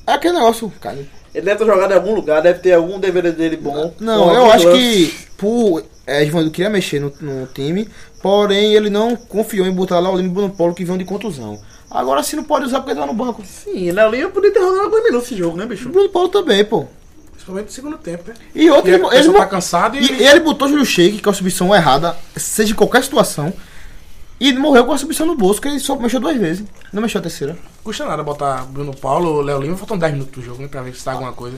[SPEAKER 1] É aquele negócio, cara.
[SPEAKER 3] Ele deve ter jogado em algum lugar, deve ter algum DVD dele bom.
[SPEAKER 1] Não,
[SPEAKER 3] Com
[SPEAKER 1] eu
[SPEAKER 3] algum
[SPEAKER 1] acho
[SPEAKER 3] lance.
[SPEAKER 1] que por é, Givanildo queria mexer no, no time, porém ele não confiou em botar lá o Lima e Bruno Paulo que vinham de contusão. Agora sim não pode usar porque ele tá no banco.
[SPEAKER 3] Sim, Léo Lima podia ter rodado alguns minutos esse jogo, né, bicho?
[SPEAKER 1] Bruno Paulo também, pô.
[SPEAKER 4] Principalmente no segundo tempo, né?
[SPEAKER 1] E outro,
[SPEAKER 4] E
[SPEAKER 1] ele,
[SPEAKER 4] a
[SPEAKER 1] ele,
[SPEAKER 4] pessoa tá cansado
[SPEAKER 1] e
[SPEAKER 4] e.
[SPEAKER 1] ele botou Júlio Shake, que é uma submissão errada, seja em qualquer situação, e morreu com a submissão no bolso, que ele só mexeu duas vezes. Não mexeu a terceira.
[SPEAKER 4] Custa nada botar Bruno Paulo ou Léo Lima, faltam 10 minutos do jogo, né? Pra ver se dá alguma coisa.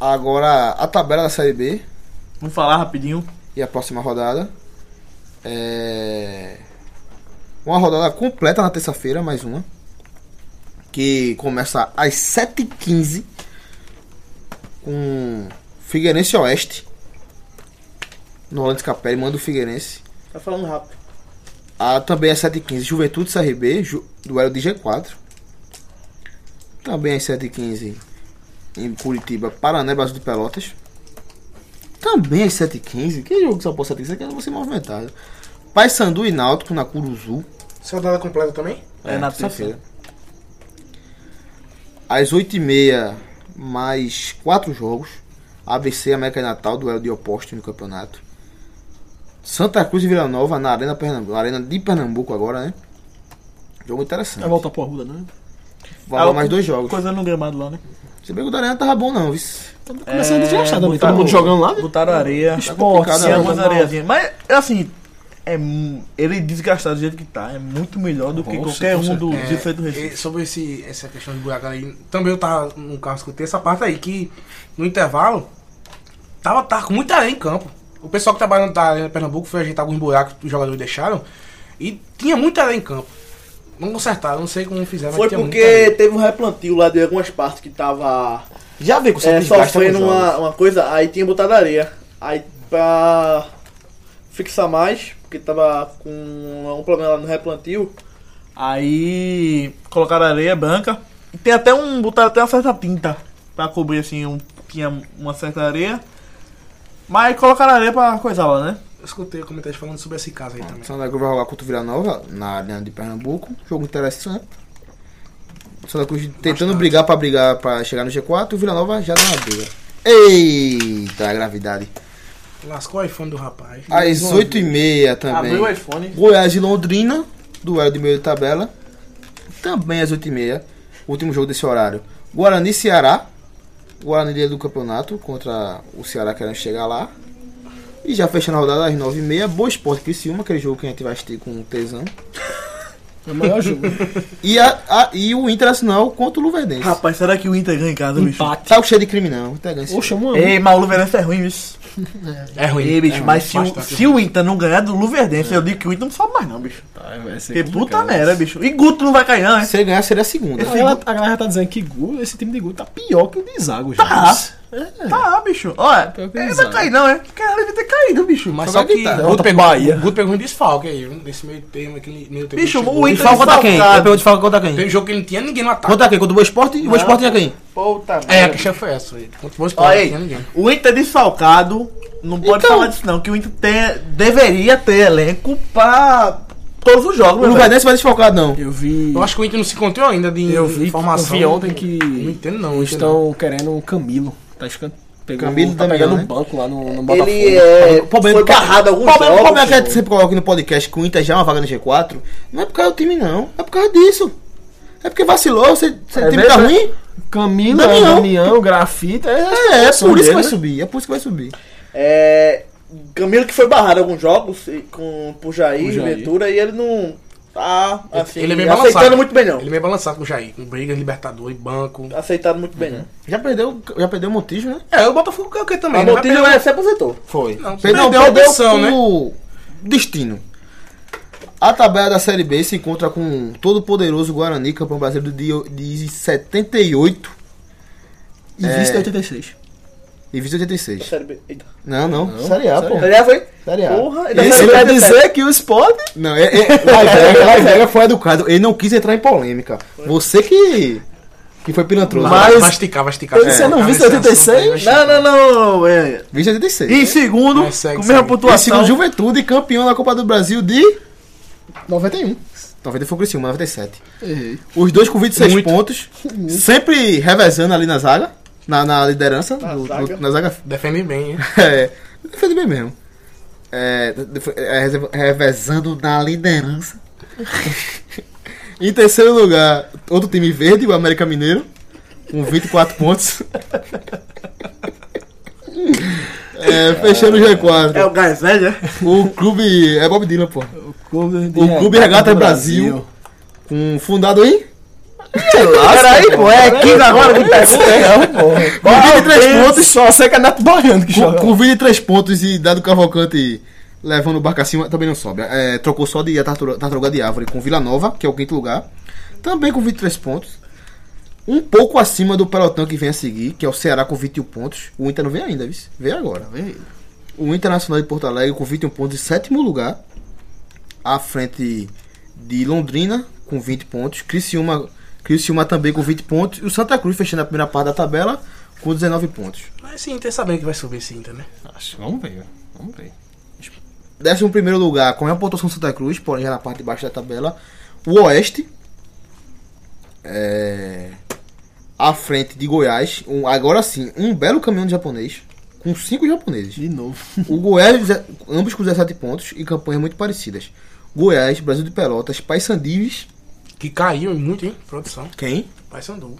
[SPEAKER 1] Agora, a tabela da Série B
[SPEAKER 3] Vamos falar rapidinho.
[SPEAKER 1] e a próxima rodada. É. Uma rodada completa na terça-feira, mais uma. Que começa às 7h15 com Figueirense Oeste. No Rolando Capelli, manda o Figueirense.
[SPEAKER 3] Tá falando rápido.
[SPEAKER 1] Ah, também às 7h15, Juventude CRB, ju duelo de G4. Também às 7h15, em Curitiba, Paraná e Brasil de Pelotas. Também às 7h15, que jogo que só pode 7h15? Eu não vou ser é movimentado. Paysandu e Náutico na Curuzu.
[SPEAKER 4] Saudada completa também?
[SPEAKER 3] É, na
[SPEAKER 1] terça-feira. Às 8h30, mais 4 jogos. ABC, América e Natal, duelo de oposto no campeonato. Santa Cruz e Vila Nova na Arena, Pernambuco, na Arena de Pernambuco agora, né? Jogo interessante.
[SPEAKER 3] É
[SPEAKER 5] Vai voltar pro Arruda, né?
[SPEAKER 1] Vai dar mais dois jogos.
[SPEAKER 3] Coisa no gramado lá, né? É,
[SPEAKER 1] Se bem que o da Arena tava bom não, viu?
[SPEAKER 5] Tá começando a desgastar também.
[SPEAKER 2] tá
[SPEAKER 3] botaram-
[SPEAKER 5] Todo mundo jogando lá, né?
[SPEAKER 3] Botaram areia. Tá
[SPEAKER 5] Esporte,
[SPEAKER 1] complicado,
[SPEAKER 3] Sim,
[SPEAKER 1] né?
[SPEAKER 5] Ceará,
[SPEAKER 3] algumas areiazinhas. Mas, assim, é, mu- ele desgastado do jeito que tá é muito melhor do que
[SPEAKER 9] Com
[SPEAKER 3] qualquer um
[SPEAKER 9] certeza.
[SPEAKER 3] do
[SPEAKER 4] É,
[SPEAKER 3] defeito do Recife.
[SPEAKER 4] e sobre esse, essa questão de buraco aí, também eu tava num carro, escutei essa parte aí, que no intervalo tava, tava com muita areia em campo. O pessoal que trabalha na Arena Pernambuco foi ajeitar alguns buracos que os jogadores deixaram e tinha muita areia em campo. Não consertaram, não sei como fizeram,
[SPEAKER 3] Foi
[SPEAKER 4] mas tinha muita
[SPEAKER 3] porque
[SPEAKER 4] areia.
[SPEAKER 3] teve um replantio lá de algumas partes que tava
[SPEAKER 8] Já veio com o
[SPEAKER 3] é,
[SPEAKER 8] Santos desgasta
[SPEAKER 3] sofrendo
[SPEAKER 8] com os jogos.
[SPEAKER 3] uma, uma coisa, aí tinha botado areia. Aí pra fixar mais, porque tava com algum problema lá no replantio. Aí colocaram areia branca. E tem até um. botaram até uma certa tinta pra cobrir assim, um, tinha uma certa areia. Mas colocaram areia pra coisar lá, né?
[SPEAKER 4] Eu escutei comentários falando sobre esse caso aí também.
[SPEAKER 1] Santa Cruz vai jogar contra o Vila Nova na Arena de Pernambuco. Jogo interessante. Santa Cruz tentando
[SPEAKER 4] Bastante.
[SPEAKER 1] brigar pra brigar pra chegar no G4 e o Vila Nova já dá uma briga. Eita, gravidade.
[SPEAKER 4] Lascou o iPhone do rapaz.
[SPEAKER 1] Às 8h30 também.
[SPEAKER 3] Abriu o iPhone.
[SPEAKER 1] Goiás e Londrina, duelo de meio de tabela. Também às 8h30. Último jogo desse horário. Guarani e Ceará. Guarani líder do campeonato contra o Ceará querendo chegar lá. E já fechando a rodada às 9h30, Boa Esporte Criciúma, aquele jogo que a gente vai assistir com tesão.
[SPEAKER 2] É o maior jogo.
[SPEAKER 1] E, a, a- e o Internacional contra o Luverdense. Rapaz,
[SPEAKER 7] Rapaz, será que o Inter ganha em casa, bicho?
[SPEAKER 2] Empate.
[SPEAKER 1] tá cheio de crime não. Integrante.
[SPEAKER 2] Ou chama
[SPEAKER 7] Ei, mas o Luverdense é ruim, bicho.
[SPEAKER 4] É ruim.
[SPEAKER 7] Ei, bicho, mas se o,
[SPEAKER 4] bastante
[SPEAKER 7] se o Inter não ganhar do Luverdense, eu digo que o Inter não sobe mais, não, bicho. Que puta
[SPEAKER 5] merda.
[SPEAKER 7] merda, bicho. E Guto não vai cair, não, hein?
[SPEAKER 1] Se ele ganhar, seria a segunda.
[SPEAKER 2] Aí ela- a galera tá dizendo que Gu, esse time de Gu tá pior que o de Zago já.
[SPEAKER 7] Tá.
[SPEAKER 4] é.
[SPEAKER 7] Tá, bicho. Olha,
[SPEAKER 2] Pior que
[SPEAKER 7] ele
[SPEAKER 2] eles
[SPEAKER 7] vai
[SPEAKER 2] sabem.
[SPEAKER 7] cair, não, é? Porque ele deve ter caído, bicho.
[SPEAKER 4] Mas
[SPEAKER 1] Só
[SPEAKER 4] só
[SPEAKER 1] vai
[SPEAKER 4] que
[SPEAKER 7] tá,
[SPEAKER 1] gritar.
[SPEAKER 4] o Guto pegou, o Guto pegou um desfalque aí, um desse meio termo, aquele meio termo.
[SPEAKER 7] Bicho,
[SPEAKER 4] que chegou.
[SPEAKER 7] o Inter
[SPEAKER 6] Fala contra quem? Eu
[SPEAKER 7] desfalcado.
[SPEAKER 6] pergunto, fala contra quem?
[SPEAKER 4] Tem um jogo que ele não tinha ninguém no ataque.
[SPEAKER 6] Contra quem? Contra o Boa Esporte? E o Boa Esporte tinha quem?
[SPEAKER 7] Puta
[SPEAKER 4] É, a
[SPEAKER 7] merda.
[SPEAKER 4] questão foi essa. aí. Contra o Boa Esporte,
[SPEAKER 7] Olha
[SPEAKER 4] não
[SPEAKER 7] aí,
[SPEAKER 4] tinha ninguém.
[SPEAKER 7] o Inter desfalcado, não pode
[SPEAKER 1] Então-
[SPEAKER 7] falar disso não, que o Inter tem- deveria ter elenco pra todos os jogos,
[SPEAKER 1] O
[SPEAKER 7] meu velho.
[SPEAKER 1] Luverdense vai desfalcado não.
[SPEAKER 5] Eu vi.
[SPEAKER 4] Eu acho que o Inter não se encontrou ainda de
[SPEAKER 5] Eu vi,
[SPEAKER 4] informação.
[SPEAKER 5] eu vi ontem que
[SPEAKER 4] Não entendo não.
[SPEAKER 5] eles
[SPEAKER 4] Inter não.
[SPEAKER 5] estão querendo o Camilo. Tá escan... pegou,
[SPEAKER 1] Camilo
[SPEAKER 5] tá
[SPEAKER 1] também,
[SPEAKER 5] pegando
[SPEAKER 1] né?
[SPEAKER 5] um banco lá no, no Botafogo.
[SPEAKER 7] Ele é,
[SPEAKER 4] Tá
[SPEAKER 7] foi
[SPEAKER 1] que-
[SPEAKER 7] barrado alguns
[SPEAKER 1] problema,
[SPEAKER 7] jogos.
[SPEAKER 4] é
[SPEAKER 1] problema que a gente sempre coloca no podcast que o Inter já é uma vaga no G4, não é por causa do time, não. É por causa disso. É porque vacilou, você, você o time tá
[SPEAKER 5] É mesmo, né?
[SPEAKER 1] ruim.
[SPEAKER 5] Camilo,
[SPEAKER 1] Damião.
[SPEAKER 5] Damião, Grafita.
[SPEAKER 1] É, é por isso que vai
[SPEAKER 5] subir.
[SPEAKER 1] subir. É por isso que vai subir.
[SPEAKER 7] É, Camilo que foi barrado alguns jogos e com, por Jair,
[SPEAKER 5] Por Jair.
[SPEAKER 7] Ventura, e ele não tá assim,
[SPEAKER 4] ele é meio
[SPEAKER 7] aceitando
[SPEAKER 4] balançado.
[SPEAKER 7] muito bem não.
[SPEAKER 4] Ele é meio balançado com o Jair, com briga, Libertadores, banco.
[SPEAKER 3] Tá
[SPEAKER 7] Aceitado muito bem não.
[SPEAKER 1] Já perdeu, já perdeu o Montijo, né?
[SPEAKER 4] É, o Botafogo caiu aqui também.
[SPEAKER 7] Mas
[SPEAKER 4] né?
[SPEAKER 7] o
[SPEAKER 4] Mas
[SPEAKER 7] Montilho é, se aposentou.
[SPEAKER 1] Foi.
[SPEAKER 4] Não,
[SPEAKER 1] perdeu,
[SPEAKER 4] perdeu a
[SPEAKER 1] perdeu
[SPEAKER 4] opção, né?
[SPEAKER 1] o destino. A tabela da Série B se encontra com o todo-poderoso Guarani, campeão brasileiro de, de 78
[SPEAKER 5] E
[SPEAKER 1] É.
[SPEAKER 5] vice da 86.
[SPEAKER 1] e 86.
[SPEAKER 7] Série B. Eita.
[SPEAKER 1] Não, não, Série A, pô.
[SPEAKER 7] Série A foi?
[SPEAKER 1] Série A.
[SPEAKER 7] Porra, ele
[SPEAKER 1] Esse
[SPEAKER 7] é
[SPEAKER 1] quer
[SPEAKER 7] dizer...
[SPEAKER 1] dizer que o Sport. Não, é, é, Laivega, Laivega foi educado. Ele não quis entrar em polêmica. Você que. que foi pilantroso.
[SPEAKER 5] Mas-
[SPEAKER 4] Vai esticar, vai assim, esticar.
[SPEAKER 5] Você não viu 76?
[SPEAKER 7] Não, não, não. É.
[SPEAKER 1] 2086.
[SPEAKER 7] Em segundo,
[SPEAKER 4] Mas segue,
[SPEAKER 7] com a mesma
[SPEAKER 4] segue.
[SPEAKER 1] E segundo,
[SPEAKER 7] pontuação.
[SPEAKER 1] Juventude, campeão da Copa do Brasil de. Então, 91. 90 foi o Criciúma, 97.
[SPEAKER 5] Errei.
[SPEAKER 1] Os dois com 26 pontos. Sempre revezando ali na zaga. Na, na liderança. do- do-
[SPEAKER 7] zaga.
[SPEAKER 1] na zaga
[SPEAKER 4] Defende bem, né? hein?
[SPEAKER 1] É, defende bem mesmo. É, defe- é, reserva- revezando na liderança. em terceiro lugar, outro time verde, o América Mineiro, com 24 pontos. É, fechando o
[SPEAKER 7] É
[SPEAKER 1] G4.
[SPEAKER 7] o Gás Velho, né?
[SPEAKER 1] O clube. É Bob Dylan, pô.
[SPEAKER 5] O clube, de
[SPEAKER 1] O Clube Regata Brasil. Com, fundado em. Peraí, pô, é 15 agora que
[SPEAKER 5] né? É,
[SPEAKER 1] Com 23 pontos.
[SPEAKER 5] Só seca Neto Baiano Tá que
[SPEAKER 1] Com,
[SPEAKER 5] joga.
[SPEAKER 1] com 23 pontos e dado Cavalcante levando o barco acima, também não sobe. É, trocou só de a tartaruga Tartaruga de árvore com Vila Nova, que é o quinto lugar. Também com 23 pontos. Um pouco acima do pelotão que vem a seguir, que é o Ceará com 21 pontos. O Inter não vem ainda, viu? Vem agora. O Internacional de Porto Alegre com 21 pontos em sétimo lugar. À frente de Londrina com 20 pontos. Criciúma, Criciúma também com 20 pontos. E o Santa Cruz fechando a primeira parte da tabela com 19 pontos.
[SPEAKER 4] Mas esse Inter sabendo que vai subir esse Inter, né?
[SPEAKER 5] Acho, vamos ver, vamos ver.
[SPEAKER 1] Décimo primeiro lugar, com a pontuação do Santa Cruz, porém já na parte de baixo da tabela. O Oeste. É, à frente de Goiás. Um- agora sim, um belo caminhão de japonês. Com cinco japoneses.
[SPEAKER 5] De novo.
[SPEAKER 1] O Goiás, ze- ambos com 17 pontos e campanhas muito parecidas. Goiás, Brasil de Pelotas, Paysandives.
[SPEAKER 4] Que caiu muito, hein? Produção.
[SPEAKER 1] Quem?
[SPEAKER 4] Vai Sandu.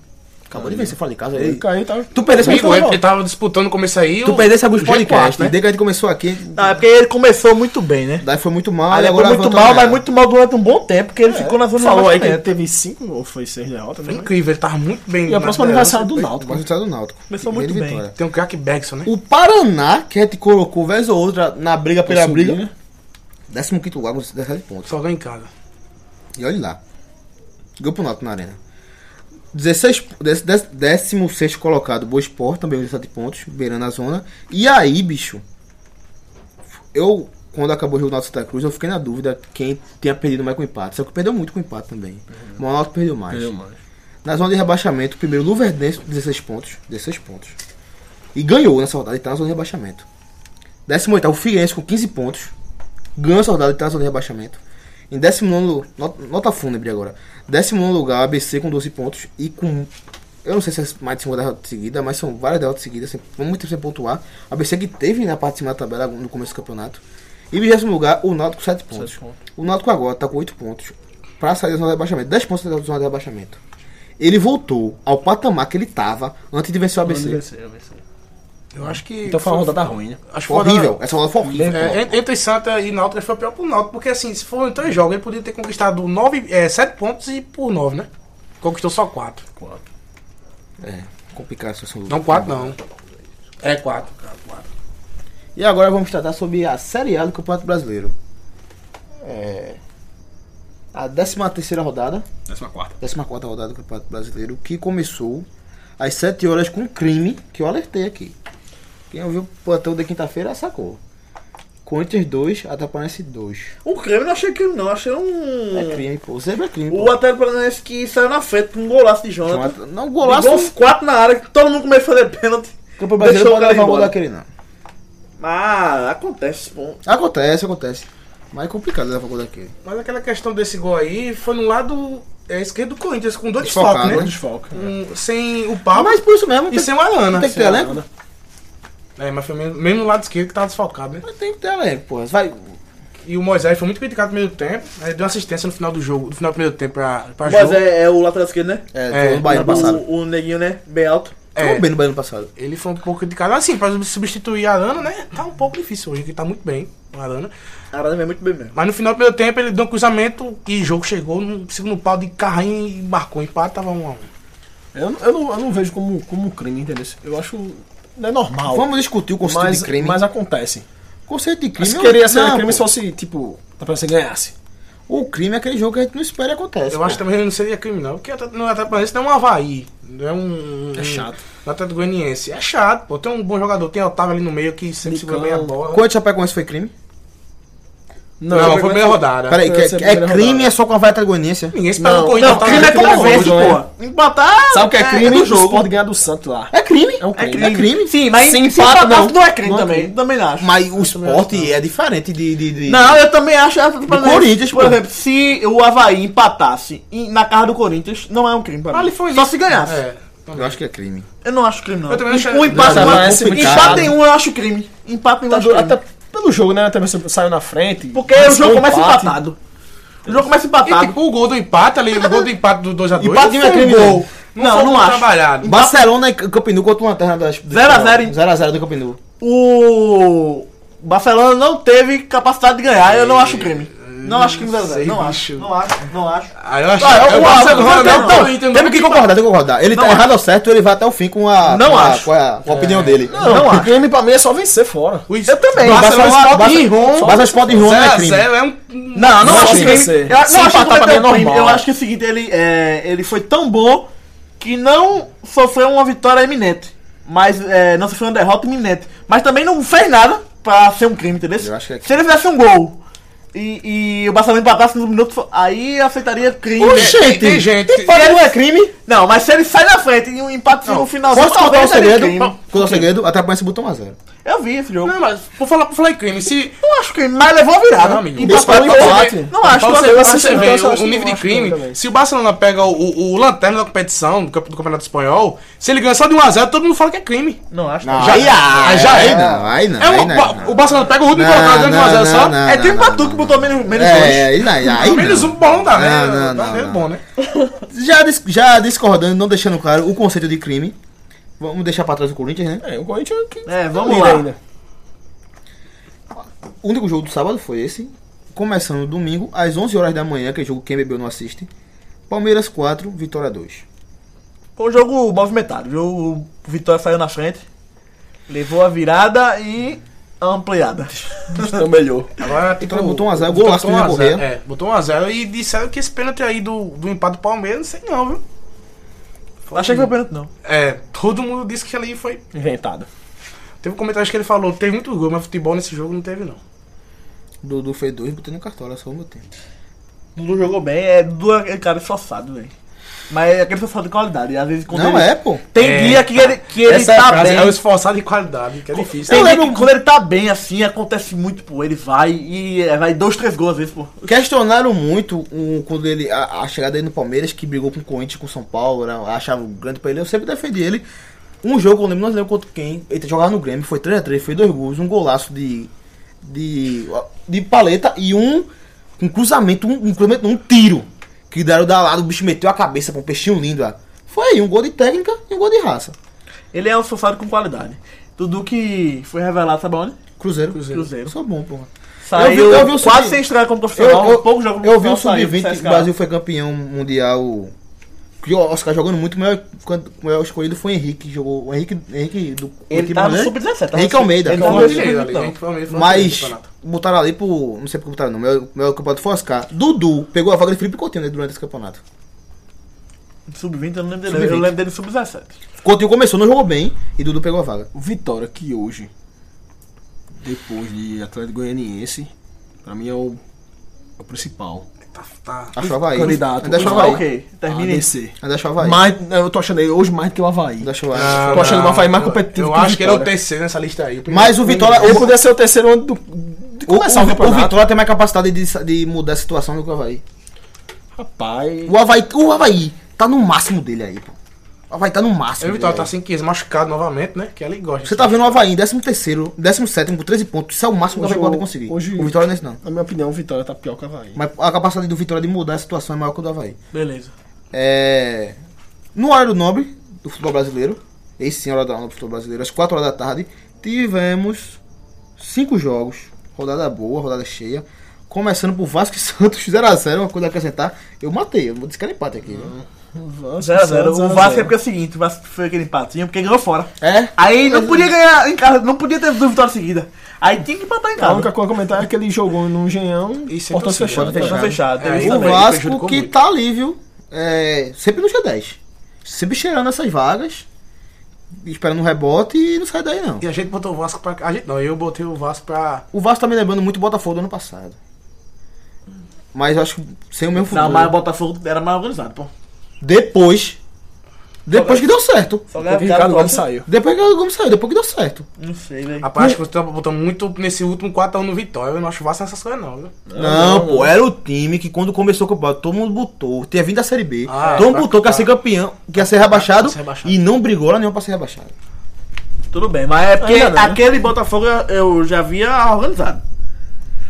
[SPEAKER 6] Acabou de ver, você fala de casa
[SPEAKER 5] Ele
[SPEAKER 6] aí.
[SPEAKER 5] caiu, tá?
[SPEAKER 1] Tu perdesse alguns
[SPEAKER 4] Amigo, é porque
[SPEAKER 1] podcasts.
[SPEAKER 4] tava disputando no começo aí.
[SPEAKER 1] Tu
[SPEAKER 4] o-
[SPEAKER 1] perdesse alguns
[SPEAKER 4] o G4,
[SPEAKER 1] podcasts.
[SPEAKER 4] né?
[SPEAKER 1] Desde que a gente começou aqui,
[SPEAKER 3] né?
[SPEAKER 7] Não, é porque ele começou muito bem, né?
[SPEAKER 1] daí foi muito mal.
[SPEAKER 7] Aí
[SPEAKER 1] e
[SPEAKER 7] foi
[SPEAKER 1] agora
[SPEAKER 7] muito
[SPEAKER 1] levantou a
[SPEAKER 7] mal, mas
[SPEAKER 1] merda.
[SPEAKER 7] muito mal durante um bom tempo, porque ele ficou na zona
[SPEAKER 5] Falou aí que ele
[SPEAKER 7] rebaixamento.
[SPEAKER 5] teve 5 ou foi 6 derrotas,
[SPEAKER 4] Foi
[SPEAKER 5] né?
[SPEAKER 4] é incrível, ele tava muito bem.
[SPEAKER 5] E a
[SPEAKER 4] na
[SPEAKER 5] próxima
[SPEAKER 4] liderança.
[SPEAKER 5] aniversário do
[SPEAKER 1] O
[SPEAKER 5] Náutico.
[SPEAKER 1] resultado do Náutico.
[SPEAKER 7] Começou
[SPEAKER 1] Grande
[SPEAKER 7] muito bem.
[SPEAKER 1] vitória.
[SPEAKER 4] Tem o craque Bergson, né?
[SPEAKER 1] O Paraná, que a gente colocou vez ou outra na briga pela
[SPEAKER 5] Subir. né?
[SPEAKER 1] briga. 15 lugar com 17 pontos.
[SPEAKER 4] Só ganha em casa.
[SPEAKER 1] E olha lá. Grupo Náutico na arena. 16, po- dez- dez- 16 colocado, Boa Esporte, também com 17 pontos, beirando a zona. E aí, bicho, eu, quando acabou o jogo do Náutico e Santa Cruz, eu fiquei na dúvida quem tinha perdido mais com o empate. Só que perdeu muito com o empate também. Mas O Náutico perdeu mais.
[SPEAKER 5] Perdeu mais.
[SPEAKER 1] Na zona de rebaixamento, primeiro Luverdense, 16 pontos. 16 pontos. E ganhou nessa rodada e tá na zona de rebaixamento. 18 o Figueirense com 15 pontos. Ganhou essa rodada e tá na zona de rebaixamento. Em 19 nota, nota fúnebre agora. 19 lugar, ABC com 12 pontos. E com Eu não sei se é mais de 50 derrotas seguidas, mas são várias derrotas seguidas, assim, foi muito tempo sem pontuar. A ABC que teve na parte de cima da tabela no começo do campeonato. E em vigésimo lugar, o Náutico com 7 pontos. O Náutico agora tá com 8 pontos pra sair da zona de rebaixamento. 10 pontos da zona de rebaixamento. Ele voltou ao patamar que ele tava antes de vencer o ABC.
[SPEAKER 4] Eu acho que.
[SPEAKER 5] Então foi uma rodada ruim, né?
[SPEAKER 4] Acho que
[SPEAKER 1] Foi
[SPEAKER 4] foi uma rodada-
[SPEAKER 1] horrível. Essa rodada foi horrível.
[SPEAKER 4] É, en- entre Santa e Náutico ele foi pior pro Náutico, porque assim, se foram três jogos, ele podia ter conquistado nove, é, sete pontos e por nove, né? Conquistou só quatro.
[SPEAKER 1] Complicado a situação do
[SPEAKER 4] Não quatro, não. É quatro.
[SPEAKER 1] E agora vamos tratar sobre a Série A do Campeonato Brasileiro. É. A 13 terceira rodada.
[SPEAKER 5] 14.
[SPEAKER 1] 14 rodada do Campeonato Brasileiro, que começou às 7 horas com um crime que eu alertei aqui. Quem ouviu o plantão de quinta-feira sacou. Corinthians 2, Ataparanense 2.
[SPEAKER 3] Um creme não achei crime, não. Achei um.
[SPEAKER 1] É crime, pô. Sempre é crime.
[SPEAKER 3] O
[SPEAKER 1] Pô.
[SPEAKER 3] Atlético Paranaense que saiu na frente com um golaço de Jonathan.
[SPEAKER 1] Jonathan- Não, golaço.
[SPEAKER 3] Golaço. Ligou uns quatro na área, que todo mundo começou a fazer pênalti.
[SPEAKER 1] Campeão brasileiro
[SPEAKER 3] deixou
[SPEAKER 1] pode
[SPEAKER 3] o cara
[SPEAKER 1] levar
[SPEAKER 3] ir
[SPEAKER 1] o gol
[SPEAKER 3] embora.
[SPEAKER 1] daquele, não.
[SPEAKER 3] Ah, acontece. Bom.
[SPEAKER 1] Acontece, acontece. Mas é complicado levar o gol daquele.
[SPEAKER 4] Mas aquela questão desse gol aí foi no lado é, esquerdo do Corinthians, com dois
[SPEAKER 1] Desfalcado,
[SPEAKER 4] desfalques, né?
[SPEAKER 1] né?
[SPEAKER 5] Desfoca.
[SPEAKER 4] Um- sem o Pablo
[SPEAKER 1] mas por isso é mesmo,
[SPEAKER 4] e
[SPEAKER 1] tem,
[SPEAKER 4] sem o Arana.
[SPEAKER 1] tem que ter elenco?
[SPEAKER 4] É, mas foi mesmo, mesmo no lado esquerdo que tava desfalcado, né?
[SPEAKER 1] Mas Tem que ter elenco, pô. Vai, É,
[SPEAKER 4] E o Moisés foi muito criticado no primeiro tempo, aí deu assistência no final do jogo, no final do primeiro tempo pra, pra
[SPEAKER 3] Mas
[SPEAKER 4] jogo.
[SPEAKER 3] é, é o lateral esquerdo, né?
[SPEAKER 1] É,
[SPEAKER 4] É,
[SPEAKER 1] no Bahia no passado.
[SPEAKER 3] O, o neguinho, né? Bem alto.
[SPEAKER 1] É. bem no Bahia no passado.
[SPEAKER 4] Ele foi um pouco criticado. Assim, pra substituir a Arana, né? Tá um pouco difícil hoje, que tá muito bem o Arana.
[SPEAKER 3] Arana é muito bem mesmo.
[SPEAKER 4] Mas no final do primeiro tempo ele deu um cruzamento e o jogo chegou no segundo pau de carrinho e marcou o empate, tava um a um.
[SPEAKER 5] Eu, não- eu, não, eu não vejo como, como um crime, entendeu? Eu acho. Não é normal.
[SPEAKER 1] Vamos discutir o conceito
[SPEAKER 5] mas,
[SPEAKER 1] de crime.
[SPEAKER 5] mas acontece.
[SPEAKER 1] conceito de crime. é
[SPEAKER 5] Mas se
[SPEAKER 1] eu-
[SPEAKER 5] queria ser um
[SPEAKER 1] não, pô.
[SPEAKER 5] crime só se, tipo, pra você ganhasse.
[SPEAKER 1] O crime é aquele jogo que a gente não espera e acontece.
[SPEAKER 4] Eu acho que é também não seria criminal, porque até- não é até pra isso, não é um Havaí. Não é um.
[SPEAKER 5] É chato.
[SPEAKER 4] Um, até do Goianiense. É chato, pô. Tem um bom jogador, tem Otávio ali no meio que sempre segura bem a bola.
[SPEAKER 1] Quanto Chapecoense foi crime?
[SPEAKER 4] Não, foi foi meia rodada.
[SPEAKER 1] Peraí, que,
[SPEAKER 5] essa é a
[SPEAKER 1] que é
[SPEAKER 5] primeira
[SPEAKER 1] crime
[SPEAKER 5] rodada.
[SPEAKER 1] é só com a vai Goianiense?
[SPEAKER 4] Ninguém esperava
[SPEAKER 5] Não, é
[SPEAKER 4] o Corinthians. Otávio ali no meio.
[SPEAKER 5] porra.
[SPEAKER 3] Empatar.
[SPEAKER 5] Sabe o que é crime?
[SPEAKER 3] do
[SPEAKER 5] o
[SPEAKER 3] jogo.
[SPEAKER 5] Sport ganhar do Santos lá.
[SPEAKER 1] É crime.
[SPEAKER 5] É um crime.
[SPEAKER 1] É crime.
[SPEAKER 3] Sim, mas
[SPEAKER 5] Sem
[SPEAKER 3] se
[SPEAKER 5] empate,
[SPEAKER 3] empatar,
[SPEAKER 5] não.
[SPEAKER 3] é crime
[SPEAKER 5] Não é
[SPEAKER 3] também.
[SPEAKER 5] crime.
[SPEAKER 3] Também acho.
[SPEAKER 1] Mas o esporte é diferente de... de, de-
[SPEAKER 3] Não, eu também acho essa
[SPEAKER 1] Do Corinthians,
[SPEAKER 3] Por
[SPEAKER 1] pô.
[SPEAKER 3] exemplo, se o Havaí empatasse em- na casa do Corinthians, não é um crime pra mim.
[SPEAKER 4] Ali Ah, foi
[SPEAKER 3] Só
[SPEAKER 4] isso.
[SPEAKER 3] se ganhasse.
[SPEAKER 4] É.
[SPEAKER 1] Eu acho que é crime.
[SPEAKER 3] Eu não acho crime, não.
[SPEAKER 4] Eu também acho- é
[SPEAKER 3] um empate,
[SPEAKER 1] Não,
[SPEAKER 3] em um-
[SPEAKER 1] parece complicado.
[SPEAKER 3] empate em um eu acho crime. Empate em um eu
[SPEAKER 5] Tá
[SPEAKER 3] acho
[SPEAKER 5] do-
[SPEAKER 3] crime.
[SPEAKER 5] até pelo jogo, né? Também você saiu na frente.
[SPEAKER 3] Porque
[SPEAKER 5] Mas
[SPEAKER 3] o jogo
[SPEAKER 5] foi um
[SPEAKER 3] começa
[SPEAKER 5] empate.
[SPEAKER 3] empatado. O jogo começa
[SPEAKER 4] E
[SPEAKER 3] empatado.
[SPEAKER 4] tipo, o gol do empate ali, o gol do empate do 2x2.
[SPEAKER 3] Tá. Empate foi um gol. Não,
[SPEAKER 4] foi
[SPEAKER 3] não
[SPEAKER 4] um
[SPEAKER 3] acho.
[SPEAKER 4] trabalhado.
[SPEAKER 1] Barcelona e Camp Nou contra o Lanterna das...
[SPEAKER 3] 0x0, hein?
[SPEAKER 1] 0x0 do Camp
[SPEAKER 4] Então,
[SPEAKER 1] Nou.
[SPEAKER 3] O Barcelona não teve capacidade de ganhar, eu não acho crime. Não acho crime 0
[SPEAKER 4] sei,
[SPEAKER 3] Não
[SPEAKER 4] bicho.
[SPEAKER 3] acho, não acho, não acho.
[SPEAKER 4] Aí eu achei.
[SPEAKER 3] Ah,
[SPEAKER 4] eu
[SPEAKER 3] o
[SPEAKER 4] gosto
[SPEAKER 3] Barcelona
[SPEAKER 4] agora,
[SPEAKER 3] tem-
[SPEAKER 4] não,
[SPEAKER 3] então,
[SPEAKER 4] eu entendo.
[SPEAKER 1] Temos que concordar, tem que concordar. Ele
[SPEAKER 4] então,
[SPEAKER 1] tá errado ou certo, ele vai até o fim com a...
[SPEAKER 3] Não
[SPEAKER 1] com a-
[SPEAKER 3] acho.
[SPEAKER 1] Com a, com a opinião dele.
[SPEAKER 5] Não, o crime pra mim é só vencer fora.
[SPEAKER 4] Eu também.
[SPEAKER 1] Barcelona,
[SPEAKER 4] Barcelona, é um
[SPEAKER 1] Barcelona-
[SPEAKER 4] e Ron.
[SPEAKER 1] Barcelona Sport e Ron não é crime.
[SPEAKER 4] 0x0 é um.
[SPEAKER 3] Não, não,
[SPEAKER 5] Não
[SPEAKER 3] acho
[SPEAKER 5] acho
[SPEAKER 3] crime.
[SPEAKER 5] que
[SPEAKER 3] Eu,
[SPEAKER 5] você-
[SPEAKER 3] não
[SPEAKER 5] se
[SPEAKER 3] acho que
[SPEAKER 5] empatar
[SPEAKER 3] cometeu
[SPEAKER 5] também é
[SPEAKER 3] crime.
[SPEAKER 5] normal.
[SPEAKER 3] Eu acho que é o seguinte, ele, é, ele foi tão bom que não sofreu uma vitória iminente. Mas é, não sofreu uma derrota iminente. Mas também não fez nada pra ser um crime, entendeu?
[SPEAKER 1] Eu acho que é
[SPEAKER 3] Se ele fizesse um gol e, e o Barcelona empatasse no minuto, aí aceitaria crime.
[SPEAKER 1] Oxente!
[SPEAKER 4] Tem gente.
[SPEAKER 1] Empate não é crime.
[SPEAKER 3] Não, mas se ele sai na frente e um empate no finalzinho,
[SPEAKER 1] Posso contar o
[SPEAKER 3] talvez seria
[SPEAKER 1] segredo?
[SPEAKER 3] crime.
[SPEAKER 1] Contar o segredo, até parece botou 1x0.
[SPEAKER 3] Eu vi esse jogo.
[SPEAKER 4] Não, mas por falar, por falar em crime, se.
[SPEAKER 3] Não acho crime, mas levou a virada.
[SPEAKER 4] Não, amigo.
[SPEAKER 3] Empatou
[SPEAKER 5] Empatou
[SPEAKER 3] em
[SPEAKER 5] em empate.
[SPEAKER 3] Não acho,
[SPEAKER 4] pra
[SPEAKER 3] não
[SPEAKER 4] você, pra
[SPEAKER 3] acho.
[SPEAKER 4] você
[SPEAKER 5] acho-
[SPEAKER 4] ver
[SPEAKER 5] eu acho
[SPEAKER 4] o
[SPEAKER 5] que eu
[SPEAKER 4] nível
[SPEAKER 5] acho
[SPEAKER 4] de
[SPEAKER 5] que eu
[SPEAKER 4] crime,
[SPEAKER 5] também.
[SPEAKER 4] se o Barcelona pega o, o, o lanterna da competição, do, campe- do Campeonato Espanhol, se ele ganha só de 1x0, todo mundo fala que é crime.
[SPEAKER 3] Não acho.
[SPEAKER 1] Não,
[SPEAKER 4] Já-
[SPEAKER 1] aí, ah,
[SPEAKER 4] já
[SPEAKER 1] aí
[SPEAKER 4] é.
[SPEAKER 1] não, aí não,
[SPEAKER 4] É
[SPEAKER 1] aí
[SPEAKER 4] uma-
[SPEAKER 1] não.
[SPEAKER 4] o Barcelona pega o último colocado ganha de 1x0 só.
[SPEAKER 1] não,
[SPEAKER 3] É
[SPEAKER 1] não,
[SPEAKER 3] tipo
[SPEAKER 1] não,
[SPEAKER 3] Batu
[SPEAKER 1] não,
[SPEAKER 3] que
[SPEAKER 1] não.
[SPEAKER 3] botou menos, menos dois.
[SPEAKER 1] É, aí não, aí
[SPEAKER 4] Menos
[SPEAKER 1] não.
[SPEAKER 4] um bolão
[SPEAKER 1] Não,
[SPEAKER 4] da né?
[SPEAKER 1] não, não,
[SPEAKER 4] É
[SPEAKER 1] não.
[SPEAKER 4] bom, né?
[SPEAKER 1] Já, dis- já discordando, não deixando claro o conceito de crime. Vamos deixar pra trás o Corinthians, né?
[SPEAKER 5] É, o Corinthians que
[SPEAKER 3] É, vamos
[SPEAKER 5] líder
[SPEAKER 3] lá.
[SPEAKER 5] ainda.
[SPEAKER 1] O único jogo do sábado foi esse. Começando no domingo, às 11 horas da manhã, que é jogo quem bebeu não assiste. Palmeiras 4, Vitória 2.
[SPEAKER 3] Foi um jogo movimentado. O jogo, o Vitória saiu na frente, levou a virada e a ampliada.
[SPEAKER 5] Então melhor.
[SPEAKER 4] Agora, tipo,
[SPEAKER 1] Então, botou um a zero, golaço do
[SPEAKER 4] botou um a
[SPEAKER 1] William
[SPEAKER 4] zero,
[SPEAKER 1] Correa.
[SPEAKER 4] É, botou 1x0 e disseram que esse pênalti aí do, do empate do Palmeiras, não sei não, viu?
[SPEAKER 3] Achei que foi pênalti, não.
[SPEAKER 4] É, todo mundo disse que ali foi.
[SPEAKER 5] Inventado.
[SPEAKER 4] Teve um comentário que ele falou: teve muito gol, mas futebol nesse jogo não teve, não.
[SPEAKER 1] Dudu fez 2, um botei no cartola, só o meu tempo.
[SPEAKER 3] Dudu jogou bem, é Dudu é aquele cara um esforçado, velho. Mas é aquele sofá de qualidade. E às vezes quando
[SPEAKER 1] Não
[SPEAKER 3] ele...
[SPEAKER 1] é, pô.
[SPEAKER 3] Tem
[SPEAKER 4] É.
[SPEAKER 3] dia que ele, que ele
[SPEAKER 4] Essa é a
[SPEAKER 3] tá
[SPEAKER 4] frase,
[SPEAKER 3] bem.
[SPEAKER 4] é o esforçado de qualidade, que é difícil.
[SPEAKER 3] Tem
[SPEAKER 1] Eu
[SPEAKER 3] dia
[SPEAKER 1] lembro-
[SPEAKER 3] que quando ele tá bem assim, acontece muito, pô. Ele vai e é, vai dois, três gols às vezes, pô.
[SPEAKER 1] Questionaram muito um, quando ele a, a chegada dele no Palmeiras, que brigou com o Corinthians, com o São Paulo, era, achava um grande pra ele. Eu sempre defendi ele. Um jogo, eu lembro, não lembro contra quem, ele jogava no Grêmio, foi 3x3, foi dois gols, um golaço de de, de paleta e um, um cruzamento, um, um cruzamento, não, um tiro que deram da lado, o bicho meteu a cabeça pra um peixinho lindo lá. Foi aí, um gol de técnica e um gol de raça.
[SPEAKER 3] Ele é um sofá com qualidade. Tudo que foi revelado, sabe onde?
[SPEAKER 1] Cruzeiro.
[SPEAKER 3] Cruzeiro.
[SPEAKER 1] Eu sou bom, porra.
[SPEAKER 3] Saiu
[SPEAKER 1] vi- eu vi o
[SPEAKER 3] quase
[SPEAKER 1] sub-
[SPEAKER 3] sem estreia como
[SPEAKER 1] Eu,
[SPEAKER 3] profissional.
[SPEAKER 1] eu,
[SPEAKER 3] um pouco jogo
[SPEAKER 1] eu vi o
[SPEAKER 3] profissional saiu pro
[SPEAKER 1] Sub-20 que
[SPEAKER 3] CSKA.
[SPEAKER 1] o Brasil foi campeão mundial. Que o Oscar jogando muito, o maior, quando- o maior escolhido foi o Henrique. Jogou, o Henrique, Henrique do
[SPEAKER 3] Ele
[SPEAKER 1] time
[SPEAKER 3] tá no
[SPEAKER 1] né?
[SPEAKER 3] sub-17. tá?
[SPEAKER 1] Henrique Almeida.
[SPEAKER 3] Ele
[SPEAKER 1] Não,
[SPEAKER 3] tá
[SPEAKER 4] Foi
[SPEAKER 3] no
[SPEAKER 4] uma
[SPEAKER 3] sub-17,
[SPEAKER 4] direita ali,
[SPEAKER 3] então.
[SPEAKER 4] hein? Foi uma- foi uma
[SPEAKER 1] Mas
[SPEAKER 4] direita, Renato.
[SPEAKER 1] botaram ali pro. Não sei porque botaram, não. O maior, o maior campeonato foi o Oscar. Dudu pegou a vaga de Felipe Coutinho né, durante esse campeonato.
[SPEAKER 3] Sub-20 eu não lembro dele.
[SPEAKER 1] Sub-20.
[SPEAKER 3] Eu lembro dele sub-17.
[SPEAKER 1] Coutinho começou, não jogou bem e Dudu pegou a vaga.
[SPEAKER 5] O Vitória que hoje, depois de Atlético Goianiense, pra mim é o, é o principal.
[SPEAKER 4] Tá.
[SPEAKER 1] Achou o Havaí.
[SPEAKER 5] Candidato.
[SPEAKER 1] Ainda achou o
[SPEAKER 3] Ah,
[SPEAKER 1] Havaí.
[SPEAKER 3] ok. Termina aí.
[SPEAKER 5] ADC.
[SPEAKER 1] Ainda achou o Havaí.
[SPEAKER 5] Mais, eu tô achando ele hoje mais do que o Havaí.
[SPEAKER 1] Ainda achou o Havaí.
[SPEAKER 4] Ah,
[SPEAKER 5] Tô achando
[SPEAKER 4] não.
[SPEAKER 5] o Havaí mais competitivo
[SPEAKER 4] Eu
[SPEAKER 5] que o
[SPEAKER 4] acho que ele é o
[SPEAKER 5] Vitória.
[SPEAKER 4] terceiro nessa lista aí. primeiro-
[SPEAKER 1] Mas o Vitória.
[SPEAKER 5] Ele
[SPEAKER 1] O,
[SPEAKER 5] poderia ser o terceiro ano do, de
[SPEAKER 1] o,
[SPEAKER 5] começar o,
[SPEAKER 1] o, o
[SPEAKER 5] campeonato.
[SPEAKER 1] Vitória tem mais capacidade de, de mudar a situação do que o Havaí.
[SPEAKER 5] Rapaz,
[SPEAKER 1] O Havaí, o Havaí tá no máximo dele aí, pô. O Havaí tá no máximo.
[SPEAKER 4] O Vitória
[SPEAKER 1] dele
[SPEAKER 4] tá
[SPEAKER 1] aí.
[SPEAKER 4] 5 machucado novamente, né? Que ele gosta.
[SPEAKER 1] Você tá vendo o Havaí em 13º, 17 com 13 pontos. Isso é o máximo que o Havaí pode conseguir.
[SPEAKER 5] hoje-
[SPEAKER 1] O Vitória não é isso, não.
[SPEAKER 5] na minha opinião, o Vitória tá pior que o Havaí.
[SPEAKER 1] Mas a capacidade do Vitória de mudar a situação é maior que o do Havaí.
[SPEAKER 3] Beleza.
[SPEAKER 1] É... No horário nobre do futebol brasileiro, esse sim é o horário da nobre do futebol brasileiro, às 4 horas da tarde, tivemos cinco jogos, rodada boa, rodada cheia, começando por Vasco e Santos 0x0, uma coisa a acrescentar. Eu matei, eu vou descar empate aqui. viu?
[SPEAKER 5] um,
[SPEAKER 3] 0x0. O Vasco é
[SPEAKER 5] porque
[SPEAKER 3] porque é o seguinte, o Vasco foi aquele empatinho, porque ganhou fora.
[SPEAKER 1] É?
[SPEAKER 3] Aí não podia ganhar em casa, não podia ter duas vitórias seguidas. Aí tinha que empatar em
[SPEAKER 5] A
[SPEAKER 3] casa.
[SPEAKER 5] única coisa a comentar é que ele jogou no Engenhão
[SPEAKER 4] Isso é
[SPEAKER 5] portão
[SPEAKER 4] possível,
[SPEAKER 5] fechado.
[SPEAKER 1] pode fechado.
[SPEAKER 3] Fechado. fechado.
[SPEAKER 4] É,
[SPEAKER 3] Teve
[SPEAKER 4] isso
[SPEAKER 1] O
[SPEAKER 3] também.
[SPEAKER 4] também,
[SPEAKER 1] Vasco
[SPEAKER 4] prejudicou
[SPEAKER 1] que
[SPEAKER 4] muito.
[SPEAKER 1] tá ali, viu? É, sempre no G10. Sempre cheirando essas vagas, esperando um rebote e não sai daí não.
[SPEAKER 4] E a gente botou o Vasco pra. A gente não, eu botei o Vasco pra.
[SPEAKER 1] O Vasco tá me lembrando muito o Botafogo do ano passado. Mas eu acho que sem o mesmo
[SPEAKER 3] Não,
[SPEAKER 1] futebol.
[SPEAKER 3] mas o Botafogo era mais organizado, pô.
[SPEAKER 1] Depois. Depois que deu certo.
[SPEAKER 3] Só
[SPEAKER 5] O Ricardo Gomes saiu.
[SPEAKER 1] Depois que o Gomes saiu, depois que deu certo.
[SPEAKER 3] Não sei, velho.
[SPEAKER 4] Rapaz, acho que você tá botando muito nesse último 4x1 no Vitória. Eu não acho o Vasco nessas coisas, não, viu?
[SPEAKER 1] Não, pô, era o time que quando começou com o Botafogo, todo mundo botou. Tinha vindo da Série B.
[SPEAKER 4] Ah, é,
[SPEAKER 1] todo mundo
[SPEAKER 4] pra-
[SPEAKER 1] botou que ia ser campeão, que ia ser rebaixado,
[SPEAKER 4] Pra ser rebaixado.
[SPEAKER 1] e não brigou lá nenhuma pra ser rebaixado.
[SPEAKER 3] Tudo bem, mas é porque
[SPEAKER 5] Ainda não, né?
[SPEAKER 3] aquele Botafogo eu- eu já via organizado.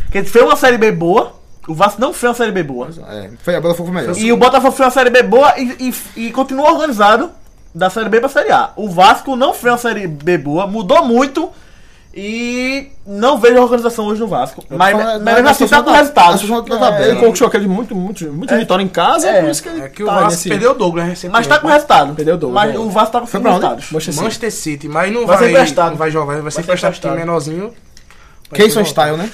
[SPEAKER 3] Porque ele fez uma série B boa, o Vasco não fez uma série B boa.
[SPEAKER 1] É, foi, a Botafogo foi melhor.
[SPEAKER 3] E o Botafogo fez uma série B boa e, e, e continuou organizado da série B pra série A. O Vasco não fez uma série B boa, mudou muito e não vejo a organização hoje no Vasco. Mas, mas, mesmo assim tá com resultados.
[SPEAKER 5] É, ele
[SPEAKER 1] resultado.
[SPEAKER 5] conquistou aquele muito, muito, muito vitória em casa,
[SPEAKER 3] É.
[SPEAKER 5] é por isso que ele
[SPEAKER 4] É que o
[SPEAKER 5] tá
[SPEAKER 4] Vasco
[SPEAKER 5] nesse-
[SPEAKER 4] perdeu o Douglas recentemente.
[SPEAKER 3] Mas tá com
[SPEAKER 4] né?
[SPEAKER 3] resultado.
[SPEAKER 5] Perdeu o dobro,
[SPEAKER 3] Mas
[SPEAKER 5] né?
[SPEAKER 3] o Vasco tá com
[SPEAKER 1] Foi pra onde?
[SPEAKER 3] resultados.
[SPEAKER 5] Manchester City.
[SPEAKER 4] Manchester City, mas não
[SPEAKER 3] Vai
[SPEAKER 4] vai,
[SPEAKER 3] ser emprestado.
[SPEAKER 4] não vai jogar, vai,
[SPEAKER 3] ser
[SPEAKER 4] ser emprestado time
[SPEAKER 3] emprestado.
[SPEAKER 4] menorzinho. Vai
[SPEAKER 1] Keyson
[SPEAKER 4] jogar.
[SPEAKER 1] Style, né?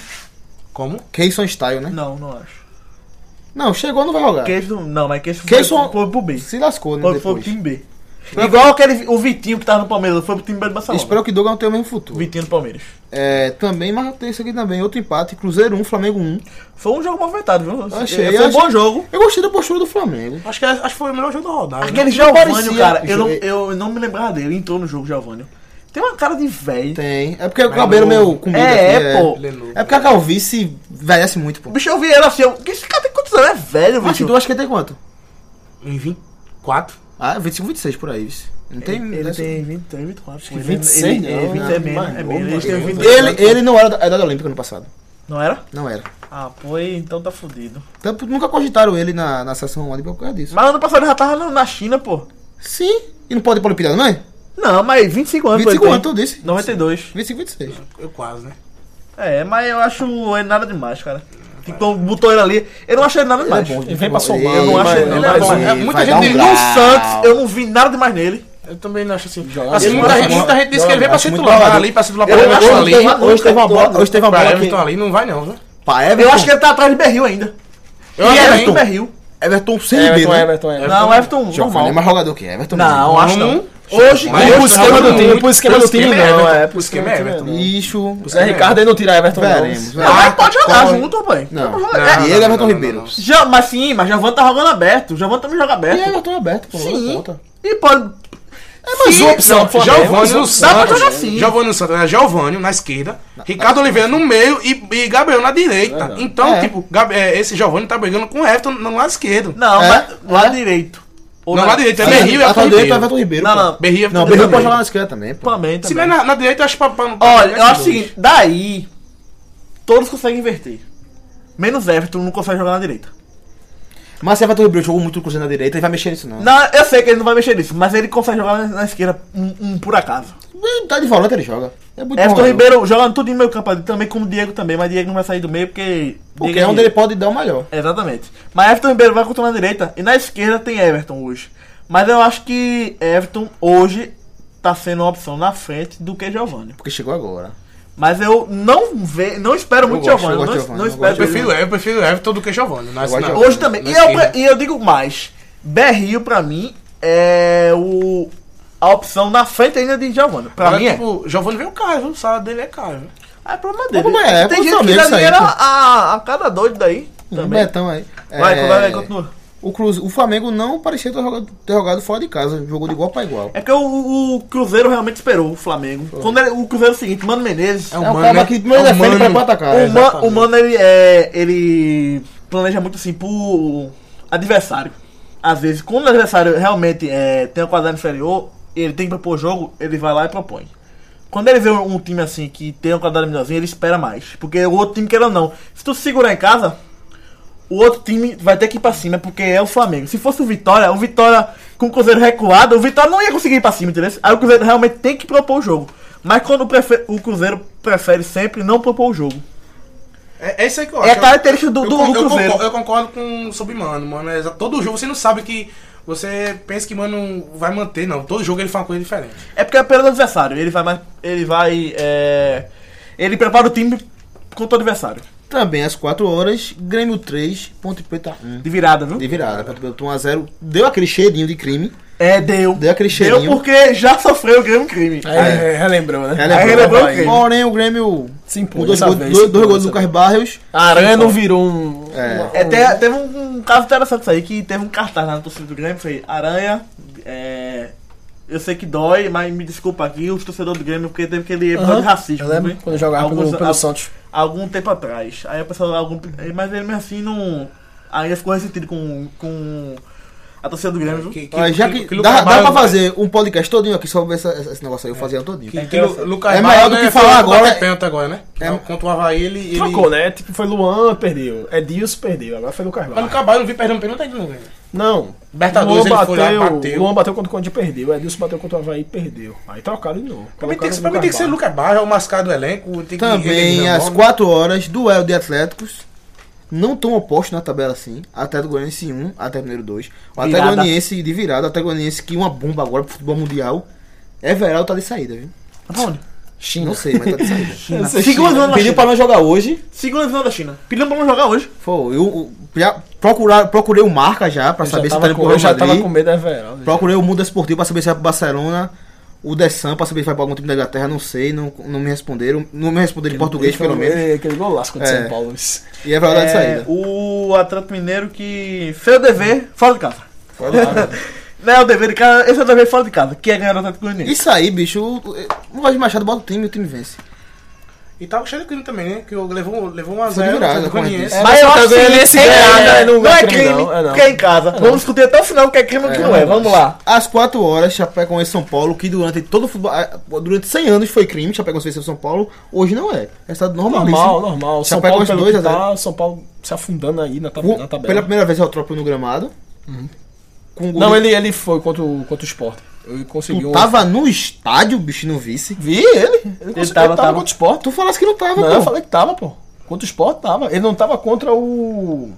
[SPEAKER 4] Como?
[SPEAKER 1] Keyson Style, né?
[SPEAKER 3] Não, não acho.
[SPEAKER 1] Não, chegou, não vai jogar.
[SPEAKER 3] Queixo, não, mas queixo foi,
[SPEAKER 1] Queixo-
[SPEAKER 3] foi, pro B.
[SPEAKER 1] Se lascou, né?
[SPEAKER 3] Foi, foi pro
[SPEAKER 1] Depois.
[SPEAKER 3] time B. Igual aquele, o Vitinho que tava no Palmeiras, foi pro time B do Barcelona.
[SPEAKER 1] Espero que o Douglas não tenha o mesmo
[SPEAKER 3] O
[SPEAKER 1] futuro.
[SPEAKER 3] Vitinho do Palmeiras.
[SPEAKER 1] É, também, mas tem isso aqui também. Outro empate. Cruzeiro 1, Flamengo 1.
[SPEAKER 3] Foi um jogo movimentado, viu?
[SPEAKER 1] Achei,
[SPEAKER 3] foi um
[SPEAKER 1] achei.
[SPEAKER 3] bom jogo. é,
[SPEAKER 1] Eu gostei da postura do Flamengo.
[SPEAKER 4] Acho que, acho que foi o melhor jogo da rodada. né?
[SPEAKER 3] Aquele Giovanni,
[SPEAKER 1] parecia-
[SPEAKER 3] cara, eu não,
[SPEAKER 1] Jo-
[SPEAKER 3] eu não me lembrava dele, entrou no jogo Giovanni. Tem uma cara de velho.
[SPEAKER 1] Tem. É porque o cabelo
[SPEAKER 4] novo.
[SPEAKER 1] meu comida
[SPEAKER 3] É,
[SPEAKER 1] aqui,
[SPEAKER 3] é, pô.
[SPEAKER 4] Lenovo.
[SPEAKER 1] É porque a calvície envelhece muito, pô.
[SPEAKER 3] O bicho eu vi ele assim, eu, esse cara tem quantos anos? É velho,
[SPEAKER 1] Mas
[SPEAKER 3] bicho.
[SPEAKER 1] tu acha que tem quanto?
[SPEAKER 4] Em 24.
[SPEAKER 1] Ah, 25, 26 por aí, vice. Não tem.
[SPEAKER 3] Ele,
[SPEAKER 1] não
[SPEAKER 3] ele
[SPEAKER 1] é-
[SPEAKER 3] tem 23, 24. pô. Ele-
[SPEAKER 5] 26
[SPEAKER 3] ele-
[SPEAKER 5] não,
[SPEAKER 3] é, 20
[SPEAKER 5] né?
[SPEAKER 3] é menos, é
[SPEAKER 5] Mais
[SPEAKER 3] menos.
[SPEAKER 5] novo,
[SPEAKER 3] Ele tem
[SPEAKER 5] mais
[SPEAKER 3] 20.
[SPEAKER 1] Ele, ele não era da, é da Olímpica no passado.
[SPEAKER 3] Não era?
[SPEAKER 1] Não era.
[SPEAKER 3] Ah, pô, então tá fudido.
[SPEAKER 1] Tanto, nunca cogitaram ele na, na sessão olímpica por causa disso.
[SPEAKER 3] Mas ano passado ele já tava na- na China, pô.
[SPEAKER 1] Sim. E não pode ir pra Olimpíada, não é?
[SPEAKER 3] Não, mas 25 anos, pô, ele
[SPEAKER 1] 25
[SPEAKER 3] tem.
[SPEAKER 1] anos, eu disse.
[SPEAKER 3] 92.
[SPEAKER 1] 25, 26.
[SPEAKER 4] Eu quase, né?
[SPEAKER 3] É, mas eu acho ele nada demais, cara. Então botou ele ali. Eu não achei ele nada demais.
[SPEAKER 5] Ele vem pra somar.
[SPEAKER 3] eu não acho
[SPEAKER 5] Mas-
[SPEAKER 3] ele, ele é
[SPEAKER 5] mas-
[SPEAKER 3] bom.
[SPEAKER 5] mas-
[SPEAKER 3] É,
[SPEAKER 1] vai
[SPEAKER 3] muita
[SPEAKER 1] dar
[SPEAKER 3] gente
[SPEAKER 1] um
[SPEAKER 3] dele no
[SPEAKER 1] grau.
[SPEAKER 3] Santos, eu não vi nada demais nele.
[SPEAKER 4] Eu também não acho assim.
[SPEAKER 5] Jogar
[SPEAKER 4] assim
[SPEAKER 5] assim,
[SPEAKER 4] muita,
[SPEAKER 1] mas-
[SPEAKER 4] gente, muita gente disse que ele veio pra
[SPEAKER 1] acho
[SPEAKER 4] ser
[SPEAKER 1] muito
[SPEAKER 4] titular.
[SPEAKER 1] barato.
[SPEAKER 4] ali pra ser titular.
[SPEAKER 1] Eu
[SPEAKER 4] pra
[SPEAKER 1] acho
[SPEAKER 4] Everton
[SPEAKER 1] ali, hoje, teve uma bola. Hoje teve uma
[SPEAKER 4] Pra
[SPEAKER 1] bola.
[SPEAKER 4] Everton
[SPEAKER 1] que-
[SPEAKER 4] ali não vai não, viu?
[SPEAKER 1] Pra
[SPEAKER 3] Eu
[SPEAKER 1] Everton.
[SPEAKER 3] acho que ele tá atrás de Berril ainda.
[SPEAKER 4] Eu
[SPEAKER 3] e
[SPEAKER 4] acho
[SPEAKER 3] Everton?
[SPEAKER 4] Everton.
[SPEAKER 3] Berril.
[SPEAKER 1] Everton sem
[SPEAKER 5] Everton,
[SPEAKER 1] Ribeiro. né?
[SPEAKER 5] Everton, Everton.
[SPEAKER 3] Não, Everton
[SPEAKER 1] Jovem é
[SPEAKER 3] normal.
[SPEAKER 1] mais jogador que Everton.
[SPEAKER 3] Não,
[SPEAKER 1] né?
[SPEAKER 4] Hum?
[SPEAKER 3] acho não. Hoje,
[SPEAKER 4] Mas
[SPEAKER 3] hoje
[SPEAKER 5] Não pro esquema
[SPEAKER 4] não,
[SPEAKER 5] do time,
[SPEAKER 4] muito.
[SPEAKER 5] pro esquema do time não, é.
[SPEAKER 4] O esquema é Everton.
[SPEAKER 1] Isso.
[SPEAKER 4] O
[SPEAKER 5] Zé
[SPEAKER 4] esquema é
[SPEAKER 5] Ricardo aí não tira Everton
[SPEAKER 1] Veremos.
[SPEAKER 5] não.
[SPEAKER 3] não, mas
[SPEAKER 1] veremos.
[SPEAKER 3] pode jogar
[SPEAKER 1] Corre.
[SPEAKER 3] junto, rapaz.
[SPEAKER 1] Não.
[SPEAKER 3] É,
[SPEAKER 4] Não,
[SPEAKER 1] Diego
[SPEAKER 4] não,
[SPEAKER 1] Everton
[SPEAKER 4] não, não,
[SPEAKER 1] Ribeiro.
[SPEAKER 4] não.
[SPEAKER 3] Já, mas sim, mas Javan tá jogando aberto. Javan também joga
[SPEAKER 1] E
[SPEAKER 3] aberto.
[SPEAKER 1] Everton é aberto, pô.
[SPEAKER 3] Sim.
[SPEAKER 1] Conta.
[SPEAKER 3] E pode.
[SPEAKER 5] É mais uma opção. pro Flamengo.
[SPEAKER 4] Giovanni no
[SPEAKER 3] Dá pra
[SPEAKER 4] Santos.
[SPEAKER 3] jogar assim.
[SPEAKER 4] Giovanni no Santos. né? Giovanni na esquerda. Ricardo Oliveira no meio e, e Gabriel na direita. Então,
[SPEAKER 1] É.
[SPEAKER 4] tipo, Gab- é, esse Giovanni tá brigando com o Everton no lado esquerdo.
[SPEAKER 3] Não,
[SPEAKER 1] É,
[SPEAKER 3] mas lá direito. Ou
[SPEAKER 4] Não,
[SPEAKER 3] na-
[SPEAKER 4] lá direito é
[SPEAKER 1] Ah,
[SPEAKER 4] Berrio e
[SPEAKER 1] lateral
[SPEAKER 4] Everton
[SPEAKER 1] direito é
[SPEAKER 4] Ribeiro.
[SPEAKER 1] Everton Ribeiro.
[SPEAKER 3] Não,
[SPEAKER 1] pô.
[SPEAKER 3] não.
[SPEAKER 4] Berrio e
[SPEAKER 1] Não,
[SPEAKER 4] Everton
[SPEAKER 1] o Berrio
[SPEAKER 4] Ribeiro.
[SPEAKER 1] pode jogar na esquerda também, pô.
[SPEAKER 3] Também,
[SPEAKER 4] Se
[SPEAKER 3] também.
[SPEAKER 4] não é na, é na direita, eu acho pra... pra- pra-
[SPEAKER 3] Olha, eu acho o
[SPEAKER 4] dois.
[SPEAKER 3] seguinte, daí todos conseguem inverter. Menos Everton não consegue jogar na direita.
[SPEAKER 1] Mas se Everton Ribeiro jogou muito no Cruzeiro na direita, ele vai mexer nisso, não.
[SPEAKER 3] Não, eu sei que ele não vai mexer nisso, mas ele consegue jogar na, na esquerda um, um por acaso.
[SPEAKER 1] Ele Tá de volante, ele joga. É muito
[SPEAKER 3] Everton
[SPEAKER 1] bom,
[SPEAKER 3] Ribeiro joga tudo no meio campo ali também, como o Diego também, mas Diego não vai sair do meio porque.
[SPEAKER 1] Porque
[SPEAKER 3] Diego
[SPEAKER 1] é onde ele pode dar o melhor.
[SPEAKER 3] Exatamente. Mas Everton Ribeiro vai continuar na direita e na esquerda tem Everton hoje. Mas eu acho que Everton hoje tá sendo uma opção na frente do que Giovanni.
[SPEAKER 1] Porque chegou agora.
[SPEAKER 3] Mas eu não ve não espero muito
[SPEAKER 1] gosto,
[SPEAKER 3] Giovanni.
[SPEAKER 1] eu
[SPEAKER 3] Não,
[SPEAKER 1] gosto de
[SPEAKER 3] não
[SPEAKER 1] Giovanni, eu
[SPEAKER 3] espero
[SPEAKER 4] Eu prefiro, é, eu prefiro Everton do que Giovanni. na-
[SPEAKER 1] gosto de
[SPEAKER 4] na-
[SPEAKER 1] Giovanni.
[SPEAKER 3] Hoje também.
[SPEAKER 4] na
[SPEAKER 3] E é eu,
[SPEAKER 4] esquerda.
[SPEAKER 3] pre- e eu digo mais. Berrio, pra mim, é o, a opção na frente ainda de Giovanni. Pra
[SPEAKER 4] Agora,
[SPEAKER 3] mim é.
[SPEAKER 4] tipo, Giovanni veio caro, viu? O salário dele é caro. viu?
[SPEAKER 3] Ah, É problema dele.
[SPEAKER 1] Como é? É
[SPEAKER 3] Tem
[SPEAKER 1] pro
[SPEAKER 3] gente que
[SPEAKER 1] Flamengo
[SPEAKER 3] dá
[SPEAKER 1] isso aí, né?
[SPEAKER 3] dinheiro
[SPEAKER 1] pô.
[SPEAKER 3] a, a cada doido daí.
[SPEAKER 1] Um
[SPEAKER 3] Também.
[SPEAKER 1] betão aí.
[SPEAKER 3] Vai,
[SPEAKER 1] É,
[SPEAKER 3] vai, vai, continua.
[SPEAKER 1] o, Cruz, o Flamengo não parecia ter jogado, ter jogado fora de casa. Jogou de igual pra igual.
[SPEAKER 3] É porque o, o Cruzeiro realmente esperou o Flamengo. Quando ele- o Cruzeiro é o seguinte, Mano Menezes.
[SPEAKER 4] É um
[SPEAKER 1] É o
[SPEAKER 4] mano,
[SPEAKER 1] cara
[SPEAKER 4] né?
[SPEAKER 1] que primeiro
[SPEAKER 4] É um
[SPEAKER 1] defende pra
[SPEAKER 4] mano.
[SPEAKER 1] pra atacar.
[SPEAKER 3] o, Man-
[SPEAKER 4] exatamente.
[SPEAKER 3] o Mano, ele, é, ele planeja muito assim pro adversário. Às vezes, quando o adversário realmente é, tem uma qualidade inferior, ele tem que propor jogo, ele vai lá e propõe. Quando ele vê um um time assim que tem uma qualidade melhorzinha, ele espera mais. Porque o outro time, queira ou não, se tu se segurar em casa, o outro time vai ter que ir pra cima, porque é o Flamengo. Se fosse o Vitória, o Vitória com o Cruzeiro recuado, o Vitória não ia conseguir ir pra cima, entendeu? Aí o Cruzeiro realmente tem que propor o jogo. Mas quando prefe- o Cruzeiro prefere sempre não propor o jogo.
[SPEAKER 4] É, é isso aí que eu acho.
[SPEAKER 3] É a característica do,
[SPEAKER 4] Eu,
[SPEAKER 3] do,
[SPEAKER 4] con-
[SPEAKER 3] do
[SPEAKER 4] eu
[SPEAKER 3] Cruzeiro.
[SPEAKER 4] concordo, eu concordo com o sobre mano, mano. é exa- todo jogo você não sabe que. Você pensa que mano vai manter, não. Todo jogo ele faz uma coisa diferente.
[SPEAKER 3] É porque é pelo adversário. Ele vai mais. Ele vai. é, Ele prepara o time contra o adversário.
[SPEAKER 1] Também às 4 horas, Grêmio 3, Ponte Preta 1.
[SPEAKER 3] De virada, viu?
[SPEAKER 1] De virada. Ponte Preta 1 a 0 Deu aquele cheirinho de crime.
[SPEAKER 3] É, deu.
[SPEAKER 1] Deu aquele
[SPEAKER 3] Deu
[SPEAKER 1] cheirinho.
[SPEAKER 3] porque já sofreu o Grêmio crime.
[SPEAKER 5] É, relembrou, né?
[SPEAKER 1] Ela é
[SPEAKER 3] Aí
[SPEAKER 1] boa.
[SPEAKER 3] lembrou o Grêmio.
[SPEAKER 1] Porém, o Grêmio.
[SPEAKER 5] Se
[SPEAKER 1] Com
[SPEAKER 5] impôs
[SPEAKER 1] dois
[SPEAKER 5] dessa
[SPEAKER 1] gols,
[SPEAKER 5] vez,
[SPEAKER 1] dois,
[SPEAKER 5] se
[SPEAKER 1] dois
[SPEAKER 5] impôs
[SPEAKER 1] gols do
[SPEAKER 5] dessa
[SPEAKER 1] Lucas Barrios.
[SPEAKER 5] A Aranha não virou um.
[SPEAKER 1] É.
[SPEAKER 3] É, te- teve um, um caso interessante isso aí, que teve um cartaz lá na torcida do Grêmio, foi Aranha, é, eu sei que dói, mas me desculpa aqui, os torcedores do Grêmio, porque teve aquele episódio de racismo,
[SPEAKER 5] Eu lembro
[SPEAKER 3] né?
[SPEAKER 5] quando jogava
[SPEAKER 3] Alguns-
[SPEAKER 5] pelo, pelo
[SPEAKER 3] al-
[SPEAKER 5] Santos.
[SPEAKER 3] algum tempo atrás. Aí a pessoa, algum, mas ele mesmo assim não, ainda ficou ressentido com, com a torcida do Grêmio, é, viu?
[SPEAKER 4] Que,
[SPEAKER 1] Olha, já que,
[SPEAKER 4] Lucas
[SPEAKER 1] dá, dá
[SPEAKER 4] Barros-
[SPEAKER 1] pra fazer um podcast todinho aqui sobre essa- essa- esse negócio aí, eu fazia todinho.
[SPEAKER 4] Que, que Lu- Lucas
[SPEAKER 1] É
[SPEAKER 4] Barros,
[SPEAKER 1] maior do que
[SPEAKER 4] né,
[SPEAKER 1] falar
[SPEAKER 4] foi
[SPEAKER 1] agora,
[SPEAKER 4] bater
[SPEAKER 1] é-
[SPEAKER 4] pênalti agora, né?
[SPEAKER 1] é-
[SPEAKER 4] Contra o Havaí, ele. ele...
[SPEAKER 5] Trocou, né? Tipo, foi Luan, perdeu. Edilson, perdeu. Agora foi Lucas
[SPEAKER 4] Mas
[SPEAKER 5] Barros.
[SPEAKER 4] Lucas Barros não vi perdendo pênalti ainda, não, velho.
[SPEAKER 5] Não. Luan
[SPEAKER 4] Libertadores, ele foi lá,
[SPEAKER 5] bateu,
[SPEAKER 4] bateu.
[SPEAKER 5] Luan bateu contra o Conde e perdeu. Edilson bateu contra o Havaí e perdeu. Aí trocaram de novo.
[SPEAKER 4] Pra mim tem que, pra
[SPEAKER 5] Colocaram
[SPEAKER 4] mim tem que ser
[SPEAKER 5] Lucas
[SPEAKER 4] Lucas Barros, é o mascado do elenco. Tem que
[SPEAKER 1] Também
[SPEAKER 4] eliminar
[SPEAKER 1] às
[SPEAKER 4] logo.
[SPEAKER 1] 4 horas, duelo de Atléticos. Não tão oposto na tabela assim. Atlético Goianiense 1, Atlético Mineiro 2. O Atlético
[SPEAKER 3] Virada.
[SPEAKER 1] Goianiense de virada, o Atlético Goianiense que uma bomba agora pro futebol mundial. Everaldo tá de saída, viu?
[SPEAKER 3] Tá bom, né?
[SPEAKER 1] Não sei, mas tá de saída.
[SPEAKER 3] China. Segunda zona da
[SPEAKER 1] Pediu
[SPEAKER 3] China.
[SPEAKER 1] pra não jogar hoje.
[SPEAKER 3] Segunda zona da China. Pediu pra não jogar hoje.
[SPEAKER 1] Foi. Eu, eu já procurar, procurei o marca já pra
[SPEAKER 5] Eu
[SPEAKER 1] saber
[SPEAKER 5] já
[SPEAKER 1] se tá
[SPEAKER 5] tava
[SPEAKER 1] indo
[SPEAKER 5] com-
[SPEAKER 1] pro
[SPEAKER 5] Eu
[SPEAKER 1] Real
[SPEAKER 5] já tava
[SPEAKER 1] Madrid.
[SPEAKER 5] com medo é da Everaldo.
[SPEAKER 1] Procurei o Mundo Esportivo pra saber se vai pro Barcelona. O Dessan pra saber se vai pra algum time da Inglaterra, não sei, não, não me responderam. Não me responderam em português, pelo menos.
[SPEAKER 5] Aquele golaço contra o
[SPEAKER 1] É.
[SPEAKER 5] São Paulo. isso.
[SPEAKER 1] E Everaldo tá de saída.
[SPEAKER 3] É, O Atlético Mineiro que fez o dever fora de casa.
[SPEAKER 1] né?
[SPEAKER 3] Não é o dever de casa, esse é o dever fora de casa, que é ganhar o Atlético Goianiense.
[SPEAKER 1] Isso aí, bicho. O o Roger Machado bota o time e o time vence.
[SPEAKER 4] E tava cheio de crime também, né? Que eu- levou, levou um a
[SPEAKER 1] Foi
[SPEAKER 4] zero.
[SPEAKER 1] de virada,
[SPEAKER 4] contra o
[SPEAKER 1] como eu
[SPEAKER 4] Goianiense.
[SPEAKER 5] disse.
[SPEAKER 3] Mas eu
[SPEAKER 5] Só
[SPEAKER 3] acho
[SPEAKER 5] tá
[SPEAKER 3] que
[SPEAKER 5] ganhando esse
[SPEAKER 3] é
[SPEAKER 5] ganhar,
[SPEAKER 3] crime,
[SPEAKER 5] né? Não
[SPEAKER 3] não é
[SPEAKER 5] é crime,
[SPEAKER 3] crime,
[SPEAKER 5] não. É não.
[SPEAKER 3] porque é em casa. Vamos discutir até o final o que é crime e o que não é. Vamos lá.
[SPEAKER 1] Às 4 horas, Chapecoense e São Paulo, que durante todo o futebol, ah, durante 100 anos foi crime, Chapecoense venceu São Paulo, hoje não é. É estado normalíssimo.
[SPEAKER 5] Normal, normal. São Paulo,
[SPEAKER 1] Chapecoense
[SPEAKER 5] pelo
[SPEAKER 1] dois
[SPEAKER 5] que
[SPEAKER 1] a zero.
[SPEAKER 5] tá, São Paulo se afundando aí na, tab
[SPEAKER 1] Com-
[SPEAKER 5] na
[SPEAKER 1] pela
[SPEAKER 5] tabela. Uhum.
[SPEAKER 1] primeira vez é o Trópio no gramado. Com o gol
[SPEAKER 5] Não,
[SPEAKER 1] de-
[SPEAKER 5] ele, é ele foi contra o, contra o Sport. Ele conseguiu.
[SPEAKER 1] Tu tá tava no estádio, bicho, no vice.
[SPEAKER 5] Vi ele. Ele, conseguiu, ele
[SPEAKER 3] tava,
[SPEAKER 5] tava,
[SPEAKER 3] tava.
[SPEAKER 5] contra o Sport.
[SPEAKER 1] Tu falasse que não tava,
[SPEAKER 5] Não,
[SPEAKER 1] pô.
[SPEAKER 5] eu falei que tava, pô. Contra o Sport tava. Ele não tava contra o.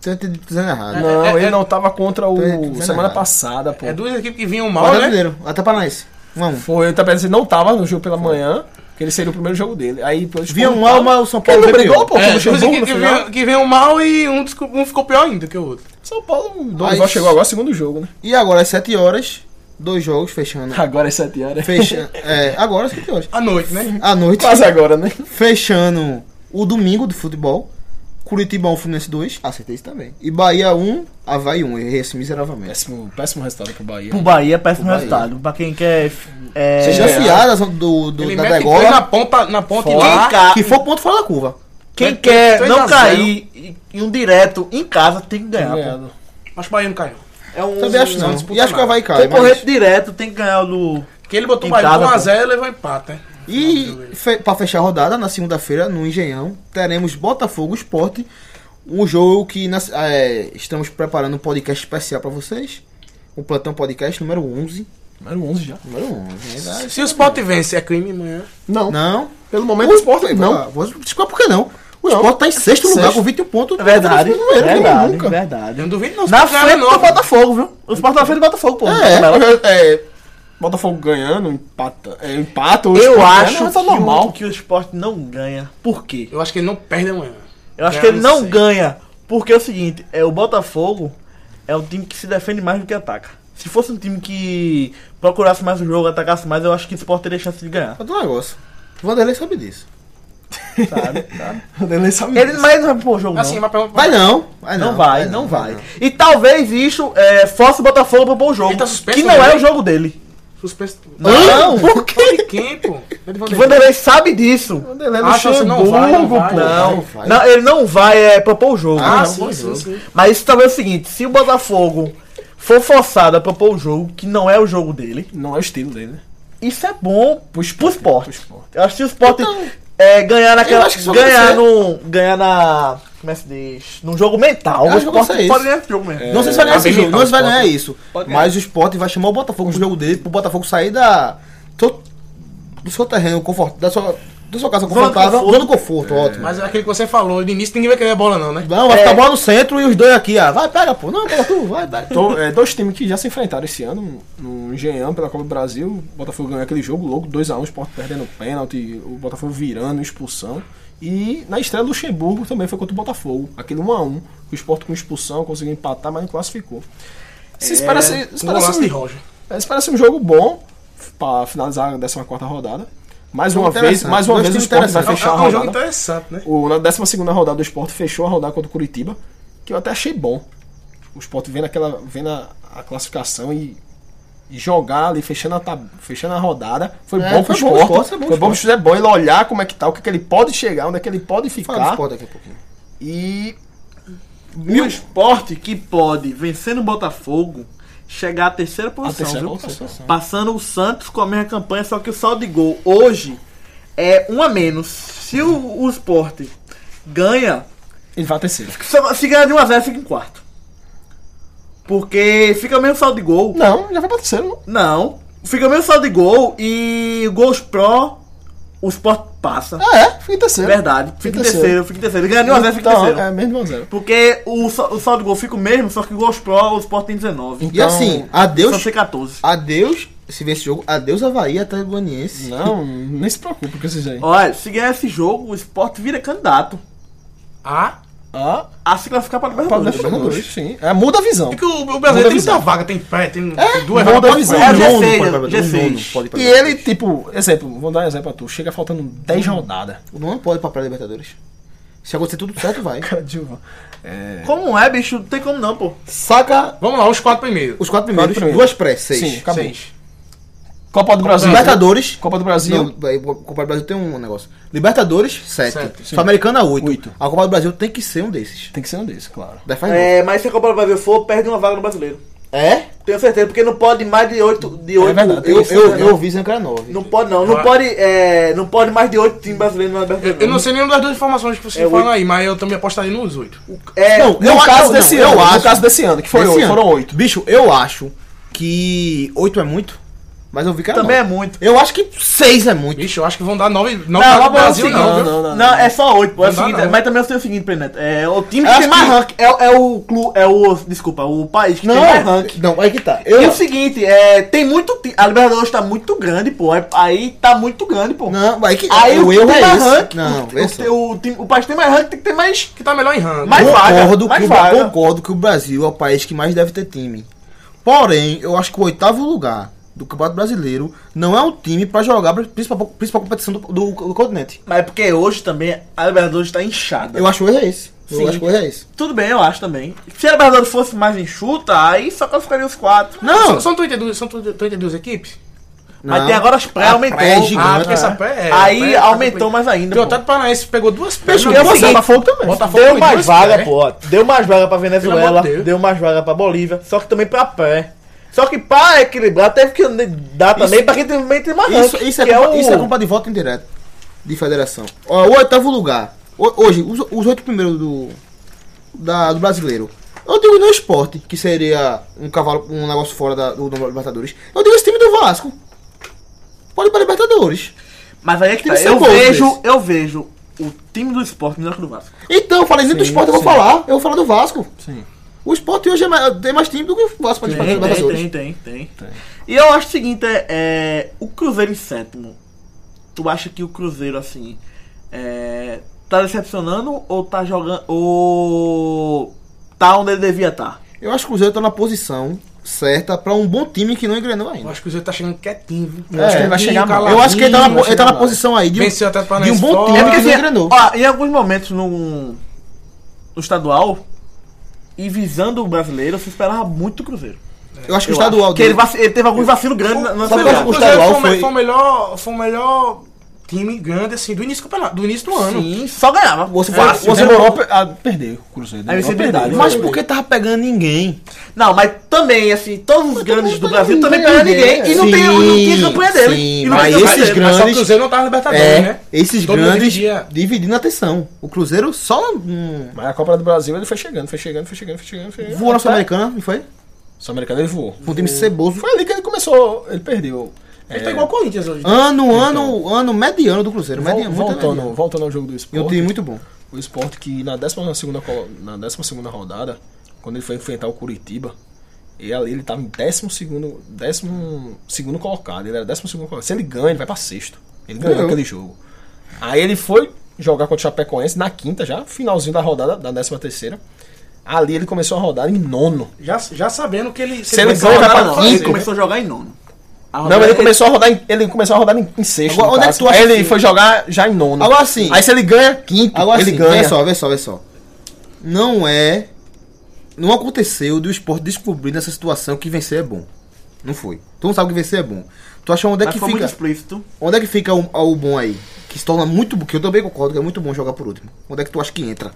[SPEAKER 1] Você tá dizendo errado.
[SPEAKER 5] Não,
[SPEAKER 4] é,
[SPEAKER 5] ele
[SPEAKER 4] é-
[SPEAKER 5] não tava contra
[SPEAKER 1] Tô dizendo
[SPEAKER 5] o. Semana
[SPEAKER 1] errado.
[SPEAKER 5] passada, pô.
[SPEAKER 4] É duas equipes que vinham
[SPEAKER 1] Mas
[SPEAKER 4] mal,
[SPEAKER 1] é
[SPEAKER 4] né?
[SPEAKER 1] Mineiro, até Paranaense. 1 a 1.
[SPEAKER 5] Foi, ele tá pensando que não tava no jogo pela manhã, que ele seria o primeiro jogo dele. Aí, pô, eles
[SPEAKER 1] Vinha
[SPEAKER 5] foram-
[SPEAKER 1] um mal, mas o São
[SPEAKER 5] Porque
[SPEAKER 1] Paulo
[SPEAKER 5] ele não
[SPEAKER 1] veio
[SPEAKER 5] brigou,
[SPEAKER 1] pior.
[SPEAKER 5] pô,
[SPEAKER 4] É,
[SPEAKER 5] com o
[SPEAKER 4] duas
[SPEAKER 5] Luxemburgo no
[SPEAKER 4] equipes que
[SPEAKER 5] final.
[SPEAKER 4] vinham, que vinham mal e um, desco- um ficou pior ainda que o outro.
[SPEAKER 5] São Paulo, o
[SPEAKER 1] Aí-
[SPEAKER 5] Dorival chegou agora, segundo jogo, né?
[SPEAKER 1] E agora, às 7 é horas, Dois jogos fechando.
[SPEAKER 2] Agora é 7 horas.
[SPEAKER 1] Fechando. É, agora sete horas.
[SPEAKER 4] À noite, né?
[SPEAKER 1] À noite.
[SPEAKER 2] Quase agora, né?
[SPEAKER 1] Fechando o domingo do futebol. Curitibão Fluminense 2, acertei isso também. E Bahia 1, Havaí 1, errei esse miseravelmente.
[SPEAKER 5] Péssimo, péssimo resultado pro Bahia.
[SPEAKER 3] Pro Bahia, péssimo
[SPEAKER 1] Bahia.
[SPEAKER 3] resultado. Pra quem quer. É,
[SPEAKER 1] Seja afiadas do, do,
[SPEAKER 4] Ele
[SPEAKER 1] da
[SPEAKER 4] mete três na
[SPEAKER 1] degola,
[SPEAKER 4] ponta, na ponta e
[SPEAKER 3] Fora.
[SPEAKER 4] lá.
[SPEAKER 3] ca-
[SPEAKER 1] que for ponto fora da curva.
[SPEAKER 3] quem
[SPEAKER 4] Três-
[SPEAKER 3] quer
[SPEAKER 4] três a
[SPEAKER 3] não
[SPEAKER 4] zero.
[SPEAKER 3] cair em- em um direto em casa tem que ganhar. pô.
[SPEAKER 2] Ganhado.
[SPEAKER 4] Acho que o Bahia não caiu.
[SPEAKER 7] É um.
[SPEAKER 1] Também acho não.
[SPEAKER 4] disputa
[SPEAKER 1] E acho que o Havaí cai.
[SPEAKER 3] Concorrente
[SPEAKER 1] Mas...
[SPEAKER 3] direto tem que ganhar do.
[SPEAKER 4] Porque ele botou
[SPEAKER 3] Em
[SPEAKER 4] o Bahia
[SPEAKER 3] casa,
[SPEAKER 4] 1x0 e levou empate, né?
[SPEAKER 1] E fe... pra fechar a rodada, na segunda-feira, no Engenhão, teremos Botafogo Esporte. Um jogo que nas- é, estamos preparando um podcast especial pra vocês. O Plantão Podcast número 11.
[SPEAKER 2] Número 11 já.
[SPEAKER 1] Número 11, é verdade.
[SPEAKER 4] Se o Sport vence, é crime amanhã.
[SPEAKER 5] Não,
[SPEAKER 1] Não. Ah,
[SPEAKER 5] pelo momento o esporte não.
[SPEAKER 1] Vou explicar por que não. O Sport tá em sexto lugar com 21 pontos.
[SPEAKER 3] É verdade.
[SPEAKER 1] Não era,
[SPEAKER 3] verdade,
[SPEAKER 1] nunca.
[SPEAKER 3] verdade.
[SPEAKER 4] Eu não duvido, não.
[SPEAKER 3] Na
[SPEAKER 4] Sport ganha
[SPEAKER 3] frente do
[SPEAKER 4] novo.
[SPEAKER 3] Botafogo, viu? Os Sport tá na frente do Botafogo, pô. tá-
[SPEAKER 5] É, é, Botafogo ganhando, empata. É, empata ou
[SPEAKER 3] Eu
[SPEAKER 5] esporte
[SPEAKER 3] acho
[SPEAKER 5] ganha,
[SPEAKER 3] que,
[SPEAKER 5] tá normal.
[SPEAKER 3] O, que o esporte não ganha. Por quê?
[SPEAKER 4] Eu acho que ele não perde amanhã.
[SPEAKER 3] Eu acho
[SPEAKER 4] É,
[SPEAKER 3] que ele
[SPEAKER 4] não
[SPEAKER 3] não
[SPEAKER 4] sei.
[SPEAKER 3] ganha. Porque é o seguinte, é o Botafogo é um time que se defende mais do que ataca. Se fosse um time que procurasse mais o jogo, atacasse mais, eu acho que o Sport teria chance de ganhar.
[SPEAKER 1] É do negócio. Vanderlei sabe disso.
[SPEAKER 3] Sabe?
[SPEAKER 5] Ele sabe
[SPEAKER 3] ele, mas ele não vai pro jogo,
[SPEAKER 4] Assim,
[SPEAKER 3] não.
[SPEAKER 4] mas pra-
[SPEAKER 1] Vai não. Vai
[SPEAKER 3] Não,
[SPEAKER 1] não.
[SPEAKER 3] vai, não vai. E talvez isso é, force o Botafogo pro bom jogo.
[SPEAKER 4] Ele tá suspenso
[SPEAKER 3] que não
[SPEAKER 4] também?
[SPEAKER 3] é o jogo dele.
[SPEAKER 4] Suspenso.
[SPEAKER 3] Não, por quê?
[SPEAKER 4] De quem, pô? É de
[SPEAKER 3] Que
[SPEAKER 4] Vanderlei.
[SPEAKER 3] Vanderlei sabe disso.
[SPEAKER 4] Ah, então você não vai, não vai.
[SPEAKER 3] Não,
[SPEAKER 1] vai.
[SPEAKER 3] não, ele não vai é, propor o jogo.
[SPEAKER 4] Ah,
[SPEAKER 3] Não.
[SPEAKER 4] sim, sim, sim.
[SPEAKER 3] Mas isso também é o seguinte, se o Botafogo for forçado a propor o jogo, que não é o jogo dele,
[SPEAKER 5] Não é o estilo dele, né?
[SPEAKER 3] isso é bom pro esporte.
[SPEAKER 5] Pro esporte.
[SPEAKER 3] Eu acho que o esporte é, ganhar
[SPEAKER 1] Então, Eu
[SPEAKER 3] naquela.
[SPEAKER 1] acho que isso
[SPEAKER 3] Ganhar
[SPEAKER 1] vai
[SPEAKER 3] no. Ganhar na. Como é que se diz? Num jogo mental.
[SPEAKER 1] Eu
[SPEAKER 3] o
[SPEAKER 1] acho que vai
[SPEAKER 3] esporte
[SPEAKER 1] ser isso.
[SPEAKER 3] pode ganhar esse jogo mesmo.
[SPEAKER 1] Não sei se vai ganhar esse
[SPEAKER 4] Habilita
[SPEAKER 1] jogo, não
[SPEAKER 4] o
[SPEAKER 1] sei se vai
[SPEAKER 4] Sport.
[SPEAKER 1] ganhar isso. Mas o Sport vai chamar o Botafogo no jogo dele pro Botafogo sair da. to- do seu terreno confortável. Da sua, da sua casa confortável.
[SPEAKER 3] conforto.
[SPEAKER 1] Zona do conforto, ótimo.
[SPEAKER 4] Mas é aquele que você falou, no início ninguém vai querer a bola, não, né?
[SPEAKER 1] Não, vai ficar
[SPEAKER 3] É.
[SPEAKER 1] a bola no centro e os dois aqui, ah. Vai, pega, pô. Não, pega tu, vai, pega.
[SPEAKER 5] Então, é, dois times que já se enfrentaram esse ano no Engenhão pela Copa do Brasil. O Botafogo ganhou aquele jogo louco, 2x1, o Sport perdendo pênalti, o Botafogo virando, expulsão. E na estreia do Luxemburgo também foi contra o Botafogo, aquele 1x1. O Sport com expulsão conseguiu empatar, mas não classificou. Se espera, se,
[SPEAKER 4] Um
[SPEAKER 5] espera,
[SPEAKER 4] golaço de
[SPEAKER 5] se,
[SPEAKER 4] Roger.
[SPEAKER 5] Mas parece um jogo bom para finalizar a 14 rodada. Mais
[SPEAKER 1] Jogo
[SPEAKER 5] uma vez,
[SPEAKER 1] interessante.
[SPEAKER 5] mais uma
[SPEAKER 1] Dois
[SPEAKER 5] vez o
[SPEAKER 1] times
[SPEAKER 5] Sport vai
[SPEAKER 4] É um-
[SPEAKER 5] fechar a
[SPEAKER 4] é um jogo
[SPEAKER 5] rodada.
[SPEAKER 4] interessante, né?
[SPEAKER 5] O, na 12 rodada, o Sport fechou a rodada contra o Curitiba, que eu até achei bom. O Sport vendo, aquela, vendo a, a classificação e, e jogar ali, fechando a, tab- fechando a rodada. Foi
[SPEAKER 1] É,
[SPEAKER 5] bom pro
[SPEAKER 1] foi bom pro
[SPEAKER 5] Sport.
[SPEAKER 1] Sport, foi bom pro
[SPEAKER 5] Foi bom pro Sport. É bom ele olhar como é que tá, o que, que ele pode chegar, onde é que ele pode
[SPEAKER 1] Fala do
[SPEAKER 5] ficar.
[SPEAKER 1] Sport daqui a pouquinho.
[SPEAKER 5] E
[SPEAKER 3] E o um esporte que pode, vencendo o Botafogo, chegar à terceira posição,
[SPEAKER 5] terceira
[SPEAKER 3] viu?
[SPEAKER 5] posição.
[SPEAKER 3] Passando o Santos com a mesma campanha, só que o saldo de gol hoje é um a menos. Se o, o esporte ganha,
[SPEAKER 5] ele vai a terceiro.
[SPEAKER 3] só- se ganhar de 1 a 0 fica em quarto. Porque fica o mesmo saldo de gol.
[SPEAKER 5] Não, já vai pra terceiro. não.
[SPEAKER 3] Não. Fica o mesmo saldo de gol e gols pró, o esporte passa.
[SPEAKER 5] Ah, é? Fica em terceiro.
[SPEAKER 3] Verdade. Fica em terceiro, fica em terceiro. Ganha de 1 a 0 fica em
[SPEAKER 5] Então,
[SPEAKER 3] terceiro.
[SPEAKER 5] É, mesmo 1 a 0
[SPEAKER 3] Porque o, sa- o saldo de gol fica o mesmo, só que gols pró, o Sport tem 19.
[SPEAKER 1] E assim, adeus.
[SPEAKER 3] Só tem 14.
[SPEAKER 1] Adeus. Se vê esse jogo, adeus Havaí até Guaniense.
[SPEAKER 5] Não, nem se preocupe com esses aí.
[SPEAKER 3] Olha, se ganhar esse jogo, o Sport vira candidato
[SPEAKER 4] Ah,
[SPEAKER 5] Ah,
[SPEAKER 3] a se classificar para
[SPEAKER 5] pra
[SPEAKER 3] Libertadores.
[SPEAKER 5] Libertadores, sim. É, muda a visão.
[SPEAKER 4] é que o, o brasileiro
[SPEAKER 5] Muda a
[SPEAKER 4] tem muita
[SPEAKER 5] visão.
[SPEAKER 4] vaga, tem pé, tem, tem duas
[SPEAKER 5] muda
[SPEAKER 4] vagas,
[SPEAKER 5] a visão.
[SPEAKER 4] pode-
[SPEAKER 3] É,
[SPEAKER 1] Um nono pode
[SPEAKER 3] G6,
[SPEAKER 1] pra-
[SPEAKER 3] G6.
[SPEAKER 1] um nono pode pra
[SPEAKER 5] E ele, tipo, exemplo, vou dar um exemplo pra tu. Chega faltando 10 rodadas.
[SPEAKER 1] O nono pode pra pré-libertadores. Se acontecer tudo certo, vai.
[SPEAKER 5] Cara, Dilma.
[SPEAKER 3] Como é, bicho? Não tem como não, pô.
[SPEAKER 1] Saca
[SPEAKER 4] Vamos lá, os quatro primeiros.
[SPEAKER 1] os quatro primeiros,
[SPEAKER 5] primeiros.
[SPEAKER 1] duas pré, seis.
[SPEAKER 5] Sim, acabou.
[SPEAKER 4] Seis.
[SPEAKER 5] Copa do Brasil.
[SPEAKER 1] Libertadores,
[SPEAKER 5] Copa do Brasil.
[SPEAKER 1] Não, aí, Copa do Brasil tem um negócio. Libertadores, 7.
[SPEAKER 4] Sete,
[SPEAKER 1] Sul-Americana, 8.
[SPEAKER 5] Oito.
[SPEAKER 1] A Copa do Brasil tem que ser um desses.
[SPEAKER 5] Tem que ser um desses, claro.
[SPEAKER 1] Daí faz
[SPEAKER 3] É, mas se a Copa do Brasil for, perde uma vaga no brasileiro.
[SPEAKER 1] não. é?
[SPEAKER 3] Tenho certeza, porque não pode mais de 8. De oito-
[SPEAKER 5] verdade, tem
[SPEAKER 1] Eu,
[SPEAKER 5] isso,
[SPEAKER 1] eu,
[SPEAKER 5] né?
[SPEAKER 1] eu ouvi dizendo que era 9.
[SPEAKER 3] Não pode não. Não
[SPEAKER 4] Ah.
[SPEAKER 3] pode, é, não pode mais de 8 times brasileiros na Libertadores.
[SPEAKER 4] Eu não sei nenhuma das duas informações que vocês
[SPEAKER 3] É,
[SPEAKER 4] falaram aí, mas eu também apostaria nos oito.
[SPEAKER 3] É,
[SPEAKER 1] Não, eu
[SPEAKER 5] no
[SPEAKER 1] acho-
[SPEAKER 5] um caso
[SPEAKER 1] não,
[SPEAKER 5] desse
[SPEAKER 1] eu
[SPEAKER 5] ano,
[SPEAKER 1] acho-
[SPEAKER 5] no caso desse ano, que foi
[SPEAKER 1] Esse
[SPEAKER 5] oito,
[SPEAKER 1] ano.
[SPEAKER 5] foram 8.
[SPEAKER 1] Bicho, eu acho que 8 é muito, mas eu vi que era
[SPEAKER 3] também é
[SPEAKER 1] nove.
[SPEAKER 3] muito.
[SPEAKER 1] Eu acho que 6 é muito.
[SPEAKER 4] Vixe, eu acho que vão dar nove. Não,
[SPEAKER 3] Não,
[SPEAKER 4] não,
[SPEAKER 3] mas
[SPEAKER 4] no Brasil,
[SPEAKER 3] é o
[SPEAKER 4] não.
[SPEAKER 3] seguinte,
[SPEAKER 4] viu?
[SPEAKER 3] não, é só 8, pô. É o
[SPEAKER 4] Não dá,
[SPEAKER 3] seguinte,
[SPEAKER 4] não.
[SPEAKER 3] mas também eu sei o seguinte, Planeta. É o time que
[SPEAKER 1] Acho
[SPEAKER 3] tem mais
[SPEAKER 1] que-
[SPEAKER 3] ranking. É, é o clube, é o. Desculpa, o país que
[SPEAKER 1] Não,
[SPEAKER 3] tem
[SPEAKER 5] é
[SPEAKER 3] mais ranking.
[SPEAKER 1] não, aí que tá.
[SPEAKER 3] E
[SPEAKER 1] Eu,
[SPEAKER 3] o seguinte, é, tem muito. ti- A Libertadores tá muito grande, pô. É- Aí tá muito grande, pô.
[SPEAKER 1] não, aí que
[SPEAKER 3] Aí
[SPEAKER 1] o
[SPEAKER 3] o
[SPEAKER 1] erro
[SPEAKER 3] time
[SPEAKER 1] é
[SPEAKER 3] tem mais
[SPEAKER 1] esse. é
[SPEAKER 3] ranking.
[SPEAKER 1] Não,
[SPEAKER 3] o,
[SPEAKER 1] vê só.
[SPEAKER 3] o, o, time- o país tem mais ranking, tem que ter mais.
[SPEAKER 4] Que tá melhor em ranking.
[SPEAKER 3] mais vaga,
[SPEAKER 1] concordo,
[SPEAKER 3] mais
[SPEAKER 1] que, o-
[SPEAKER 3] vaga.
[SPEAKER 1] concordo que o Brasil é o país que mais deve ter time. Porém, eu acho que o oitavo lugar do Campeonato Brasileiro não é um time pra jogar a principal, principal competição do, do- do continente.
[SPEAKER 3] Mas é porque hoje também a Libertadores tá inchada.
[SPEAKER 1] Eu acho que o erro é esse.
[SPEAKER 3] Sim.
[SPEAKER 1] Eu acho que o erro é esse.
[SPEAKER 3] Tudo bem, eu acho também. Se a Libertadores fosse mais enxuta, aí só classificaria os quatro.
[SPEAKER 1] Não!
[SPEAKER 4] São 32, são 32 equipes?
[SPEAKER 3] Mas
[SPEAKER 1] Não.
[SPEAKER 3] tem agora as pré aumentou.
[SPEAKER 1] pré é gigante.
[SPEAKER 4] Ah, porque essa pé é.
[SPEAKER 3] aí
[SPEAKER 4] pé-
[SPEAKER 3] aumentou mais ainda.
[SPEAKER 4] Tem
[SPEAKER 3] pô.
[SPEAKER 4] o Atlético Paranaense pegou duas pés.
[SPEAKER 3] Porque é o seguinte,
[SPEAKER 4] Botafogo
[SPEAKER 3] deu
[SPEAKER 4] foi
[SPEAKER 3] mais
[SPEAKER 4] duas
[SPEAKER 3] vaga,
[SPEAKER 4] pés.
[SPEAKER 3] pô. Deu mais vaga pra
[SPEAKER 4] Pelo
[SPEAKER 3] Venezuela,
[SPEAKER 4] amor de Deus.
[SPEAKER 3] deu mais vaga pra Bolívia, só que também pra pé. Só que pra equilibrar, teve que dar também pra quem também tem mais
[SPEAKER 1] Isso,
[SPEAKER 3] ranking,
[SPEAKER 1] isso, é,
[SPEAKER 3] que
[SPEAKER 1] culpa,
[SPEAKER 3] o-
[SPEAKER 1] isso é culpa de voto indireto de federação. Ó, o oitavo lugar. O- hoje, os, os oito primeiros do, da- do brasileiro. Eu digo não esporte, que seria um cavalo, um negócio fora da, do, do Libertadores. Eu digo esse time do Vasco. Pode ir pra Libertadores.
[SPEAKER 3] Mas aí é que
[SPEAKER 1] Tem
[SPEAKER 3] tá.
[SPEAKER 1] que ser
[SPEAKER 3] Eu
[SPEAKER 1] bom
[SPEAKER 3] vejo,
[SPEAKER 1] desse.
[SPEAKER 3] eu vejo o time do esporte melhor que o do Vasco.
[SPEAKER 1] Então, eu falei nem do
[SPEAKER 5] Sim,
[SPEAKER 1] esporte, eu vou
[SPEAKER 5] sim.
[SPEAKER 1] falar. Eu vou falar do Vasco.
[SPEAKER 5] Sim.
[SPEAKER 1] O esporte hoje é mais, tem mais time do que o Vasco pra disputar
[SPEAKER 3] Tem, tem,
[SPEAKER 1] Libertadores.
[SPEAKER 3] tem, tem, tem, E eu acho o seguinte, é, é, o Cruzeiro em sétimo, tu acha que o Cruzeiro, assim, é, tá decepcionando ou tá jogando, ou tá onde ele devia estar?
[SPEAKER 1] Eu acho que o Cruzeiro tá na posição certa pra um bom time que não engrenou ainda.
[SPEAKER 4] Eu acho que o Cruzeiro tá chegando quietinho, viu?
[SPEAKER 1] É,
[SPEAKER 5] ele vai chegar mal.
[SPEAKER 1] Eu acho que ele tá na,
[SPEAKER 5] Vai
[SPEAKER 1] ele tá
[SPEAKER 5] chegar
[SPEAKER 1] na
[SPEAKER 5] lá.
[SPEAKER 1] posição aí de um,
[SPEAKER 4] Venceu o Atlético
[SPEAKER 1] de um
[SPEAKER 4] Paranaense
[SPEAKER 1] bom
[SPEAKER 4] fora.
[SPEAKER 1] time
[SPEAKER 3] É porque
[SPEAKER 1] que não
[SPEAKER 3] assim,
[SPEAKER 1] engrenou.
[SPEAKER 3] ó, em alguns momentos no, no estadual e visando o brasileiro, se esperava muito o Cruzeiro.
[SPEAKER 1] Eu acho que o
[SPEAKER 3] Eu
[SPEAKER 1] estadual
[SPEAKER 3] acho que ele, vac- ele teve alguns vacilos grandes na, na
[SPEAKER 1] Sabe qual-
[SPEAKER 3] Série A.
[SPEAKER 1] o
[SPEAKER 4] O Cruzeiro
[SPEAKER 1] estadual
[SPEAKER 4] foi, o me-
[SPEAKER 1] foi-
[SPEAKER 4] foi o melhor, foi o melhor time grande, assim, do início do, campeonato, do, início do ano.
[SPEAKER 3] Sim, só ganhava.
[SPEAKER 1] Você foi-
[SPEAKER 3] Fácil.
[SPEAKER 1] você-
[SPEAKER 5] Você demorou a perder o Cruzeiro.
[SPEAKER 3] Aí você
[SPEAKER 5] demorou a perder.
[SPEAKER 3] perdeu.
[SPEAKER 1] Mas por que tava pegando ninguém?
[SPEAKER 3] Não, mas também, assim, todos os grandes do Brasil também pegaram ninguém e não, tem,
[SPEAKER 1] Sim,
[SPEAKER 3] não tinha campanha dele.
[SPEAKER 1] sim,
[SPEAKER 3] e não
[SPEAKER 1] mas
[SPEAKER 3] tem campanha
[SPEAKER 1] esses
[SPEAKER 3] dele.
[SPEAKER 1] grandes-
[SPEAKER 4] Mas só que o Cruzeiro não tava na Libertadores,
[SPEAKER 1] É,
[SPEAKER 4] né?
[SPEAKER 1] esses
[SPEAKER 4] Todo mundo
[SPEAKER 1] grandes
[SPEAKER 4] dividia.
[SPEAKER 1] dividindo a atenção. O Cruzeiro só hum,
[SPEAKER 5] Mas a Copa do Brasil ele foi chegando, foi chegando, foi chegando, foi chegando. Foi chegando.
[SPEAKER 1] voou na Sul-Americana, não foi?
[SPEAKER 5] Só americano ele voou.
[SPEAKER 1] Com um time ceboso.
[SPEAKER 5] Foi ali que ele começou, ele perdeu.
[SPEAKER 4] Ele
[SPEAKER 5] É,
[SPEAKER 4] tá igual o Corinthians hoje.
[SPEAKER 1] Ano, ano, ano mediano do Cruzeiro.
[SPEAKER 5] vol-
[SPEAKER 1] Mediano, muito
[SPEAKER 5] voltando,
[SPEAKER 1] mediano.
[SPEAKER 5] voltando ao jogo do
[SPEAKER 1] E um
[SPEAKER 5] esporte.
[SPEAKER 1] time muito bom.
[SPEAKER 5] O esporte que na 12 colo- na 12 rodada, quando ele foi enfrentar o Curitiba, ele, ali ele tava em 12, 12 colocado. Ele era 12 colocado. Se ele ganha, ele vai pra sexto. Ele ganhou
[SPEAKER 1] Ganhou.
[SPEAKER 5] aquele jogo. Aí ele foi jogar contra o Chapecoense na quinta já, finalzinho da rodada, da 13 terceira. Ali ele começou a rodar em nono.
[SPEAKER 4] Já, já sabendo que ele...
[SPEAKER 5] Se ele
[SPEAKER 4] começar
[SPEAKER 5] ganha, vai
[SPEAKER 4] a rodar,
[SPEAKER 5] pra
[SPEAKER 4] não,
[SPEAKER 3] Ele
[SPEAKER 5] Cinco.
[SPEAKER 3] começou a jogar em nono. A
[SPEAKER 5] Não,
[SPEAKER 3] rodada-
[SPEAKER 5] mas ele começou a rodar em, ele começou a rodar em, em sexto.
[SPEAKER 1] Agora,
[SPEAKER 5] no
[SPEAKER 1] onde é
[SPEAKER 5] caso.
[SPEAKER 1] que tu acha
[SPEAKER 5] Aí ele
[SPEAKER 1] que-
[SPEAKER 5] foi jogar já em nono.
[SPEAKER 1] Agora sim.
[SPEAKER 5] Aí se ele ganha, quinto,
[SPEAKER 1] Agora
[SPEAKER 5] ele
[SPEAKER 1] sim,
[SPEAKER 5] ganha.
[SPEAKER 1] vê só, vê só, vê só. Não é. Não aconteceu de o esporte descobrir nessa situação que vencer é bom. Não foi. Tu não sabe que vencer é bom. Tu acha onde é
[SPEAKER 3] mas
[SPEAKER 1] que
[SPEAKER 3] foi muito
[SPEAKER 1] fica.
[SPEAKER 3] explícito.
[SPEAKER 1] Onde é que fica o, o bom aí? Que se torna muito bom, que eu também concordo que é muito bom jogar por último. Onde é que tu acha que entra?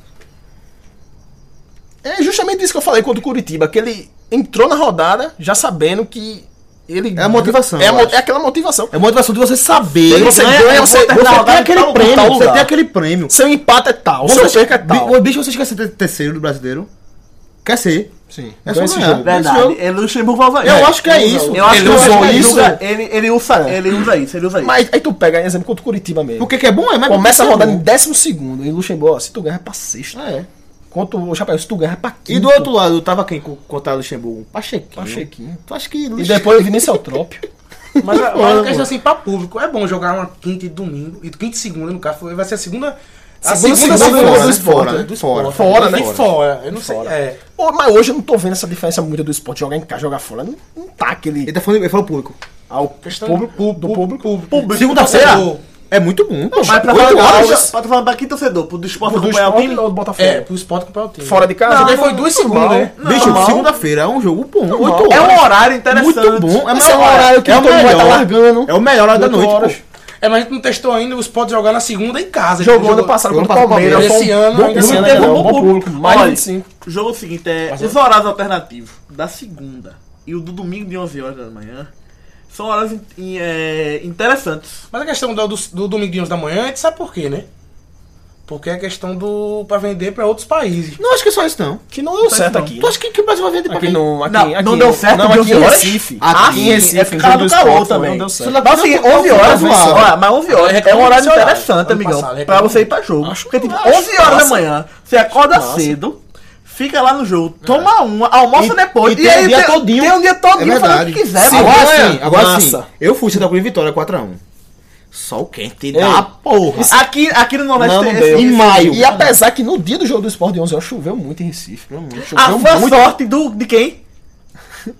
[SPEAKER 5] É justamente isso que eu falei contra o Curitiba, que ele entrou na rodada já sabendo que ele.
[SPEAKER 1] É a motivação,
[SPEAKER 5] É, a
[SPEAKER 1] eu
[SPEAKER 5] mo-
[SPEAKER 1] acho.
[SPEAKER 5] é aquela motivação.
[SPEAKER 1] É a motivação de você saber.
[SPEAKER 5] Ele você ganha, é
[SPEAKER 1] você,
[SPEAKER 5] você termina a
[SPEAKER 1] tem
[SPEAKER 5] rodada em
[SPEAKER 1] aquele
[SPEAKER 5] tal-
[SPEAKER 1] prêmio.
[SPEAKER 5] tal
[SPEAKER 1] você
[SPEAKER 5] lugar.
[SPEAKER 1] tem aquele prêmio.
[SPEAKER 5] Seu empate é tal,
[SPEAKER 1] Você
[SPEAKER 5] seu perca é tal.
[SPEAKER 1] Bi- Bicho, você esquece de ter terceiro do brasileiro. Quer ser.
[SPEAKER 5] Sim,
[SPEAKER 1] É
[SPEAKER 5] é
[SPEAKER 1] só
[SPEAKER 5] só esse
[SPEAKER 1] ganhar.
[SPEAKER 5] jogo.
[SPEAKER 3] Verdade.
[SPEAKER 1] Isso
[SPEAKER 3] Ele Luxemburgo vai
[SPEAKER 1] Eu acho que é isso.
[SPEAKER 3] Eu acho
[SPEAKER 5] Ele
[SPEAKER 3] que eu
[SPEAKER 5] usou
[SPEAKER 3] acho que
[SPEAKER 5] isso?
[SPEAKER 3] usa- Ele, ele usa, ele usa isso, ele usa isso.
[SPEAKER 5] Mas aí tu pega, exemplo, contra o Curitiba mesmo.
[SPEAKER 1] Porque que é bom é, mas
[SPEAKER 5] Começa a
[SPEAKER 1] porque é
[SPEAKER 5] rodada em
[SPEAKER 1] bom.
[SPEAKER 5] décimo segundo. E o Luxemburgo, ó, se tu ganha é pra sexto.
[SPEAKER 1] É.
[SPEAKER 5] Contra o Chapéu, se tu ganha é pra quinto.
[SPEAKER 1] E do outro lado, tava quem co- contra Luxemburgo? Pachequinho.
[SPEAKER 5] Pachequinho.
[SPEAKER 1] Tu acha que
[SPEAKER 5] E depois o Vinícius Eutrópio.
[SPEAKER 4] Mas a, mas
[SPEAKER 1] Foda,
[SPEAKER 4] a
[SPEAKER 1] pô.
[SPEAKER 4] questão assim, pra público, é bom jogar uma quinta e domingo, e quinta e segunda, no caso, foi- vai ser a segunda... A
[SPEAKER 5] Segunda,
[SPEAKER 4] segunda,
[SPEAKER 5] segunda,
[SPEAKER 4] segunda,
[SPEAKER 5] fora,
[SPEAKER 4] do
[SPEAKER 5] né?
[SPEAKER 4] esporte.
[SPEAKER 1] Fora, né? Fora.
[SPEAKER 4] do esporte.
[SPEAKER 1] Fora, né?
[SPEAKER 4] E fora, eu não sei.
[SPEAKER 5] Fora.
[SPEAKER 4] É,
[SPEAKER 5] Pô, mas hoje eu não tô vendo essa diferença muito do esporte. Jogar em casa, jogar fora. Não, não tá
[SPEAKER 1] Ele
[SPEAKER 5] aquele.
[SPEAKER 1] tá falando, ele falou público.
[SPEAKER 5] Ao
[SPEAKER 4] questão
[SPEAKER 5] público, do público.
[SPEAKER 1] Segunda-feira
[SPEAKER 4] Torcedor.
[SPEAKER 1] é muito bom. Mas
[SPEAKER 3] Mas pra
[SPEAKER 1] Oito
[SPEAKER 3] falar, pra,
[SPEAKER 1] horas.
[SPEAKER 3] pra, falar pra que torcedor? Pro do esporte
[SPEAKER 5] Do
[SPEAKER 3] acompanhar o
[SPEAKER 5] esporte
[SPEAKER 3] time?
[SPEAKER 5] ou do Botafogo?
[SPEAKER 4] É, pro esporte comprar o time.
[SPEAKER 5] Fora de casa?
[SPEAKER 4] Não,
[SPEAKER 5] Joguei
[SPEAKER 4] não,
[SPEAKER 5] foi duas
[SPEAKER 4] normal.
[SPEAKER 5] segundas, né?
[SPEAKER 1] Bicho,
[SPEAKER 3] Não.
[SPEAKER 1] segunda-feira é um jogo bom. Oito
[SPEAKER 3] É
[SPEAKER 1] horas.
[SPEAKER 3] um horário interessante. um
[SPEAKER 1] Muito bom. É,
[SPEAKER 5] Esse é
[SPEAKER 1] o
[SPEAKER 5] o horário que
[SPEAKER 1] é o
[SPEAKER 5] todo mundo
[SPEAKER 1] melhor.
[SPEAKER 5] vai tá largando.
[SPEAKER 1] É o melhor horário da
[SPEAKER 5] Oito
[SPEAKER 1] noite. pô.
[SPEAKER 5] horas.
[SPEAKER 4] É, mas a gente não testou ainda o esporte jogar na segunda em casa.
[SPEAKER 5] Jogou ano passado
[SPEAKER 1] jogou
[SPEAKER 5] contra o
[SPEAKER 1] contra o
[SPEAKER 5] Palmeiras.
[SPEAKER 4] Palmeiras.
[SPEAKER 5] foi um
[SPEAKER 4] Esse ano
[SPEAKER 5] bom
[SPEAKER 4] ainda
[SPEAKER 5] público,
[SPEAKER 4] não
[SPEAKER 5] né?
[SPEAKER 4] teve
[SPEAKER 5] Foi um
[SPEAKER 3] bom
[SPEAKER 5] bom público. Mais de
[SPEAKER 3] Olha,
[SPEAKER 5] 25.
[SPEAKER 3] O jogo é o seguinte é, os horários alternativos da segunda e o do domingo de 11 horas da manhã são horários in- in- é, interessantes.
[SPEAKER 4] Mas a questão do, do, do domingo de 11 da manhã, a gente sabe por quê, né? Porque é questão do pra vender pra outros países.
[SPEAKER 1] Não acho que é só isso, não.
[SPEAKER 5] Que não deu
[SPEAKER 3] Mas
[SPEAKER 5] certo
[SPEAKER 3] não.
[SPEAKER 5] aqui.
[SPEAKER 1] Tu acha que, que o Brasil vai vender pra
[SPEAKER 5] Aqui
[SPEAKER 1] quem?
[SPEAKER 5] não, aqui,
[SPEAKER 3] Não,
[SPEAKER 5] aqui
[SPEAKER 3] não deu certo
[SPEAKER 5] Não,
[SPEAKER 3] de
[SPEAKER 5] aqui
[SPEAKER 3] 11
[SPEAKER 5] em
[SPEAKER 3] horas?
[SPEAKER 5] Recife. Ah,
[SPEAKER 1] Aqui,
[SPEAKER 5] Aqui em
[SPEAKER 3] é
[SPEAKER 5] Recife,
[SPEAKER 3] por
[SPEAKER 5] em
[SPEAKER 3] causa
[SPEAKER 5] jogo
[SPEAKER 3] do
[SPEAKER 5] do
[SPEAKER 3] calor também.
[SPEAKER 5] esporte também. Não deu certo.
[SPEAKER 3] Mas assim, 11 horas, olha, mas 11 horas é um horário interessante, amigão,
[SPEAKER 4] passado,
[SPEAKER 3] pra você ir pra jogo.
[SPEAKER 5] Acho-
[SPEAKER 3] Porque tipo,
[SPEAKER 5] acho
[SPEAKER 3] 11 horas da
[SPEAKER 5] massa.
[SPEAKER 3] manhã, você acorda
[SPEAKER 5] Massa.
[SPEAKER 3] cedo, fica lá no jogo, toma uma, almoça
[SPEAKER 1] E-
[SPEAKER 3] depois,
[SPEAKER 1] e tem o dia todinho.
[SPEAKER 3] tem um dia
[SPEAKER 1] É
[SPEAKER 3] todinho fazendo o
[SPEAKER 1] verdade.
[SPEAKER 3] que quiser,
[SPEAKER 1] Sim,
[SPEAKER 3] meu irmão.
[SPEAKER 1] agora
[SPEAKER 5] Ganha.
[SPEAKER 1] sim, agora sim.
[SPEAKER 5] Massa.
[SPEAKER 1] Eu fui Santa Cruz e Vitória 4x1. Sol quente
[SPEAKER 5] Ei,
[SPEAKER 1] da porra.
[SPEAKER 3] Aqui, aqui no Nordeste
[SPEAKER 5] Não, não
[SPEAKER 3] tem
[SPEAKER 5] deu.
[SPEAKER 1] Em maio.
[SPEAKER 5] E apesar que no dia do jogo do esporte de 11 horas choveu muito em Recife. Choveu
[SPEAKER 3] A
[SPEAKER 5] muito.
[SPEAKER 3] foi a sorte do, de quem?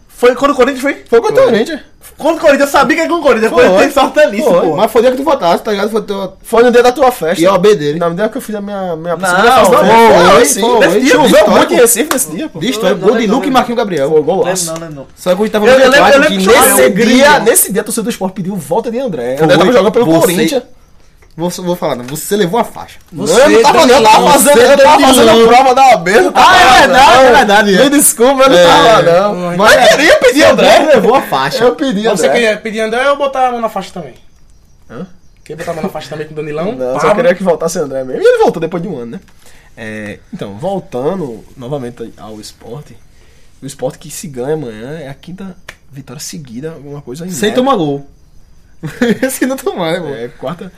[SPEAKER 3] Foi quando o Corinthians foi?
[SPEAKER 1] Foi contra o Corinthians.
[SPEAKER 3] Quando o Corinthians, eu sabia que era com o Corinthians. Depois
[SPEAKER 1] Foi.
[SPEAKER 3] tem sartanice,
[SPEAKER 1] Foi,
[SPEAKER 3] pô.
[SPEAKER 1] Mas foi o dia que tu votasse, tá ligado? Foi, teu...
[SPEAKER 5] Foi no dia da tua festa.
[SPEAKER 1] E a OB dele.
[SPEAKER 5] Na medida que eu fiz a minha. minha
[SPEAKER 3] Não,
[SPEAKER 5] segunda festa,
[SPEAKER 3] foi,
[SPEAKER 1] foi,
[SPEAKER 5] foi,
[SPEAKER 1] sim.
[SPEAKER 5] foi,
[SPEAKER 1] Nesse
[SPEAKER 5] foi.
[SPEAKER 1] dia,
[SPEAKER 5] Choveu
[SPEAKER 1] histórico.
[SPEAKER 5] muito em Rediff nesse dia, pô.
[SPEAKER 1] De história,
[SPEAKER 3] Não,
[SPEAKER 1] gol de
[SPEAKER 3] lembro,
[SPEAKER 1] Luke e
[SPEAKER 3] lembro.
[SPEAKER 1] é Marquinhos Gabriel.
[SPEAKER 5] Foi
[SPEAKER 3] Lembro,
[SPEAKER 5] golaço.
[SPEAKER 3] não, lembro, não.
[SPEAKER 1] Só que a gente tava
[SPEAKER 3] Eu- eu
[SPEAKER 1] no
[SPEAKER 3] lembro- eu
[SPEAKER 1] debate
[SPEAKER 3] lembro
[SPEAKER 1] que
[SPEAKER 3] que chamaram
[SPEAKER 1] nesse
[SPEAKER 5] Nesse dia,
[SPEAKER 1] dia...
[SPEAKER 5] nesse dia, torcedor do esporte pediu volta de André.
[SPEAKER 1] Foi.
[SPEAKER 5] André tava jogando pelo
[SPEAKER 1] Você-
[SPEAKER 5] Corinthians.
[SPEAKER 1] Vou, vou falar, não. Você levou a faixa.
[SPEAKER 5] eu não tava, não, eu tava fazendo, eu tava fazendo prova da aberta.
[SPEAKER 1] Ah, é verdade, é verdade, é.
[SPEAKER 5] Me desculpa, eu não tava,
[SPEAKER 4] Então,
[SPEAKER 5] não.
[SPEAKER 1] Mas é,
[SPEAKER 5] Eu queria pedir André.
[SPEAKER 1] levou a faixa.
[SPEAKER 5] Eu pedi
[SPEAKER 4] Você
[SPEAKER 5] André.
[SPEAKER 4] quer pedir André ou botar a mão na faixa também? Hã? Quer botar a mão na faixa também com o Danilão? Tá
[SPEAKER 5] Não, eu
[SPEAKER 4] Pablo?
[SPEAKER 5] só queria que voltasse André mesmo. E ele voltou depois de um ano, né? É, então, voltando novamente ao esporte. O esporte que se ganha amanhã é a quinta vitória seguida, alguma coisa ainda.
[SPEAKER 1] Sem tomar gol. Sem né? não tomar, né, pô?
[SPEAKER 5] É, quarta.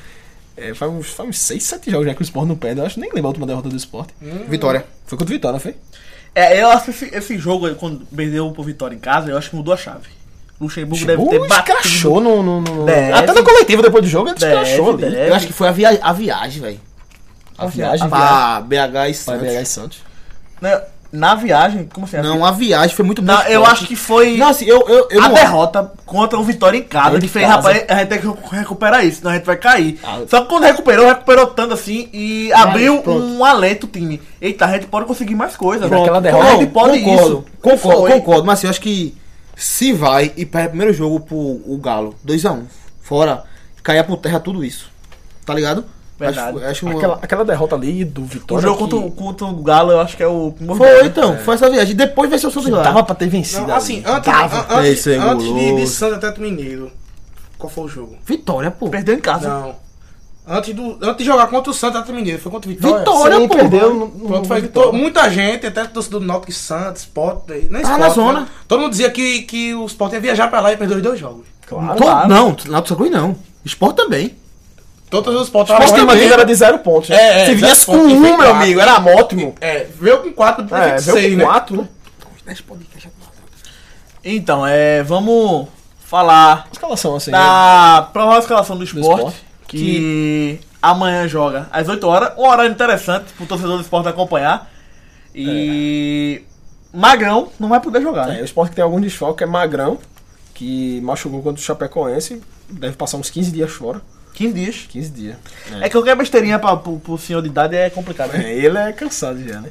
[SPEAKER 5] É, faz, uns, faz uns 6, 7 jogos já que o esporte não perde. Eu acho que nem lembro a última derrota do esporte.
[SPEAKER 1] Vitória.
[SPEAKER 5] Foi contra o Vitória, foi?
[SPEAKER 3] É, eu acho que esse, esse jogo aí, quando perdeu pro Vitória em casa, eu acho que mudou a chave. Luxemburgo
[SPEAKER 5] Chegou,
[SPEAKER 3] deve ter batido.
[SPEAKER 5] escrachou no. no, no-
[SPEAKER 3] Deve.
[SPEAKER 5] até na coletiva depois do jogo, ele
[SPEAKER 3] Deve,
[SPEAKER 5] escrachou ali.
[SPEAKER 3] deve.
[SPEAKER 1] É, Eu acho que foi a, via- a viagem, velho.
[SPEAKER 5] A
[SPEAKER 1] Ah,
[SPEAKER 5] viagem
[SPEAKER 1] Pra BH e
[SPEAKER 5] para
[SPEAKER 1] Santos.
[SPEAKER 5] BH e Santos.
[SPEAKER 3] Na, né? na viagem, como assim?
[SPEAKER 1] Não, a viagem foi muito boa.
[SPEAKER 3] Na- eu acho que foi
[SPEAKER 1] Não, assim, eu, eu, eu
[SPEAKER 3] a
[SPEAKER 1] não- É
[SPEAKER 3] derrota contra o Vitória em casa,
[SPEAKER 5] Em
[SPEAKER 3] que fez,
[SPEAKER 5] casa.
[SPEAKER 3] rapaz, a gente tem que recuperar isso, senão a gente vai cair.
[SPEAKER 5] Ah.
[SPEAKER 3] Só que quando recuperou, recuperou tanto assim e abriu
[SPEAKER 1] pronto.
[SPEAKER 3] um alento o time. Eita, a gente pode conseguir mais coisas.
[SPEAKER 5] Naquela
[SPEAKER 3] velho.
[SPEAKER 5] derrota,
[SPEAKER 3] a gente pode
[SPEAKER 1] concordo,
[SPEAKER 3] isso.
[SPEAKER 1] Concordo,
[SPEAKER 3] Foi.
[SPEAKER 1] concordo. Mas assim, eu acho que se vai e perde o primeiro jogo pro o Galo, 2x1, fora, caia por terra tudo isso. Tá ligado?
[SPEAKER 3] Verdade.
[SPEAKER 1] Acho, acho um-
[SPEAKER 5] Aquela, aquela derrota ali do
[SPEAKER 3] O
[SPEAKER 5] Vitória.
[SPEAKER 3] jogo
[SPEAKER 5] que,
[SPEAKER 3] contra, o- contra o Galo, eu acho que é o.
[SPEAKER 1] Foi então, foi essa viagem. Depois vai ser o Santos
[SPEAKER 5] que
[SPEAKER 1] lá.
[SPEAKER 5] dava pra ter vencido.
[SPEAKER 4] Não, assim,
[SPEAKER 5] ali.
[SPEAKER 4] antes,
[SPEAKER 5] Dava.
[SPEAKER 4] an- antes,
[SPEAKER 1] Esse é
[SPEAKER 4] antes de, de
[SPEAKER 1] guloso.
[SPEAKER 4] Santo Atlético Mineiro, qual foi o jogo?
[SPEAKER 1] Vitória, pô.
[SPEAKER 3] Perdeu em casa.
[SPEAKER 4] Não. Antes, do, antes de jogar contra o Santos Atlético Mineiro, foi contra o Vitória.
[SPEAKER 1] Vitória,
[SPEAKER 5] Sim,
[SPEAKER 1] pô.
[SPEAKER 5] perdeu no- no-
[SPEAKER 4] Pronto, foi
[SPEAKER 5] no-
[SPEAKER 4] to- muita gente, até torcedor do Náutico Santos, Sport, nem Sport,
[SPEAKER 1] na
[SPEAKER 4] né?
[SPEAKER 1] zona.
[SPEAKER 4] Todo mundo dizia que, que o Sport ia viajar pra lá e perder os dois jogos.
[SPEAKER 5] Claro.
[SPEAKER 1] Todo- não, Náutico Santa Cruz não. Esporte também.
[SPEAKER 4] Todo o Sport
[SPEAKER 5] Mas
[SPEAKER 4] tava-
[SPEAKER 5] tem
[SPEAKER 1] também.
[SPEAKER 5] uma era de zero pontos. né?
[SPEAKER 4] É, é,
[SPEAKER 5] Se
[SPEAKER 4] zero
[SPEAKER 5] viesse com
[SPEAKER 4] pontos,
[SPEAKER 5] um,
[SPEAKER 4] tem
[SPEAKER 5] meu
[SPEAKER 4] quatro.
[SPEAKER 5] amigo, era ótimo.
[SPEAKER 4] É, veio com quatro, depois
[SPEAKER 5] É,
[SPEAKER 4] com
[SPEAKER 5] veio
[SPEAKER 4] seis,
[SPEAKER 5] com
[SPEAKER 4] né?
[SPEAKER 5] quatro, né?
[SPEAKER 3] Então, é. Vamos falar
[SPEAKER 5] Escalação assim.
[SPEAKER 3] da provável escalação do
[SPEAKER 5] Do
[SPEAKER 3] esporte,
[SPEAKER 5] esporte.
[SPEAKER 3] que amanhã joga às 8 horas. Um horário interessante pro torcedor do esporte acompanhar. E. Magrão não vai poder jogar.
[SPEAKER 5] É,
[SPEAKER 3] né?
[SPEAKER 5] o esporte que tem algum desfalque é Magrão, que machucou contra o Chapecoense. Deve passar uns 15 dias fora.
[SPEAKER 3] 15 dias.
[SPEAKER 5] 15 dias.
[SPEAKER 3] É que qualquer besteirinha pra, pro, pro senhor de idade é complicado. né?
[SPEAKER 5] É, ele é cansado já, né?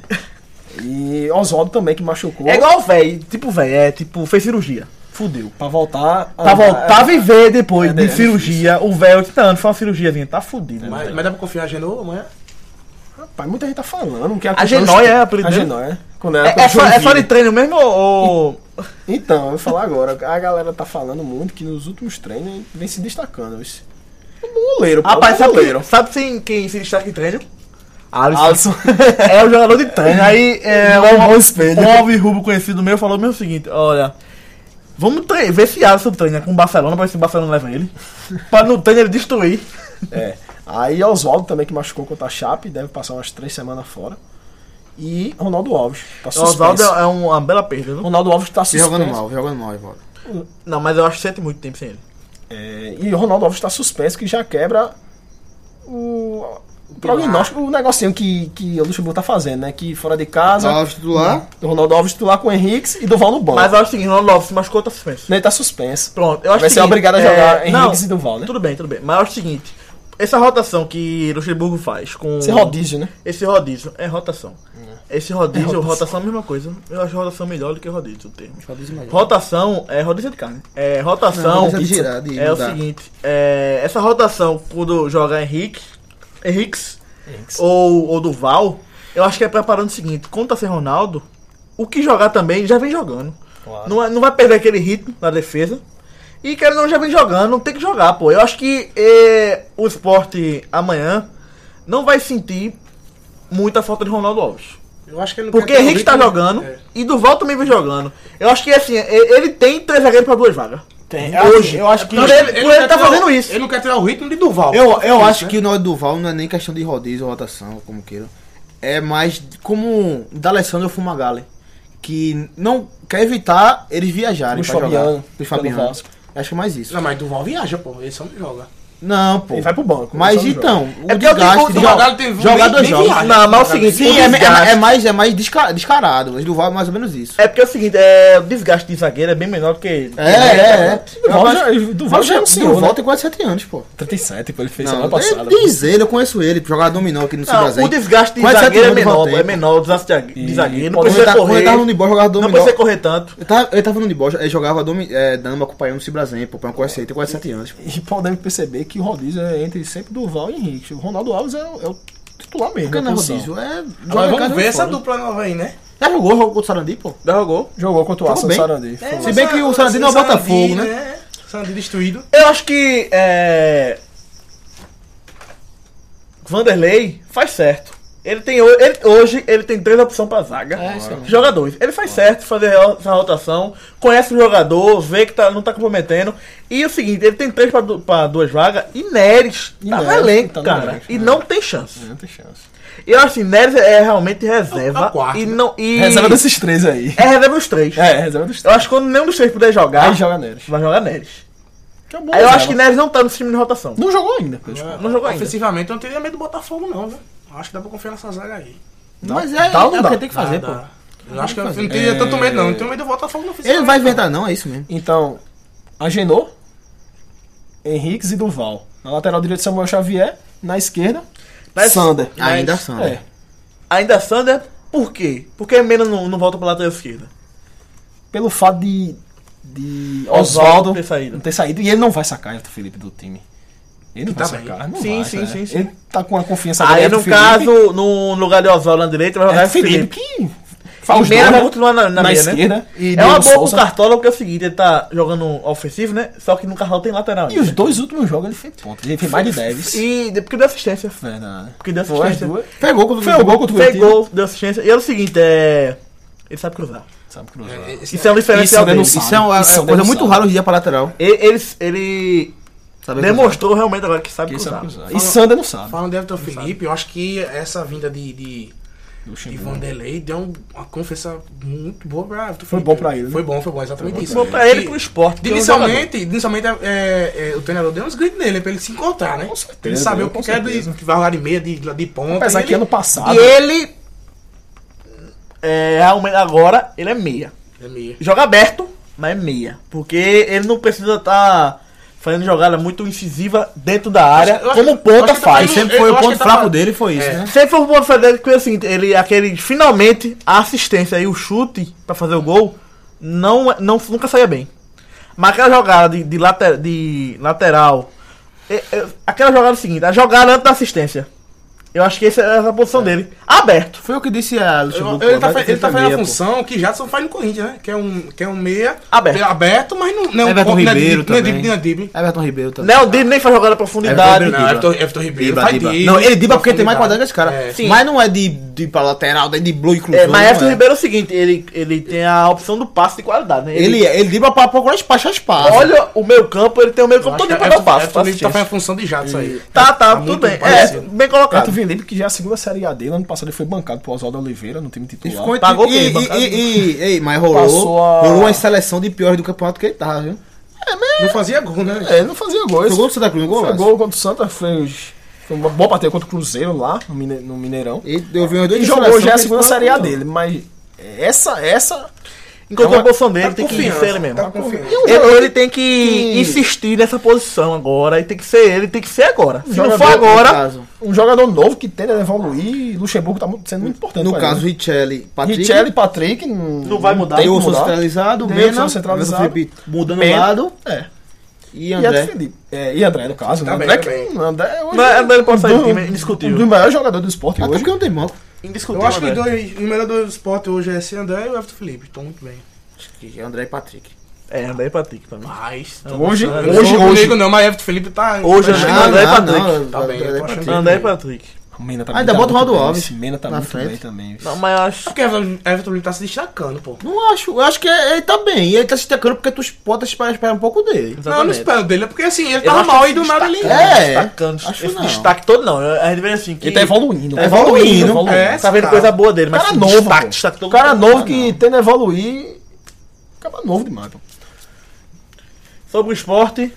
[SPEAKER 5] E Oswaldo também, que machucou.
[SPEAKER 3] É igual o velho. Tipo, velho, é tipo, fez cirurgia.
[SPEAKER 5] Fudeu. Pra voltar. a-
[SPEAKER 3] Pra voltar tá a viver depois
[SPEAKER 5] Ah, é,
[SPEAKER 3] de
[SPEAKER 5] é difícil. É,
[SPEAKER 3] cirurgia, o velho, 80 anos, foi uma cirurgiazinha, tá fudido.
[SPEAKER 4] Mas,
[SPEAKER 3] né?
[SPEAKER 4] mas dá pra confiar a Genoa amanhã?
[SPEAKER 5] Rapaz, muita gente tá falando. Que
[SPEAKER 3] Genoia é o apelido
[SPEAKER 5] A
[SPEAKER 3] dele?
[SPEAKER 5] Genóia. Quando era
[SPEAKER 3] É,
[SPEAKER 5] com
[SPEAKER 3] é só, é só
[SPEAKER 5] Joinville.
[SPEAKER 3] de treino mesmo ou. ou-
[SPEAKER 5] Então, eu vou falar agora. A galera tá falando muito que nos últimos treinos ele vem se destacando. Esse... O goleiro, pô. um
[SPEAKER 3] Rapaz,
[SPEAKER 5] o
[SPEAKER 3] sabe,
[SPEAKER 5] goleiro.
[SPEAKER 3] quem- sabe quem, quem se destaca em treino?
[SPEAKER 5] Alisson.
[SPEAKER 3] É o jogador de treino. Aí é,
[SPEAKER 5] Não é um bom
[SPEAKER 3] um,
[SPEAKER 5] espelho.
[SPEAKER 3] um Alves Rubio conhecido meu falou mesmo o seguinte: olha, vamos tre- ver se Alisson treina com o Barcelona pra ver se o Barcelona leva ele. pra no treino ele destruir.
[SPEAKER 5] É. Aí Oswaldo também, que machucou contra a Chape, deve passar umas três semanas fora. E Ronaldo Alves. Tá
[SPEAKER 3] O Oswaldo
[SPEAKER 5] suspenso.
[SPEAKER 3] é é uma bela perda, não?
[SPEAKER 5] Ronaldo Alves tá
[SPEAKER 1] Vem jogando
[SPEAKER 5] suspenso.
[SPEAKER 1] mal, vem jogando mal, Ivaldo.
[SPEAKER 5] Tá.
[SPEAKER 3] Não, mas eu acho que sente muito tempo sem ele.
[SPEAKER 5] É, e Ronaldo Alves tá suspenso, que já quebra o, o prognóstico, o negocinho que, que o Luxemburgo tá fazendo, né? Que fora de casa,
[SPEAKER 1] Alves titular.
[SPEAKER 5] o Ronaldo Alves titular com o Henrique e Duval no banco.
[SPEAKER 3] Mas eu acho o seguinte: Ronaldo Alves se machucou, tá suspenso.
[SPEAKER 5] Ele tá suspenso.
[SPEAKER 3] Pronto, eu acho
[SPEAKER 5] Vai
[SPEAKER 3] o é,
[SPEAKER 5] ser obrigado a jogar Henriques
[SPEAKER 3] não,
[SPEAKER 5] e Duval, né?
[SPEAKER 3] Tudo bem, tudo bem. Mas eu acho o seguinte: essa rotação que Luxemburgo faz com.
[SPEAKER 5] Esse rodízio, né?
[SPEAKER 3] Esse rodízio é rotação. Esse rodízio,
[SPEAKER 5] É rotação.
[SPEAKER 3] rotação. é a mesma coisa. Eu acho rotação melhor do que rodízio o termo. Rotação é rodízio de carne. É rotação.
[SPEAKER 1] rodízio é de girar, de
[SPEAKER 3] é o
[SPEAKER 1] mudar.
[SPEAKER 3] seguinte, é, essa rotação quando jogar Henrique, Henriques ou, ou Duval, eu acho que é preparando o seguinte, quando tá sem Ronaldo, o que jogar também já vem jogando. Não, é- não vai perder aquele ritmo na defesa. E que ele não já vem jogando, não tem que jogar, pô. Eu acho que eh, o esporte amanhã não vai sentir muita falta de Ronaldo Alves.
[SPEAKER 4] Eu acho que ele não
[SPEAKER 3] Porque
[SPEAKER 4] quer ter o
[SPEAKER 3] Henrique tá
[SPEAKER 4] ritmo-
[SPEAKER 3] jogando
[SPEAKER 4] É.
[SPEAKER 3] e Duval também vem jogando. Eu acho que assim, e- ele tem três zagueiros pra duas vagas.
[SPEAKER 4] É,
[SPEAKER 5] Tem.
[SPEAKER 3] Hoje.
[SPEAKER 5] Eu acho que.
[SPEAKER 3] Por ele, por ele
[SPEAKER 4] não quer
[SPEAKER 3] tá
[SPEAKER 4] tirar o-
[SPEAKER 3] fazendo isso.
[SPEAKER 4] Ele não quer tirar o ritmo de Duval.
[SPEAKER 1] Eu, eu
[SPEAKER 5] né?
[SPEAKER 1] acho que o Noel Duval não é nem questão de rodízio ou rotação, como queiram. É mais como o D'Alessandro Fumagalli. Que não quer evitar eles viajarem
[SPEAKER 5] Luiz
[SPEAKER 1] pra
[SPEAKER 5] Fabiano,
[SPEAKER 1] jogar. Luiz
[SPEAKER 5] pelo
[SPEAKER 1] Fabiano.
[SPEAKER 5] Vasco.
[SPEAKER 1] Acho que é mais isso.
[SPEAKER 4] Não, mas Duval viaja, pô. Ele só não joga.
[SPEAKER 1] Não, pô.
[SPEAKER 5] Ele vai pro banco.
[SPEAKER 1] Mas
[SPEAKER 5] ele só não joga.
[SPEAKER 1] então, o
[SPEAKER 4] É porque o
[SPEAKER 1] desgaste
[SPEAKER 4] do-
[SPEAKER 1] de
[SPEAKER 4] do
[SPEAKER 1] jo-
[SPEAKER 4] Magalho teve-
[SPEAKER 1] jogar
[SPEAKER 4] nem-
[SPEAKER 1] dois
[SPEAKER 4] nem
[SPEAKER 1] jogos.
[SPEAKER 4] viagem.
[SPEAKER 3] Não, mas é o seguinte,
[SPEAKER 1] Sim,
[SPEAKER 3] o
[SPEAKER 1] é,
[SPEAKER 3] desgaste-
[SPEAKER 1] é- é mais, é mais desca- descarado. Mas Duval é mais ou menos isso.
[SPEAKER 3] É porque é o seguinte, é, o desgaste de zagueiro é bem menor do que.
[SPEAKER 1] É, é, é.
[SPEAKER 5] Duval já, Duval já é um senhor,
[SPEAKER 1] Duval
[SPEAKER 5] né?
[SPEAKER 1] tem quase 7 anos, pô.
[SPEAKER 5] 37, pô, ele fez
[SPEAKER 1] Não, é
[SPEAKER 5] semana passada.
[SPEAKER 1] ele- diz ele, eu conheço ele, jogar dominó aqui no
[SPEAKER 3] Não,
[SPEAKER 1] Silvazen.
[SPEAKER 3] o desgaste de
[SPEAKER 1] Quase sete
[SPEAKER 3] zagueiro é
[SPEAKER 1] anos de
[SPEAKER 3] menor,
[SPEAKER 1] volta,
[SPEAKER 3] é menor, o desgaste de zague- de
[SPEAKER 5] E-
[SPEAKER 3] zagueiro. Não
[SPEAKER 5] Quando
[SPEAKER 1] Quando ele,
[SPEAKER 3] precisa
[SPEAKER 1] tá, quando ele tava no
[SPEAKER 3] correr.
[SPEAKER 1] Nibor, jogava
[SPEAKER 3] Não
[SPEAKER 1] dominó.
[SPEAKER 3] precisa correr tanto.
[SPEAKER 1] Ele tava, ele tava no Nibor, ele jogava domi, é, dama acompanhando o Cibrazen, pô, pra um conhecer, tem quase 7 anos. Pô.
[SPEAKER 5] E podemos perceber que o rodízio é entre sempre Duval e Henrique. O Ronaldo Alves é, o- é o titular mesmo.
[SPEAKER 1] Porque
[SPEAKER 5] da
[SPEAKER 1] não é
[SPEAKER 5] posição.
[SPEAKER 1] rodízio, é.
[SPEAKER 4] Agora
[SPEAKER 1] joga
[SPEAKER 4] vamos
[SPEAKER 1] cada
[SPEAKER 4] ver
[SPEAKER 1] um
[SPEAKER 4] essa
[SPEAKER 1] fora.
[SPEAKER 4] dupla nova aí, né?
[SPEAKER 1] Já jogou, jogou contra o Sarandi, pô.
[SPEAKER 3] Já jogou?
[SPEAKER 5] Jogou contra o
[SPEAKER 1] Jogou
[SPEAKER 5] Aston
[SPEAKER 1] bem.
[SPEAKER 5] Sarandi.
[SPEAKER 4] É,
[SPEAKER 1] Se
[SPEAKER 4] mas
[SPEAKER 1] bem que o Sarandi não é o
[SPEAKER 4] Sarandi,
[SPEAKER 1] Botafogo, né?
[SPEAKER 4] Sarandi destruído.
[SPEAKER 3] Eu acho que. É... Vanderlei faz certo. Ele tem ho- ele- hoje ele tem três opções pra zaga.
[SPEAKER 5] É,
[SPEAKER 3] joga dois. Ele faz certo fazer essa rotação, conhece o jogador, vê que tá, não tá comprometendo. E é o seguinte, ele tem três pra, du- pra duas vagas e Neres
[SPEAKER 5] E
[SPEAKER 3] tá no
[SPEAKER 5] Neres,
[SPEAKER 3] elenco,
[SPEAKER 5] tá no
[SPEAKER 3] cara.
[SPEAKER 5] elenco,
[SPEAKER 3] e
[SPEAKER 5] né?
[SPEAKER 3] não tem chance.
[SPEAKER 5] Não tem chance.
[SPEAKER 3] E eu acho que Neres é realmente reserva.
[SPEAKER 4] É o quarto,
[SPEAKER 3] e não, e
[SPEAKER 5] Reserva desses três aí.
[SPEAKER 3] É reserva os três.
[SPEAKER 5] É, reserva dos
[SPEAKER 3] Eu
[SPEAKER 5] três.
[SPEAKER 3] acho que quando nenhum dos três puder jogar,
[SPEAKER 5] Aí joga neles.
[SPEAKER 3] vai jogar Neres.
[SPEAKER 5] Que é um bom
[SPEAKER 3] Aí eu
[SPEAKER 5] reserva.
[SPEAKER 3] acho que Neres não tá no time de rotação.
[SPEAKER 5] Não jogou ainda. pelo jeito.
[SPEAKER 3] Não jogou ainda.
[SPEAKER 4] Ofensivamente, eu não teria medo do Botafogo, não, né? Acho que dá pra confiar nessa zaga aí.
[SPEAKER 1] Mas é,
[SPEAKER 3] Tá,
[SPEAKER 5] Dá ou não
[SPEAKER 1] é o
[SPEAKER 5] dá?
[SPEAKER 1] que tem que fazer, pô.
[SPEAKER 4] Ah, Dá. Eu acho que eu não teria tanto medo,
[SPEAKER 5] É.
[SPEAKER 4] não. Não tenho medo do Botafogo, não.
[SPEAKER 1] Ele não vai inventar, não, é isso mesmo.
[SPEAKER 5] Então, Agenor, Henriques e Duval. Na lateral direita, Samuel Xavier. Na esquerda,
[SPEAKER 3] Mas-
[SPEAKER 5] Sander.
[SPEAKER 1] Ainda são.
[SPEAKER 5] É.
[SPEAKER 3] Ainda Sander, por quê? Por que Mena não, não volta pra lateral esquerda?
[SPEAKER 5] Pelo fato de, de
[SPEAKER 3] Oswaldo
[SPEAKER 5] Oswaldo
[SPEAKER 3] ter saído.
[SPEAKER 5] não ter saído. E ele não vai sacar o Felipe do time. Ele não
[SPEAKER 4] E
[SPEAKER 5] vai
[SPEAKER 4] tá bem.
[SPEAKER 5] sacar. Não
[SPEAKER 3] Sim,
[SPEAKER 5] vai,
[SPEAKER 3] sim,
[SPEAKER 5] cara.
[SPEAKER 3] sim, sim.
[SPEAKER 5] Ele tá com a confiança
[SPEAKER 3] Aí,
[SPEAKER 5] dele pro
[SPEAKER 3] no
[SPEAKER 5] Felipe.
[SPEAKER 3] caso, no lugar de Oswaldo na direita, vai jogar
[SPEAKER 5] É Felipe, que
[SPEAKER 3] O
[SPEAKER 5] faz
[SPEAKER 3] Mena vai
[SPEAKER 5] dois, né?
[SPEAKER 3] continuar na, na,
[SPEAKER 5] na,
[SPEAKER 3] meia,
[SPEAKER 5] esquerda.
[SPEAKER 3] né?
[SPEAKER 5] E
[SPEAKER 3] É uma boa
[SPEAKER 5] Diego
[SPEAKER 3] pro
[SPEAKER 5] Souza.
[SPEAKER 3] Cartola, porque é o seguinte, ele tá jogando ofensivo, né? Só que no Cartola tem lateral.
[SPEAKER 5] E
[SPEAKER 3] ainda.
[SPEAKER 5] os dois últimos jogos ele fez pontos. Ele fez mais de 10.
[SPEAKER 3] E de- porque deu assistência.
[SPEAKER 5] Verdade.
[SPEAKER 3] Porque deu
[SPEAKER 5] Foi as
[SPEAKER 3] assistência.
[SPEAKER 5] duas.
[SPEAKER 1] Pegou contra o
[SPEAKER 5] Foi o gol contra o
[SPEAKER 3] Fez
[SPEAKER 5] Curitiba.
[SPEAKER 3] gol, deu assistência. E é o seguinte, é. Ele sabe cruzar.
[SPEAKER 5] Sabe cruzar.
[SPEAKER 3] Isso é um diferencial
[SPEAKER 5] Isso é
[SPEAKER 3] dele.
[SPEAKER 5] denúncia.
[SPEAKER 1] Isso é uma,
[SPEAKER 5] Isso
[SPEAKER 1] é uma coisa
[SPEAKER 5] é
[SPEAKER 1] muito
[SPEAKER 5] bizarro.
[SPEAKER 1] rara hoje em dia pra lateral.
[SPEAKER 3] Ele, ele, ele
[SPEAKER 1] Sabe
[SPEAKER 3] demonstrou realmente agora que sabe
[SPEAKER 5] Quem
[SPEAKER 3] cruzar.
[SPEAKER 5] é sabe cruzar. E Sander não sabe.
[SPEAKER 4] Falando de Everton Felipe, eu acho que essa vinda de, de, de
[SPEAKER 5] Luxemburgo.
[SPEAKER 4] Vanderlei deu um- uma confiança muito boa pra Everton Felipe.
[SPEAKER 5] Foi bom pra ele, né?
[SPEAKER 4] Foi bom, foi bom, exatamente isso.
[SPEAKER 3] Bom pra ele e
[SPEAKER 4] Que-
[SPEAKER 3] pro esporte. porque é um jogador.
[SPEAKER 4] Inicialmente, inicialmente é, é, o treinador deu uns gritos nele pra ele se encontrar, né? pra ele saber o
[SPEAKER 5] com
[SPEAKER 4] que quer de, que vai rolar de meia, de, de ponta.
[SPEAKER 5] Apesar
[SPEAKER 4] e
[SPEAKER 5] que
[SPEAKER 4] ele-
[SPEAKER 5] ano passado.
[SPEAKER 3] E ele. É, realmente agora, ele é meia.
[SPEAKER 4] É meia.
[SPEAKER 3] Joga aberto, mas é meia. Porque ele não precisa estar fazendo jogada muito incisiva dentro da área,
[SPEAKER 4] eu acho-
[SPEAKER 3] como o
[SPEAKER 4] eu acho
[SPEAKER 3] ponta
[SPEAKER 4] que tá
[SPEAKER 3] faz.
[SPEAKER 4] fazendo-
[SPEAKER 1] Sempre foi
[SPEAKER 4] Eu
[SPEAKER 1] o
[SPEAKER 4] acho
[SPEAKER 1] ponto
[SPEAKER 4] que tá
[SPEAKER 1] fraco
[SPEAKER 4] mal-
[SPEAKER 1] dele, foi isso, né?
[SPEAKER 3] Sempre foi um o ponto dele que foi o seguinte, assim, ele, é aquele, finalmente, a assistência e o chute pra fazer o gol não, é, não, nunca saía bem. Mas aquela jogada de, de, later- de lateral, é, é, aquela jogada seguinte, a jogada antes da assistência. Eu acho que essa é a posição dele. Aberto.
[SPEAKER 1] Foi o que disse a Luxemburgo.
[SPEAKER 4] Ele
[SPEAKER 1] pô,
[SPEAKER 4] tá,
[SPEAKER 1] vai
[SPEAKER 4] fa-
[SPEAKER 1] ter
[SPEAKER 4] ele tá
[SPEAKER 1] que
[SPEAKER 4] fazendo
[SPEAKER 1] meia,
[SPEAKER 4] a
[SPEAKER 1] pô.
[SPEAKER 4] função que Jadson faz no Corinthians, né? Que é um, que é um meia
[SPEAKER 3] Aberto.
[SPEAKER 4] aberto mas não, não,
[SPEAKER 1] Everton
[SPEAKER 4] não é
[SPEAKER 1] Ribeiro
[SPEAKER 4] drible, não é
[SPEAKER 1] também.
[SPEAKER 4] drible, não é drible.
[SPEAKER 1] Everton Ribeiro também.
[SPEAKER 3] Léo Dino nem faz jogada na profundidade.
[SPEAKER 1] Everton
[SPEAKER 4] Não, Everton, Everton Ribeiro
[SPEAKER 1] Diba,
[SPEAKER 4] faz
[SPEAKER 1] Diba.
[SPEAKER 4] drible,
[SPEAKER 1] Não,
[SPEAKER 5] é
[SPEAKER 1] ele diba porque tem mais qualidade que esse cara.
[SPEAKER 4] É.
[SPEAKER 3] Sim.
[SPEAKER 1] Mas não é de, de pra lateral, daí de blue inclusão.
[SPEAKER 3] É, mas Everton
[SPEAKER 1] não é.
[SPEAKER 3] Ribeiro é o seguinte, ele, ele tem a opção do passe de qualidade, né?
[SPEAKER 1] Ele, é, ele diba pra procurar espaço, acha espaço.
[SPEAKER 3] olha o meio campo, ele tem o meio campo
[SPEAKER 4] Acho que
[SPEAKER 3] todo pra dar o
[SPEAKER 4] Everton
[SPEAKER 3] passe.
[SPEAKER 4] Everton
[SPEAKER 3] pra
[SPEAKER 4] Ribeiro tá
[SPEAKER 3] assistência.
[SPEAKER 4] fazendo a função de Jadson aí.
[SPEAKER 3] Tá, tá, tudo
[SPEAKER 4] muito
[SPEAKER 3] bem. É,
[SPEAKER 4] parecido.
[SPEAKER 3] bem
[SPEAKER 5] Tanto
[SPEAKER 3] colocado.
[SPEAKER 5] Felipe que já é a segunda Série A dele. Ano passado ele foi bancado por Oswaldo Oliveira no time titular.
[SPEAKER 1] Ficou entre-
[SPEAKER 3] Pagou
[SPEAKER 1] e,
[SPEAKER 3] quem?
[SPEAKER 1] e,
[SPEAKER 3] Bancada?
[SPEAKER 1] e, e, e, mas rolou,
[SPEAKER 5] Passou a-
[SPEAKER 1] rolou uma seleção de piores do campeonato que ele tava, viu? É
[SPEAKER 4] Não fazia gol, né?
[SPEAKER 5] É, ele não fazia gol. Ele
[SPEAKER 1] Jogou pro Santa Cruz,
[SPEAKER 5] Foi
[SPEAKER 1] gol,
[SPEAKER 5] gol contra o Santa. Foi, foi uma boa partida contra o Cruzeiro lá no Mine- no Mineirão.
[SPEAKER 1] Eu vi uns dois
[SPEAKER 5] Ele
[SPEAKER 1] de
[SPEAKER 5] jogou
[SPEAKER 1] seleção
[SPEAKER 5] já é a
[SPEAKER 1] que
[SPEAKER 5] segunda
[SPEAKER 1] ele
[SPEAKER 5] Série A
[SPEAKER 1] tava jogando.
[SPEAKER 5] dele. Mas essa, essa
[SPEAKER 3] Enquanto
[SPEAKER 5] Então,
[SPEAKER 3] a posição dele,
[SPEAKER 4] Tá
[SPEAKER 3] tem que
[SPEAKER 4] confiança,
[SPEAKER 3] ser ele mesmo.
[SPEAKER 4] Tá confiante.
[SPEAKER 3] Ele, ele tem que insistir nessa posição agora, e tem que ser ele, tem que ser agora. Se não for
[SPEAKER 1] Jogador, no
[SPEAKER 3] agora,
[SPEAKER 1] caso.
[SPEAKER 5] um jogador novo que tende a evoluir. Luxemburgo tá muito- sendo muito importante.
[SPEAKER 1] No
[SPEAKER 5] pra
[SPEAKER 1] caso,
[SPEAKER 5] ele.
[SPEAKER 1] Richelli, Patrick.
[SPEAKER 5] Richelli e Patrick não,
[SPEAKER 3] Não vai mudar.
[SPEAKER 1] Tem o
[SPEAKER 5] que mudar.
[SPEAKER 1] centralizado,
[SPEAKER 5] Tem o
[SPEAKER 1] Mena,
[SPEAKER 5] centralizado.
[SPEAKER 1] Everton Felipe mudando o
[SPEAKER 5] Mena.
[SPEAKER 1] lado
[SPEAKER 5] É.
[SPEAKER 1] e
[SPEAKER 5] E André.
[SPEAKER 1] André.
[SPEAKER 5] Felipe. É, e André, no caso. né?
[SPEAKER 4] Tá bem,
[SPEAKER 5] André,
[SPEAKER 4] tá
[SPEAKER 5] que-
[SPEAKER 4] bem.
[SPEAKER 5] André hoje
[SPEAKER 3] Mas
[SPEAKER 5] é
[SPEAKER 3] André não pode sair
[SPEAKER 5] um
[SPEAKER 3] do time, é
[SPEAKER 5] um
[SPEAKER 3] indiscutível.
[SPEAKER 5] dos maiores jogadores do esporte
[SPEAKER 1] Até
[SPEAKER 5] hoje.
[SPEAKER 1] porque não tem banco.
[SPEAKER 3] indiscutível.
[SPEAKER 4] Eu acho que
[SPEAKER 3] né?
[SPEAKER 4] os dois, o melhor do esporte hoje é esse André e o Everton Felipe. Estão muito bem.
[SPEAKER 1] Que é André e Patrick.
[SPEAKER 3] É, André e Patrick pra mim.
[SPEAKER 4] Mas.
[SPEAKER 5] Hoje,
[SPEAKER 4] Eu não
[SPEAKER 5] hoje, hoje.
[SPEAKER 4] sou comigo não, mas Everton Felipe tá.
[SPEAKER 3] Hoje
[SPEAKER 4] tá
[SPEAKER 3] eu
[SPEAKER 4] chegando.
[SPEAKER 3] não- André e Patrick.
[SPEAKER 4] Tá bem, eu tô
[SPEAKER 1] Patrick.
[SPEAKER 4] achando
[SPEAKER 3] André e Patrick.
[SPEAKER 5] Mena tá
[SPEAKER 1] Ainda
[SPEAKER 5] tá
[SPEAKER 1] bota o
[SPEAKER 5] muito
[SPEAKER 1] Ronaldo
[SPEAKER 5] bem,
[SPEAKER 1] Alves
[SPEAKER 5] esse Mena tá
[SPEAKER 1] na
[SPEAKER 5] muito
[SPEAKER 1] frente.
[SPEAKER 5] bem também.
[SPEAKER 3] Não, mas eu acho.
[SPEAKER 4] Porque Everton Everton Felipe tá se destacando, pô.
[SPEAKER 1] Não acho, eu acho que é- ele tá bem. e Ele tá se destacando porque tu bota esperar, esperar um pouco dele.
[SPEAKER 4] Não, eu não
[SPEAKER 3] Exatamente.
[SPEAKER 4] espero dele, é porque assim, ele
[SPEAKER 3] Eu
[SPEAKER 4] tava
[SPEAKER 3] acho
[SPEAKER 4] mal
[SPEAKER 3] que
[SPEAKER 4] e do nada ele.
[SPEAKER 1] É,
[SPEAKER 3] destacando.
[SPEAKER 1] acho
[SPEAKER 3] esse
[SPEAKER 1] não.
[SPEAKER 3] destaque todo não. A gente vê assim que.
[SPEAKER 5] Ele tá evoluindo.
[SPEAKER 1] Tá evoluindo,
[SPEAKER 4] é.
[SPEAKER 3] tá vendo
[SPEAKER 4] Tá.
[SPEAKER 3] coisa boa dele, mas
[SPEAKER 5] Cara
[SPEAKER 3] esse
[SPEAKER 5] novo,
[SPEAKER 3] destaque,
[SPEAKER 5] pô.
[SPEAKER 3] destaque todo
[SPEAKER 5] O cara
[SPEAKER 3] mundo. tá
[SPEAKER 5] novo que tende a evoluir. Acaba novo demais, pô.
[SPEAKER 3] Sobre o esporte,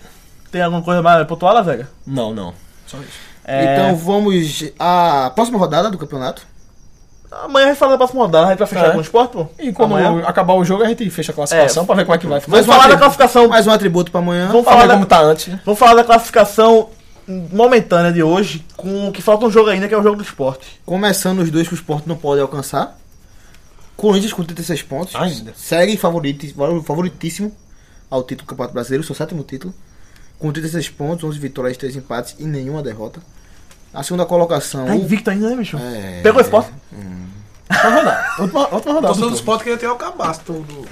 [SPEAKER 3] Tem alguma coisa mais pontuada, Vega?
[SPEAKER 5] Não, não. Só isso.
[SPEAKER 3] É,
[SPEAKER 1] Então vamos à próxima rodada do campeonato.
[SPEAKER 3] Amanhã a gente fala da próxima rodada, a gente vai fechar
[SPEAKER 5] É.
[SPEAKER 3] com o esporte, pô?
[SPEAKER 5] E quando
[SPEAKER 3] Amanhã?
[SPEAKER 5] acabar o jogo, a gente fecha a classificação
[SPEAKER 3] É.
[SPEAKER 5] pra ver como é que vai ficar.
[SPEAKER 3] Vamos falar da classificação.
[SPEAKER 1] Mais um atributo pra amanhã.
[SPEAKER 3] Vamos
[SPEAKER 5] Pra
[SPEAKER 3] falar
[SPEAKER 5] ver
[SPEAKER 3] da,
[SPEAKER 5] como tá antes. né?
[SPEAKER 3] vamos falar da classificação momentânea de hoje, com que falta um jogo ainda, que é o jogo do esporte.
[SPEAKER 1] Começando os dois que o Sport não pode alcançar. Corinthians com 36 pontos.
[SPEAKER 5] Ainda.
[SPEAKER 1] Segue favoriti- favoritíssimo ao título do Campeonato Brasileiro, seu sétimo título. Com 36 pontos, 11 vitórias, 3 empates e nenhuma derrota. A segunda colocação.
[SPEAKER 3] Tá invicto ainda, né, bicho?
[SPEAKER 1] É,
[SPEAKER 3] Pegou o esporte?
[SPEAKER 5] Última, última rodada.
[SPEAKER 4] Torcedor do esporte queria ter o cabaço do. do-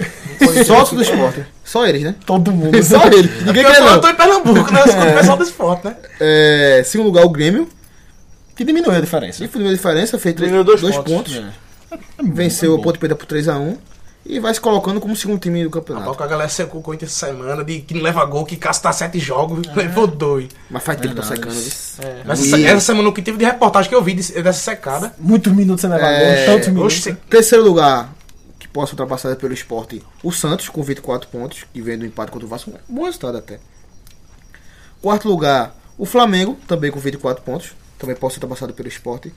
[SPEAKER 1] Sócio do Sport. Só eles, né?
[SPEAKER 5] Todo mundo.
[SPEAKER 1] Só eles. Ninguém
[SPEAKER 4] Eu,
[SPEAKER 1] quer
[SPEAKER 4] tô- eu
[SPEAKER 1] não.
[SPEAKER 4] tô em Pernambuco, né? Eu sou do pessoal do esporte, né?
[SPEAKER 1] É, segundo lugar, o Grêmio.
[SPEAKER 5] Que diminuiu a diferença.
[SPEAKER 1] E foi a diferença, É, fez 2
[SPEAKER 3] Diminuiu
[SPEAKER 1] dois
[SPEAKER 3] dois
[SPEAKER 1] pontos.
[SPEAKER 3] pontos.
[SPEAKER 5] né?
[SPEAKER 1] Venceu
[SPEAKER 5] é
[SPEAKER 1] o Ponte Preta por 3x1. E vai se colocando como segundo time do campeonato.
[SPEAKER 4] Rapaz, que Tá a galera secou o Corinthians essa semana, de que não leva gol, que castar sete
[SPEAKER 1] É.
[SPEAKER 4] jogos, levou dois.
[SPEAKER 1] Mas faz tempo que tá secando. viu?
[SPEAKER 4] Mas essa, essa semana o que teve de reportagem que eu vi desse- dessa secada.
[SPEAKER 5] Muitos minutos sem levar
[SPEAKER 1] É.
[SPEAKER 5] gol, tantos minutos.
[SPEAKER 4] Oxe,
[SPEAKER 1] Terceiro lugar, que possa ultrapassar pelo esporte, o Santos, com 24 pontos, que vem do empate contra o Vasco. Um bom resultado até. Quarto lugar, o Flamengo, também com 24 pontos. Também possa ser ultrapassado pelo esporte.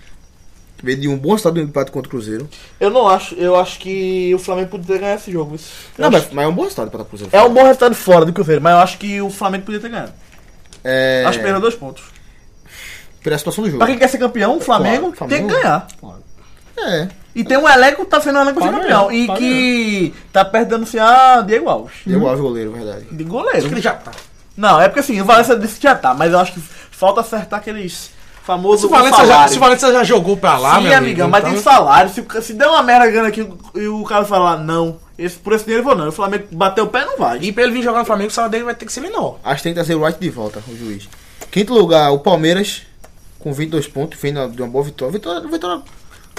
[SPEAKER 1] Vem de um bom resultado do empate contra o Cruzeiro.
[SPEAKER 7] Eu não acho, eu acho que o Flamengo poderia ganhar esse jogo. Isso.
[SPEAKER 1] Não, mas, mas é um bom resultado para o Cruzeiro.
[SPEAKER 3] É um bom resultado fora do Cruzeiro, mas eu acho que o Flamengo podia ter ganhado.
[SPEAKER 1] É,
[SPEAKER 3] Acho que perdeu dois pontos.
[SPEAKER 1] pela situação do jogo.
[SPEAKER 3] Pra quem quer ser campeão, o Flamengo
[SPEAKER 1] Claro,
[SPEAKER 3] tem que
[SPEAKER 1] Flamengo.
[SPEAKER 3] ganhar.
[SPEAKER 1] É.
[SPEAKER 3] E tem um elenco que tá sendo um elenco de
[SPEAKER 5] Pra
[SPEAKER 3] campeão.
[SPEAKER 5] ganhar,
[SPEAKER 3] E
[SPEAKER 5] pra
[SPEAKER 3] que tá perto de anunciar Diego Alves.
[SPEAKER 1] Deu ao É goleiro, verdade.
[SPEAKER 3] De
[SPEAKER 4] acho que
[SPEAKER 3] goleiro.
[SPEAKER 4] ele já tá.
[SPEAKER 3] Não, é porque assim, o Valencia disse que já tá, mas eu acho que falta acertar aqueles famosos
[SPEAKER 4] Se o Valência já,
[SPEAKER 3] salários.
[SPEAKER 4] se o Valência já jogou pra lá,
[SPEAKER 3] Sim,
[SPEAKER 4] meu
[SPEAKER 3] amigão,
[SPEAKER 4] amigo,
[SPEAKER 3] mas
[SPEAKER 4] então-
[SPEAKER 3] tem salário. Se, o ca- se der uma merda grana aqui e o cara falar não, esse, por esse dinheiro eu vou não. E O Flamengo bater o pé não vai.
[SPEAKER 4] E pra ele vir jogar no Flamengo, o salário dele vai ter que ser menor.
[SPEAKER 1] Acho que tem que trazer o Wright de volta, o juiz. Quinto lugar, o Palmeiras, com 22 pontos, vem na- de uma boa vitória. Vitória, vitória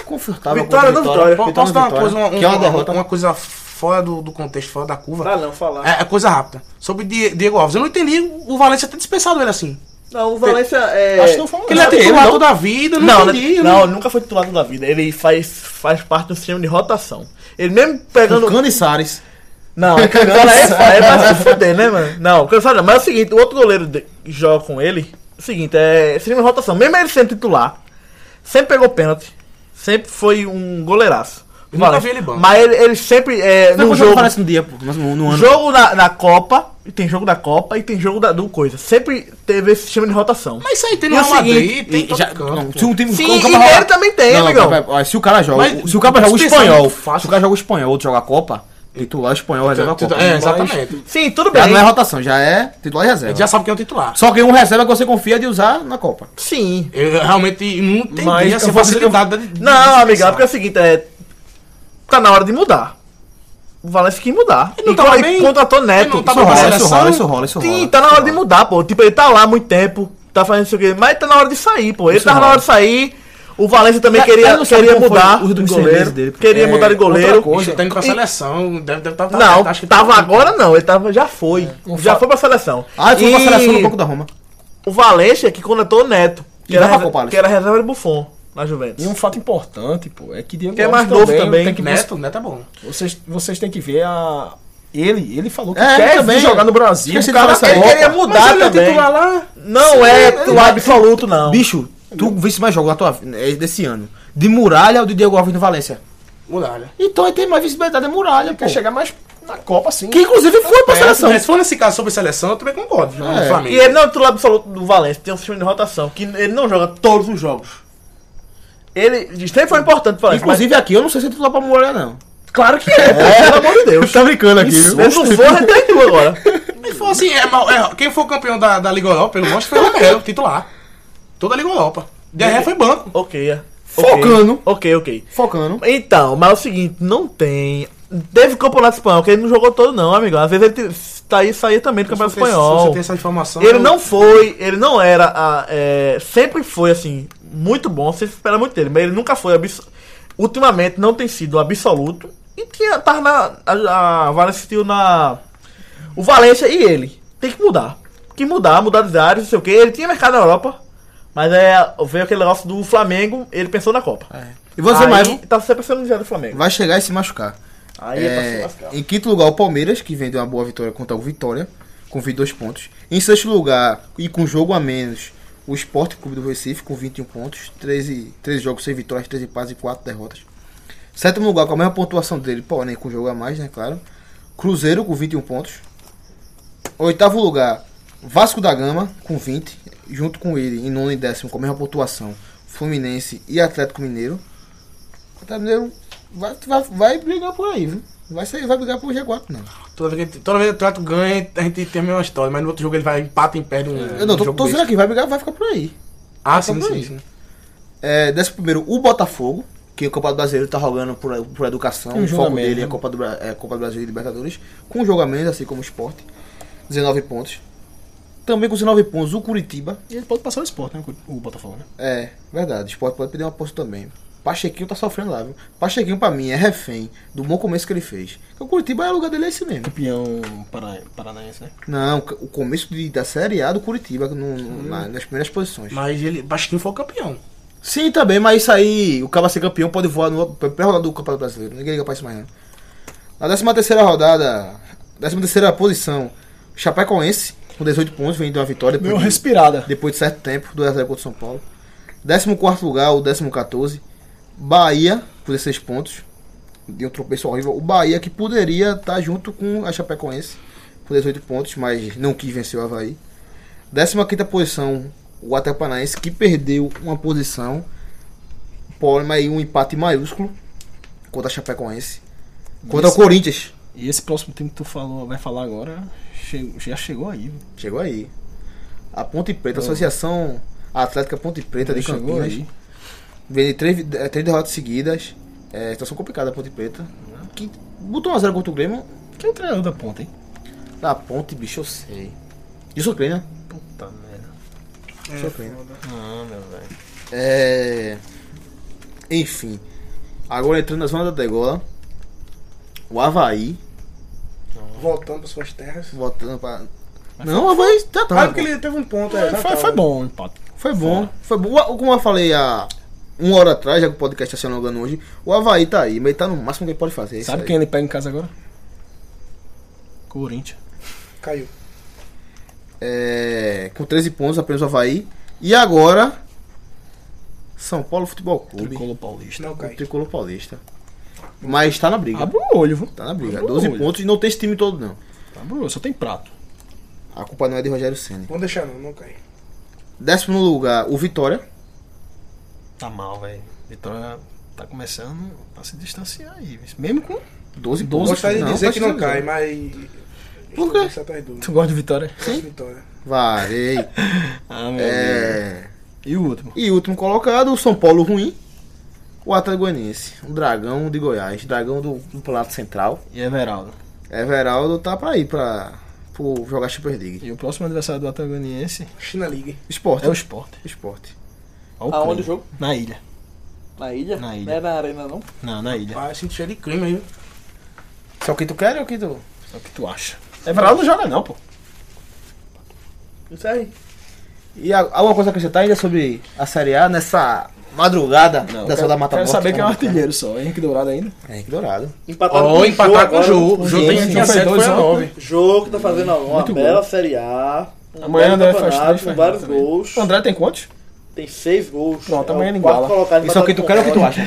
[SPEAKER 1] confortável.
[SPEAKER 3] Vitória
[SPEAKER 1] contra
[SPEAKER 3] não
[SPEAKER 1] o
[SPEAKER 3] vitória.
[SPEAKER 4] Po- Posso dar uma
[SPEAKER 1] vitória,
[SPEAKER 4] coisa, uma,
[SPEAKER 1] que é uma
[SPEAKER 4] uma-
[SPEAKER 1] derrota.
[SPEAKER 4] uma coisa fora do, do contexto, fora da curva?
[SPEAKER 7] Ah, não, falar.
[SPEAKER 4] É, é coisa rápida. Sobre Die- Diego Alves, eu não entendi o Valência ter dispensado ele assim.
[SPEAKER 7] Não, o Valência é.
[SPEAKER 5] Acho que não foi um
[SPEAKER 4] Porque ele é
[SPEAKER 5] erro.
[SPEAKER 4] titular toda a vida, eu não,
[SPEAKER 3] Não, né?
[SPEAKER 4] entendi. eu
[SPEAKER 3] não, ele nunca foi titular da vida. Ele faz, faz parte do sistema de rotação. Ele mesmo pegando.
[SPEAKER 1] Cano e Salles.
[SPEAKER 3] Não, o cara é foda, é pra se fuder, né, mano? Não, o cara sabe, mas é o seguinte, o outro goleiro de- que joga com ele, é o seguinte, é seria uma rotação. Mesmo ele sendo titular, sempre pegou pênalti, sempre foi um goleiraço.
[SPEAKER 4] Eu nunca
[SPEAKER 3] Valência.
[SPEAKER 4] vi ele bom.
[SPEAKER 3] Mas ele, ele sempre, é, no jogo,
[SPEAKER 1] Parece um dia, pô, mas no, no ano.
[SPEAKER 3] jogo na, na Copa, e tem jogo da Copa e tem jogo da, do coisa. Sempre teve esse sistema de rotação.
[SPEAKER 4] Mas isso aí tem no
[SPEAKER 1] E é o
[SPEAKER 4] Real Madrid,
[SPEAKER 1] seguinte,
[SPEAKER 4] tem
[SPEAKER 1] e
[SPEAKER 4] todo
[SPEAKER 1] já-
[SPEAKER 4] canto,
[SPEAKER 1] não,
[SPEAKER 4] pô.
[SPEAKER 1] se um time
[SPEAKER 3] Sim,
[SPEAKER 1] o
[SPEAKER 3] e é
[SPEAKER 1] Capa rola-
[SPEAKER 3] ele também tem,
[SPEAKER 1] Não,
[SPEAKER 3] amigão.
[SPEAKER 1] Capa- ó, se o cara joga,
[SPEAKER 4] Mas-
[SPEAKER 1] se o cara joga o
[SPEAKER 4] dispensar é
[SPEAKER 1] espanhol,
[SPEAKER 4] muito fácil.
[SPEAKER 1] se o cara joga o espanhol, outro joga a Copa, titular espanhol, reserva a Copa.
[SPEAKER 4] É, exatamente.
[SPEAKER 3] Sim, tudo bem.
[SPEAKER 1] Já não é rotação, já é titular e
[SPEAKER 4] Ele
[SPEAKER 1] reserva.
[SPEAKER 4] já sabe quem é o titular.
[SPEAKER 1] Só que um reserva que você confia de usar na Copa.
[SPEAKER 3] Sim.
[SPEAKER 4] Eu realmente não entendi assim,
[SPEAKER 5] Mas
[SPEAKER 4] essa
[SPEAKER 5] eu vou-
[SPEAKER 4] facilidade. de- de
[SPEAKER 3] Não, amigão,
[SPEAKER 4] dispensar.
[SPEAKER 3] porque é o seguinte, é. Tá na hora de mudar. O Valencia tem que mudar.
[SPEAKER 4] não
[SPEAKER 3] e
[SPEAKER 1] tá
[SPEAKER 4] tava
[SPEAKER 3] co- e
[SPEAKER 4] bem?
[SPEAKER 3] contratou Neto.
[SPEAKER 4] Ele não
[SPEAKER 1] Isso
[SPEAKER 4] tava
[SPEAKER 1] rola,
[SPEAKER 4] pra
[SPEAKER 1] isso
[SPEAKER 4] seleção?
[SPEAKER 1] rola, isso rola, isso rola.
[SPEAKER 3] Sim, tá na hora de mudar, pô. Tipo, ele tá lá há muito tempo, tá fazendo isso aqui, mas tá na hora de sair, pô. Ele
[SPEAKER 1] Isso
[SPEAKER 3] tava na
[SPEAKER 1] rola.
[SPEAKER 3] hora de sair. O Valencia também
[SPEAKER 1] Mas- mas
[SPEAKER 3] queria,
[SPEAKER 1] não sabe
[SPEAKER 3] queria
[SPEAKER 1] como foi
[SPEAKER 3] mudar
[SPEAKER 1] os
[SPEAKER 3] de
[SPEAKER 1] dois
[SPEAKER 3] goleiro.
[SPEAKER 1] serviços dele, é pô.
[SPEAKER 3] queria mudar de
[SPEAKER 5] outra
[SPEAKER 3] goleiro.
[SPEAKER 5] coisa.
[SPEAKER 4] Bicho, tá indo com a seleção, deve tá, estar.
[SPEAKER 1] tá,
[SPEAKER 3] Não, tava agora não, ele tava, já foi. Já foi pra seleção.
[SPEAKER 1] É, Ah, ele foi
[SPEAKER 3] E
[SPEAKER 1] pra seleção no banco da Roma.
[SPEAKER 3] O Valencia que contratou o Neto, que
[SPEAKER 1] E
[SPEAKER 3] era,
[SPEAKER 1] vai pra
[SPEAKER 3] reser-
[SPEAKER 1] Copa, Alex.
[SPEAKER 3] que era reserva de Buffon na Juventus.
[SPEAKER 5] E um fato importante, pô, é que Diego
[SPEAKER 3] Que é mais novo também.
[SPEAKER 5] tem que-
[SPEAKER 4] Neto, Neto é bom.
[SPEAKER 5] vocês, vocês têm que ver a. Ele, ele falou que
[SPEAKER 1] É,
[SPEAKER 5] quer
[SPEAKER 1] também.
[SPEAKER 5] vir jogar no Brasil.
[SPEAKER 1] Esqueci
[SPEAKER 5] O
[SPEAKER 1] de
[SPEAKER 5] cara
[SPEAKER 1] falar
[SPEAKER 5] quer
[SPEAKER 1] isso aí.
[SPEAKER 3] Queria mudar também.
[SPEAKER 5] lá.
[SPEAKER 3] Não é titular absoluto, não.
[SPEAKER 1] Bicho, tu viste mais jogos da tua vida é, desse ano. De Muralha ou de Diego Alves no Valência?
[SPEAKER 4] Muralha.
[SPEAKER 1] Então ele tem mais visibilidade da Muralha, pô.
[SPEAKER 5] Quer chegar mais na Copa, assim.
[SPEAKER 1] Que inclusive foi pra
[SPEAKER 4] É,
[SPEAKER 1] seleção.
[SPEAKER 4] mas se for nesse caso sobre seleção, eu também concordo. João,
[SPEAKER 1] É.
[SPEAKER 4] do Flamengo.
[SPEAKER 3] E ele não é o titular absoluto do Valencia, tem um sistema de rotação, que ele não joga todos os jogos. Ele sempre foi importante para Valencia,
[SPEAKER 1] Inclusive aqui, eu não sei se é titular pra Muralha, não.
[SPEAKER 3] mas claro que é, pelo amor de Deus.
[SPEAKER 1] Tá brincando aqui,
[SPEAKER 3] Se não for, ele tá em tu agora.
[SPEAKER 4] Se for assim, é mal- é, quem foi campeão da, da Liga Europa, pelo menos, foi o Romero, titular. Toda a Liga Europa. Derré foi banco.
[SPEAKER 3] Ok, é.
[SPEAKER 1] Focando.
[SPEAKER 3] Ok, ok.
[SPEAKER 5] Tá
[SPEAKER 1] Focando.
[SPEAKER 3] Então, mas é o seguinte, não tem... Teve campeonato espanhol, que ele não jogou todo não, amigo. Às vezes ele te- tá aí, saía também do campeonato
[SPEAKER 4] Se você- Se você
[SPEAKER 3] espanhol.
[SPEAKER 4] tem essa informação.
[SPEAKER 3] Ele
[SPEAKER 4] eu-
[SPEAKER 3] não foi, ele não era. a- é, sempre foi, assim, muito bom, sempre espera muito dele, mas ele nunca foi abso- Ultimamente não tem sido absoluto. E tinha, tava na. A, a Valencia tinha na. O Valencia e ele. Tem que mudar. Tem que mudar, mudar de áreas, não sei o que. Ele tinha mercado na Europa, mas é, veio aquele negócio do Flamengo, ele pensou na Copa.
[SPEAKER 1] E É. você mais
[SPEAKER 3] Aí, Tá sempre pensando no dinheiro do Flamengo.
[SPEAKER 1] vai chegar e se machucar.
[SPEAKER 3] Aí é, pra se
[SPEAKER 1] É,
[SPEAKER 3] lascar.
[SPEAKER 1] em quinto lugar, o Palmeiras, que vendeu uma boa vitória contra o Vitória. com 22 pontos. Em sexto lugar, e com jogo a menos, o Esporte Clube do Recife com 21 pontos, 13, 13 jogos sem vitórias, 13 empates e 4 derrotas. Sétimo lugar, com a mesma pontuação dele, porém com jogo a mais, né, claro. Cruzeiro com 21 pontos. Oitavo lugar, Vasco da Gama com 20, junto com ele em nono e décimo com a mesma pontuação, Fluminense e Atlético Mineiro. Atlético Mineiro Tá vai, vai, vai brigar por aí, viu? Vai, sair, vai brigar por G4, não.
[SPEAKER 4] Toda vez que, toda vez que o Atlético ganha, a gente termina uma história, mas no outro jogo ele vai empata e perde um.
[SPEAKER 1] Eu não,
[SPEAKER 4] um
[SPEAKER 1] tô,
[SPEAKER 4] jogo
[SPEAKER 1] tô dizendo
[SPEAKER 4] besta.
[SPEAKER 1] aqui, vai brigar, vai ficar por aí.
[SPEAKER 4] Ah,
[SPEAKER 1] só
[SPEAKER 4] sim,
[SPEAKER 1] por
[SPEAKER 4] sim,
[SPEAKER 1] aí.
[SPEAKER 4] sim.
[SPEAKER 1] É, décimo primeiro, o Botafogo, que o Campeonato Brasileiro tá jogando por, por educação.
[SPEAKER 5] Tem um
[SPEAKER 1] o
[SPEAKER 5] jogo a
[SPEAKER 1] foco
[SPEAKER 5] menos,
[SPEAKER 1] dele é
[SPEAKER 5] né?
[SPEAKER 1] Copa do, Bra- é Copa do Brasil e Libertadores. Com um jogo a menos, assim como o Sport. 19 pontos. Também com 19 pontos, o Curitiba.
[SPEAKER 5] E ele pode passar o esporte, né? O Botafogo, né?
[SPEAKER 1] É, verdade. O Sport pode pedir uma aposta também. Pachequinho tá sofrendo lá, viu? Pachequinho, pra mim, é refém do bom começo que ele fez. O Curitiba é o lugar dele, é esse mesmo.
[SPEAKER 5] Campeão para, paranaense, né?
[SPEAKER 1] Não, o começo de- da Série A do Curitiba, no- no- na- nas primeiras posições.
[SPEAKER 4] Mas ele, Bastinho foi o campeão.
[SPEAKER 1] Sim, também, mas isso aí, o cara ser campeão pode voar no pré-rodada do Campeonato Brasileiro. Ninguém liga pra isso mais não. Na 13 terceira rodada, 13 terceira posição, Chapecoense, com 18 pontos, vem de uma vitória
[SPEAKER 5] Deu
[SPEAKER 1] depois,
[SPEAKER 5] uma
[SPEAKER 1] de,
[SPEAKER 5] respirada.
[SPEAKER 1] depois de certo tempo, 2x0 contra o São Paulo. 14 lugar, o 14, Bahia, com 16 pontos, de um tropeço horrível. O Bahia que poderia estar junto com a Chapecoense, com 18 pontos, mas não quis vencer o Havaí. 15 posição, o Atlético Paranaense, que perdeu uma posição, porém aí um empate maiúsculo contra a Chapecoense. Contra
[SPEAKER 5] Isso.
[SPEAKER 1] o Corinthians.
[SPEAKER 5] E esse próximo time que tu falou, vai falar agora, che- já chegou aí. viu?
[SPEAKER 1] Chegou aí. A Ponte Preta, a Associação Atlética Ponte Preta Tá de
[SPEAKER 5] Já chegou
[SPEAKER 1] Campinas.
[SPEAKER 5] aí.
[SPEAKER 1] Vem de três, vi- eh, três derrotas seguidas. É, situação complicada a Ponte Preta. Que botou 1x0 contra o Grêmio.
[SPEAKER 5] Quem é o treinador da ponta, hein?
[SPEAKER 1] Da Ponte, bicho, eu sei. Isso eu creio, né?
[SPEAKER 5] Puta merda.
[SPEAKER 1] Isso eu creio.
[SPEAKER 5] Ah, meu velho.
[SPEAKER 1] É... Enfim. Agora entrando na zona da degola. O Havaí.
[SPEAKER 4] Voltando para suas terras.
[SPEAKER 1] Voltando pra. Não, o Havaí tá tá.
[SPEAKER 4] Claro que ele teve um ponto, é. já
[SPEAKER 5] Foi,
[SPEAKER 4] tá,
[SPEAKER 5] foi
[SPEAKER 4] né?
[SPEAKER 5] bom o empate.
[SPEAKER 1] Foi bom. Foi bom. O- Como eu falei há uma hora atrás, já que o podcast está se alongando hoje, o Havaí tá aí, mas ele tá no máximo que ele pode fazer. é isso
[SPEAKER 5] Sabe
[SPEAKER 1] aí.
[SPEAKER 5] quem ele pega em casa agora? Corinthians.
[SPEAKER 4] Caiu.
[SPEAKER 1] É, com 13 pontos apenas o Havaí. E agora. São Paulo Futebol Clube.
[SPEAKER 5] Tricolor Paulista.
[SPEAKER 4] Não,
[SPEAKER 1] O
[SPEAKER 4] caiu.
[SPEAKER 1] Tricolor Paulista. Mas tá na briga.
[SPEAKER 5] Abre o olho, viu?
[SPEAKER 1] Tá na briga.
[SPEAKER 5] Abre o
[SPEAKER 1] 12
[SPEAKER 5] olho.
[SPEAKER 1] pontos e não tem esse time todo, não.
[SPEAKER 5] Abre o olho, só tem prato.
[SPEAKER 1] A culpa não é de Rogério Senna.
[SPEAKER 4] Vamos deixar não, não cai.
[SPEAKER 1] Décimo lugar, o Vitória.
[SPEAKER 5] Tá mal, velho. Vitória tá começando a se distanciar aí. viu? Mesmo com.
[SPEAKER 1] 12
[SPEAKER 4] Eu
[SPEAKER 1] pontos.
[SPEAKER 4] gostaria de dizer que não
[SPEAKER 1] precisa
[SPEAKER 4] cai,
[SPEAKER 1] dizer.
[SPEAKER 4] mas.
[SPEAKER 1] Por quê?
[SPEAKER 4] Estou atrás do-
[SPEAKER 5] Tu gosta de Vitória?
[SPEAKER 4] Vitória.
[SPEAKER 1] Varei.
[SPEAKER 5] Ah, meu
[SPEAKER 1] É,
[SPEAKER 5] E o último?
[SPEAKER 1] E último colocado, o São Paulo ruim. O Atlético Goianiense. O Dragão de Goiás. Dragão do, do Palato Central.
[SPEAKER 5] E Everaldo.
[SPEAKER 1] Everaldo tá pra ir pra, pro jogar Champions League.
[SPEAKER 5] E o próximo adversário do Atagoniense
[SPEAKER 4] China League.
[SPEAKER 1] Esporte.
[SPEAKER 5] é o Sport.
[SPEAKER 1] Esporte.
[SPEAKER 7] Aonde o jogo?
[SPEAKER 5] Na ilha.
[SPEAKER 7] Na ilha?
[SPEAKER 5] Na
[SPEAKER 7] Não
[SPEAKER 5] ilha.
[SPEAKER 7] é na arena, não?
[SPEAKER 5] Não, na ilha.
[SPEAKER 4] Ah, eu sinto cheio de clima aí.
[SPEAKER 1] Só que tu quer ou que tu.
[SPEAKER 5] É o que tu acha. Everaldo não joga não, pô.
[SPEAKER 7] Isso aí.
[SPEAKER 1] E a- alguma coisa a acrescentar ainda sobre a Série A nessa madrugada
[SPEAKER 5] Não,
[SPEAKER 1] da
[SPEAKER 5] quero,
[SPEAKER 1] Sala da Mata
[SPEAKER 5] quero
[SPEAKER 1] Morta?
[SPEAKER 5] saber quem é o artilheiro só. Henrique Dourado ainda.
[SPEAKER 1] É, Henrique Dourado.
[SPEAKER 7] Empataram
[SPEAKER 4] Ó, empatar com o jogo.
[SPEAKER 7] jogo.
[SPEAKER 4] O jogo tem
[SPEAKER 5] Sim,
[SPEAKER 4] tinha
[SPEAKER 5] foi
[SPEAKER 4] sete,
[SPEAKER 5] dois
[SPEAKER 4] foi a
[SPEAKER 5] anos,
[SPEAKER 4] nove.
[SPEAKER 7] O jogo que tá fazendo uma
[SPEAKER 5] Muito
[SPEAKER 7] bela
[SPEAKER 5] gol.
[SPEAKER 7] Série A. Um belo
[SPEAKER 5] Amanhã
[SPEAKER 3] né,
[SPEAKER 5] André faz
[SPEAKER 7] campeonato,
[SPEAKER 5] três,
[SPEAKER 7] com
[SPEAKER 5] faz
[SPEAKER 7] vários
[SPEAKER 5] também.
[SPEAKER 7] gols.
[SPEAKER 5] André tem quantos?
[SPEAKER 7] Tem seis gols.
[SPEAKER 5] Pronto,
[SPEAKER 7] É o
[SPEAKER 5] amanhã ele
[SPEAKER 7] quarto
[SPEAKER 5] iguala.
[SPEAKER 7] colocado,
[SPEAKER 1] Isso é o que tu quer ou o que tu acha?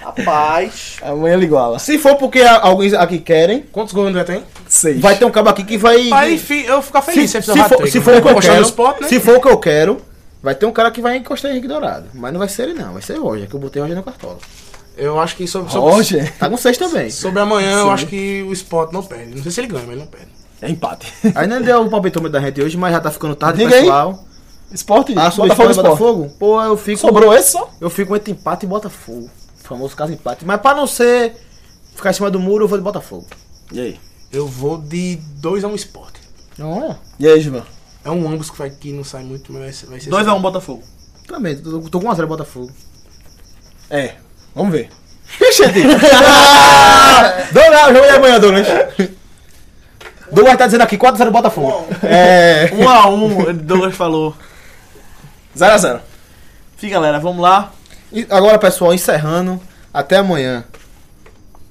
[SPEAKER 7] Rapaz.
[SPEAKER 5] Amanhã ele iguala.
[SPEAKER 1] Se for porque a- alguns aqui querem,
[SPEAKER 4] Quantos gols o André tem?
[SPEAKER 5] Seis.
[SPEAKER 1] vai ter um cabo aqui que vai.
[SPEAKER 4] Aí fi- eu vou ficar
[SPEAKER 1] se,
[SPEAKER 4] feliz
[SPEAKER 1] se,
[SPEAKER 4] precisar
[SPEAKER 1] for,
[SPEAKER 4] bater,
[SPEAKER 1] se
[SPEAKER 4] né?
[SPEAKER 1] for o que eu
[SPEAKER 4] Encostar no
[SPEAKER 1] quero,
[SPEAKER 4] Sport, né?
[SPEAKER 1] se for o que eu quero, vai ter um cara que vai encostar em Henrique Dourado. Mas não vai ser ele não, vai ser o Roger, que eu botei o Roger na cartola.
[SPEAKER 4] Eu acho que sobre, sobre,
[SPEAKER 5] Roger.
[SPEAKER 1] Tá com seis também.
[SPEAKER 4] sobre amanhã, eu acho que o Sport não perde. Não sei se ele ganha, mas ele não perde.
[SPEAKER 5] É empate.
[SPEAKER 1] Ainda não deu o palpitômetro da gente hoje, mas já tá ficando tarde,
[SPEAKER 5] Diga aí.
[SPEAKER 1] pessoal.
[SPEAKER 5] Esporte.
[SPEAKER 1] Ah, sobre
[SPEAKER 5] Botafogo,
[SPEAKER 1] Botafogo,
[SPEAKER 5] Sport.
[SPEAKER 1] Botafogo? Pô, eu fico.
[SPEAKER 5] Sobrou esse só?
[SPEAKER 1] Eu fico entre empate e Botafogo. O famoso caso empate. Mas pra não ser ficar em cima do muro, eu vou de Botafogo.
[SPEAKER 5] E aí?
[SPEAKER 4] Eu vou de 2 a 1 um Sport.
[SPEAKER 1] Não é?
[SPEAKER 5] E aí, Gilvan?
[SPEAKER 4] É um ambos que, vai, que não sai muito, mas vai ser- vai ser.
[SPEAKER 3] 2x1 Botafogo.
[SPEAKER 1] Também, tô, tô com 1 a 0 Botafogo.
[SPEAKER 5] É. Vamos ver.
[SPEAKER 1] Douglas, jogo de é amanhã, Douglas. Douglas tá dizendo aqui 4x0 Botafogo. É.
[SPEAKER 3] 1x1, Douglas falou.
[SPEAKER 5] 0x0.
[SPEAKER 3] Sim, galera, vamos lá.
[SPEAKER 1] E agora, pessoal, encerrando. Até amanhã.